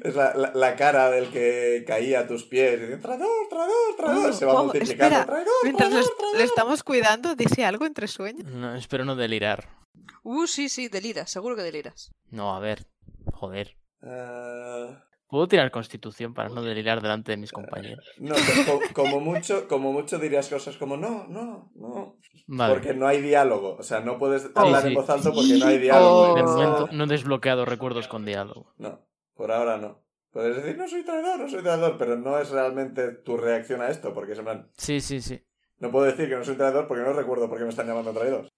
A: Es la, la- la cara del que caía a tus pies. Y dice, traidor, traidor, traidor.
C: Oh,
A: se va
C: oh,
A: multiplicando.
C: espera.
A: Traidor,
C: Mientras lo,
A: traidor,
C: est- lo estamos cuidando, dice algo entre sueños.
E: No, espero no delirar.
F: Uh, sí, sí, deliras, seguro que deliras.
E: No, a ver. Joder.
A: traidor. Eh,
E: ¿Puedo tirar constitución para no delirar delante
A: Ah,
E: de mis compañeros?
A: no, co- co- como, mucho, como mucho dirías cosas como no, no, no.
E: Vale.
A: Porque no hay diálogo. O sea, no puedes hablar en
E: sí.
A: voz alta porque no hay diálogo. ¿eh?
E: De
A: Es-
E: momento no he desbloqueado recuerdos con diálogo.
A: No, por ahora no. Puedes decir, no soy traidor, no soy traidor, pero no es realmente tu reacción a esto, porque es en plan,
E: Sí, sí, sí.
A: no puedo decir que no soy traidor porque no recuerdo por qué me están llamando traidor.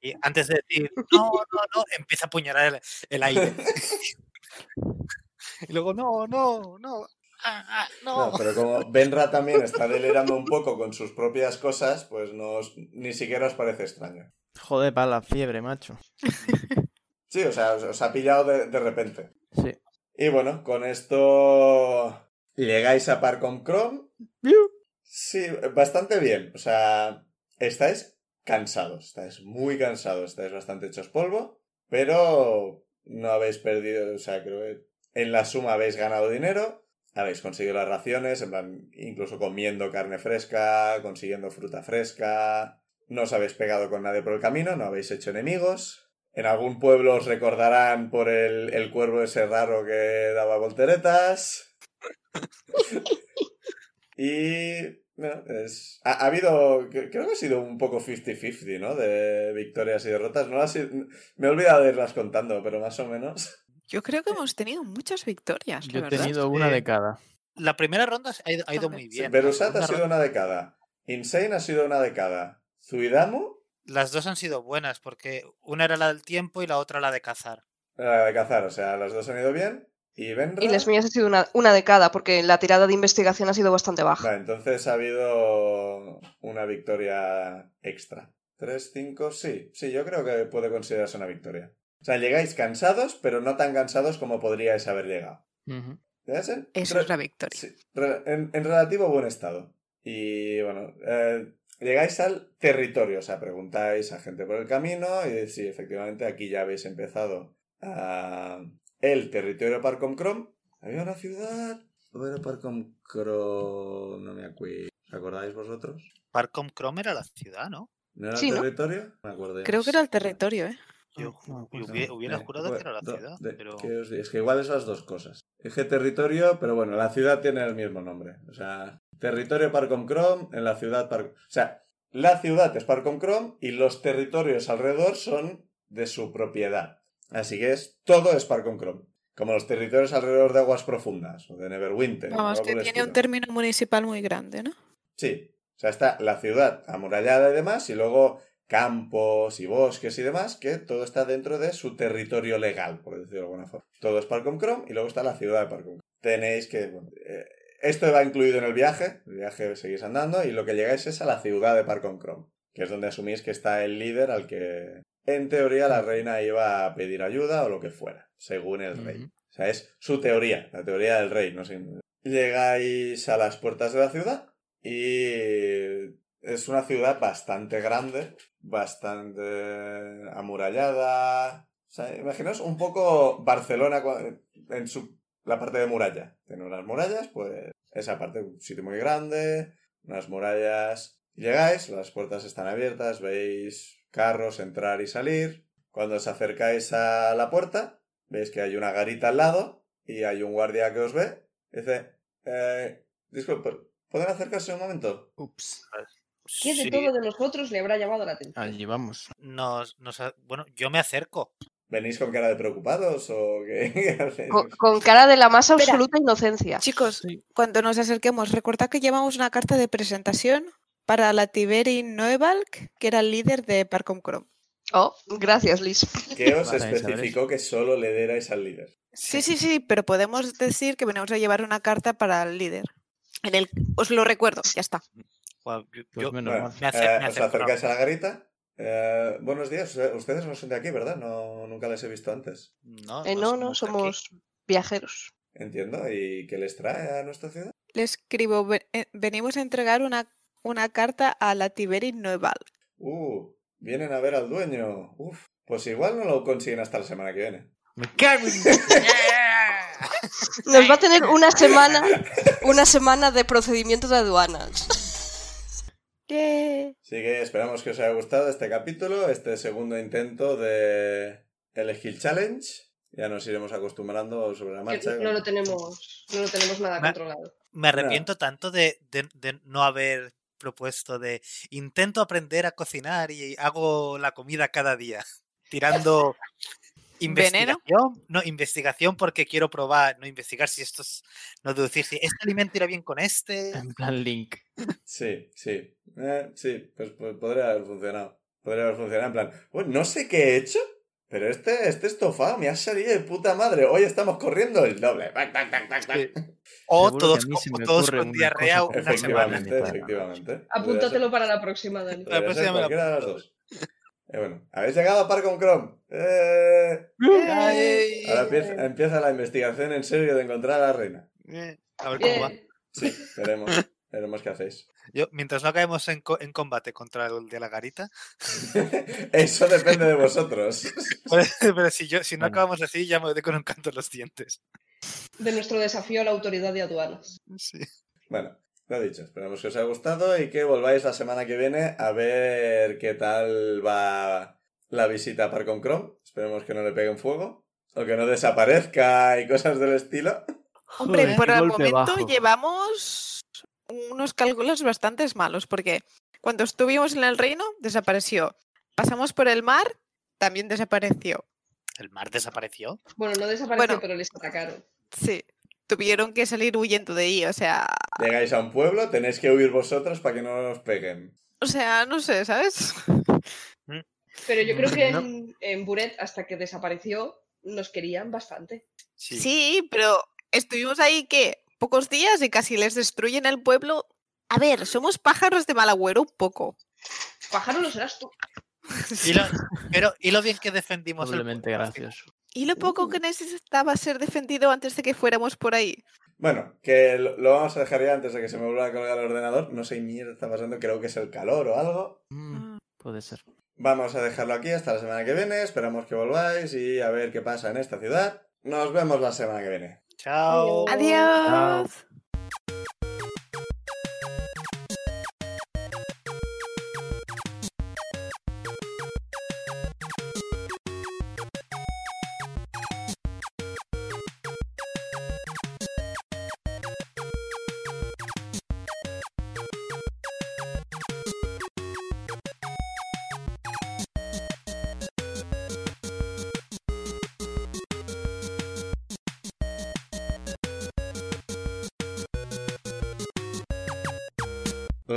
B: Y antes de decir, no, no, no, empieza a apuñalar el, el aire. y luego, no, no, no. ah, ah, no.
A: No, pero como Benra también está delirando un poco con sus propias cosas, pues no os- ni siquiera os parece extraño.
E: Joder, para la fiebre, macho.
A: Sí, o sea, os, os ha pillado de, de repente.
E: Sí.
A: Y bueno, con esto llegáis a par con Chrome. Sí, bastante bien. O sea, estáis cansados, estáis muy cansados, estáis bastante hechos polvo, pero no habéis perdido, o sea, creo que en la suma habéis ganado dinero, habéis conseguido las raciones, en plan, incluso comiendo carne fresca, consiguiendo fruta fresca, no os habéis pegado con nadie por el camino, no habéis hecho enemigos. En algún pueblo os recordarán por el, el cuervo ese raro que daba volteretas. y. Bueno, es- ha, ha habido. cre- Creo que ha sido un poco 50-50, ¿no? De victorias y derrotas. No las he- me he olvidado de irlas contando, pero más o menos.
C: Yo creo que hemos tenido muchas victorias, la
E: Yo he
C: verdad.
E: tenido una
B: Sí.
E: de cada.
B: La primera ronda ha ido, ha ido muy bien. ¿eh? la
A: Berusat ha
B: segunda
A: sido
B: ronda-
A: una década. Insane ha sido una década. Zuidamu,
B: Las dos han sido buenas, porque una era la del tiempo y la otra la de cazar.
A: la de cazar. eh, O sea, las dos han ido bien. Y Benra.
D: Y las mías ha sido una, una de cada, porque la tirada de investigación ha sido bastante baja.
A: Vale, entonces ha habido una victoria extra. 3, 5, sí. Sí, yo creo que puede considerarse una victoria. O sea, llegáis cansados, pero no tan cansados como podríais haber llegado.
E: Ujú.
A: ¿Ves? En-
C: Eso
A: re-
C: es la victoria.
A: sí, re- en, en relativo buen estado. Y bueno, eh, llegáis al territorio, o sea, preguntáis a gente por el camino y decís, sí, efectivamente, aquí ya habéis empezado ah, el territorio Parcom Chrome. Había una ciudad... Bueno, Parcom Chrome... No me acuerdo. ¿Os acordáis vosotros?
B: Parcom Chrome era la ciudad, ¿no?
A: ¿No era
D: Sí,
A: el
D: ¿no?
A: territorio? Me acuerdo.
C: Creo que era el territorio, ¿eh?
B: Yo
E: Ah, no me
B: yo
E: acuerdo.
B: hubie- hubiera
A: Eh,
B: jurado que era la
A: do-
B: ciudad,
A: de-
B: pero
A: que os di- Es que igual es las dos cosas. Eje territorio, pero bueno, la ciudad tiene el mismo nombre. O sea, territorio Parcom Chrome, en la ciudad Parcom... O sea, la ciudad es Parcom Chrome y los territorios alrededor son de su propiedad. Así que es, todo es Parcom Chrome. Como los territorios alrededor de aguas profundas o de Neverwinter. o
C: Vamos,
A: algo
C: que
A: por el
C: tiene un
A: estilo.
C: término municipal muy grande, ¿no?
A: Sí. O sea, está la ciudad amurallada y demás, y luego campos y bosques y demás, que todo está dentro de su territorio legal, por decirlo de alguna forma. Todo es Parcom Chrome y luego está la ciudad de Parcom. Tenéis que... bueno, eh, esto va incluido en el viaje, el viaje seguís andando, y lo que llegáis es a la ciudad de Parcom Chrome, que es donde asumís que está el líder al que, en teoría, la reina iba a pedir ayuda o lo que fuera, según el rey.
E: Ujú.
A: O sea, es su teoría, la teoría del rey, no sé. Llegáis a las puertas de la ciudad y es una ciudad bastante grande, bastante amurallada. O sea, imaginaos un poco Barcelona cua- en su, la parte de muralla. Tiene unas murallas, pues esa parte, un sitio muy grande, unas murallas. Llegáis, las puertas están abiertas, veis carros entrar y salir. Cuando os acercáis a la puerta, veis que hay una garita al lado y hay un guardia que os ve. Dice, eh, disculpe, ¿pueden acercarse un momento?
E: Ups.
D: ¿Qué de
B: Sí,
D: todo de nosotros le habrá llamado la atención?
E: Allí vamos.
B: nos- nos a- bueno, yo me acerco.
A: ¿Venís con cara de preocupados o qué, qué hacéis?
D: Con, con cara de la más
C: Espera.
D: absoluta
E: Ah,
D: inocencia.
C: Chicos, cuando nos acerquemos, recordad que llevamos una carta de presentación para la Tiberi Noevalk, que era el líder de Parcom Chrome.
D: Oh, gracias, Liz.
A: ¿Qué os
E: Vale,
A: especificó que solo le dierais al líder?
C: Sí, sí, sí, pero podemos decir que venimos a llevar una carta para el líder. En el, os lo recuerdo, ya está.
B: Bueno, yo-
E: Pues
B: yo-
E: menos
A: Bueno,
E: mal.
B: me acer-
A: eh,
B: me
A: os
B: acerco,
A: acercáis a la garita. Eh, buenos días, eh, ustedes no son de aquí, ¿verdad? No, nunca les he visto antes.
B: No,
D: Eh, no, no,
B: de aquí.
D: somos viajeros.
A: Entiendo. ¿Y qué les trae a nuestra ciudad?
C: Le escribo, "Ve- eh, venimos a entregar una, una carta a la Tiberi Noevalk.
A: Uh, vienen a ver al dueño. Uf, pues igual no lo consiguen hasta la semana que viene.
E: Me cago en-
D: Nos va a tener una semana.
F: Una semana de procedimientos de aduanas.
A: Así que esperamos que os haya gustado este capítulo, este segundo intento de el Skill Challenge. Ya nos iremos acostumbrando sobre la marcha.
D: No lo tenemos, no lo tenemos nada
B: Ma-
D: controlado.
B: Me arrepiento tanto de, de- de no haber propuesto de intento aprender a cocinar y hago la comida cada día, tirando
C: Veneno.
B: investigación, no investigación porque quiero probar, no investigar si esto es, no deducir si este alimento irá bien con este.
E: En plan Link.
A: Sí, sí. Eh, sí, pues, pues podría haber funcionado. Podría haber funcionado en plan, "Uy, no sé qué he hecho, pero este, este estofado me ha salido de puta madre. Hoy estamos corriendo el doble. Tac, tac, tac, tac, tac.
B: Sí. O
E: Seguro que
B: todos,
E: a mí se
B: co-
E: me
B: todos
E: ocurre
B: con
E: una
B: diarrea
E: cosa
B: una semana.
A: Efectivamente,
E: semana.
A: efectivamente.
D: Apúntatelo para la próxima, Dani.
A: Podría ser- podría ser
B: La próxima me la
A: cualquiera de las dos. Eh, bueno, habéis llegado a par con Chrome. Eh,
B: Ay,
A: ahora empieza, empieza la investigación en serio de encontrar a la reina.
B: eh, A ver cómo va.
D: Bien.
A: Sí, veremos. Veremos qué hacéis.
B: Yo, mientras no caemos en, co- en combate contra el de la garita,
A: Eso depende de vosotros.
B: pues, pero si, yo, si no
E: Bueno.
B: acabamos así, ya me doy con un canto en los dientes.
D: De nuestro desafío a la autoridad de aduanas.
B: Sí.
A: Bueno, lo dicho, esperamos que os haya gustado y que volváis la semana que viene a ver qué tal va la visita a Parcon Chrome. Esperemos que no le peguen fuego o que no desaparezca y cosas del estilo.
C: Hombre,
E: Joder,
C: por
E: qué
C: el
E: golpe
C: momento
E: bajo.
C: llevamos unos cálculos bastante malos, porque cuando estuvimos en el reino, desapareció. Pasamos por el mar, también desapareció.
B: El mar desapareció.
D: Bueno, no desapareció,
C: Bueno.
D: pero les atacaron.
C: Sí, tuvieron que salir huyendo de ahí, o sea,
A: Llegáis a un pueblo, tenéis que huir vosotros para que no os peguen.
C: o sea, no sé, ¿sabes?
D: Pero yo
B: Mm,
D: creo que
E: No.
D: en, en Buret, hasta que desapareció, nos querían bastante.
C: Sí, pero estuvimos ahí que pocos días y casi les destruyen el pueblo. A ver, somos pájaros de mal agüero un poco.
D: Pájaro no serás tú.
B: Y lo, pero, y lo bien que defendimos el
E: Doblemente
B: pueblo, así.
E: gracioso.
C: Y lo poco que necesitaba ser defendido antes de que fuéramos por ahí.
A: Bueno, que lo lo vamos a dejar ya antes de que se me vuelva a colgar el ordenador. No sé qué mierda está pasando, creo que es el calor o algo.
E: Mm, puede ser.
A: Vamos a dejarlo aquí hasta la semana que viene. Esperamos que volváis y a ver qué pasa en esta ciudad. Nos vemos la semana que viene.
B: Chao.
C: Adiós.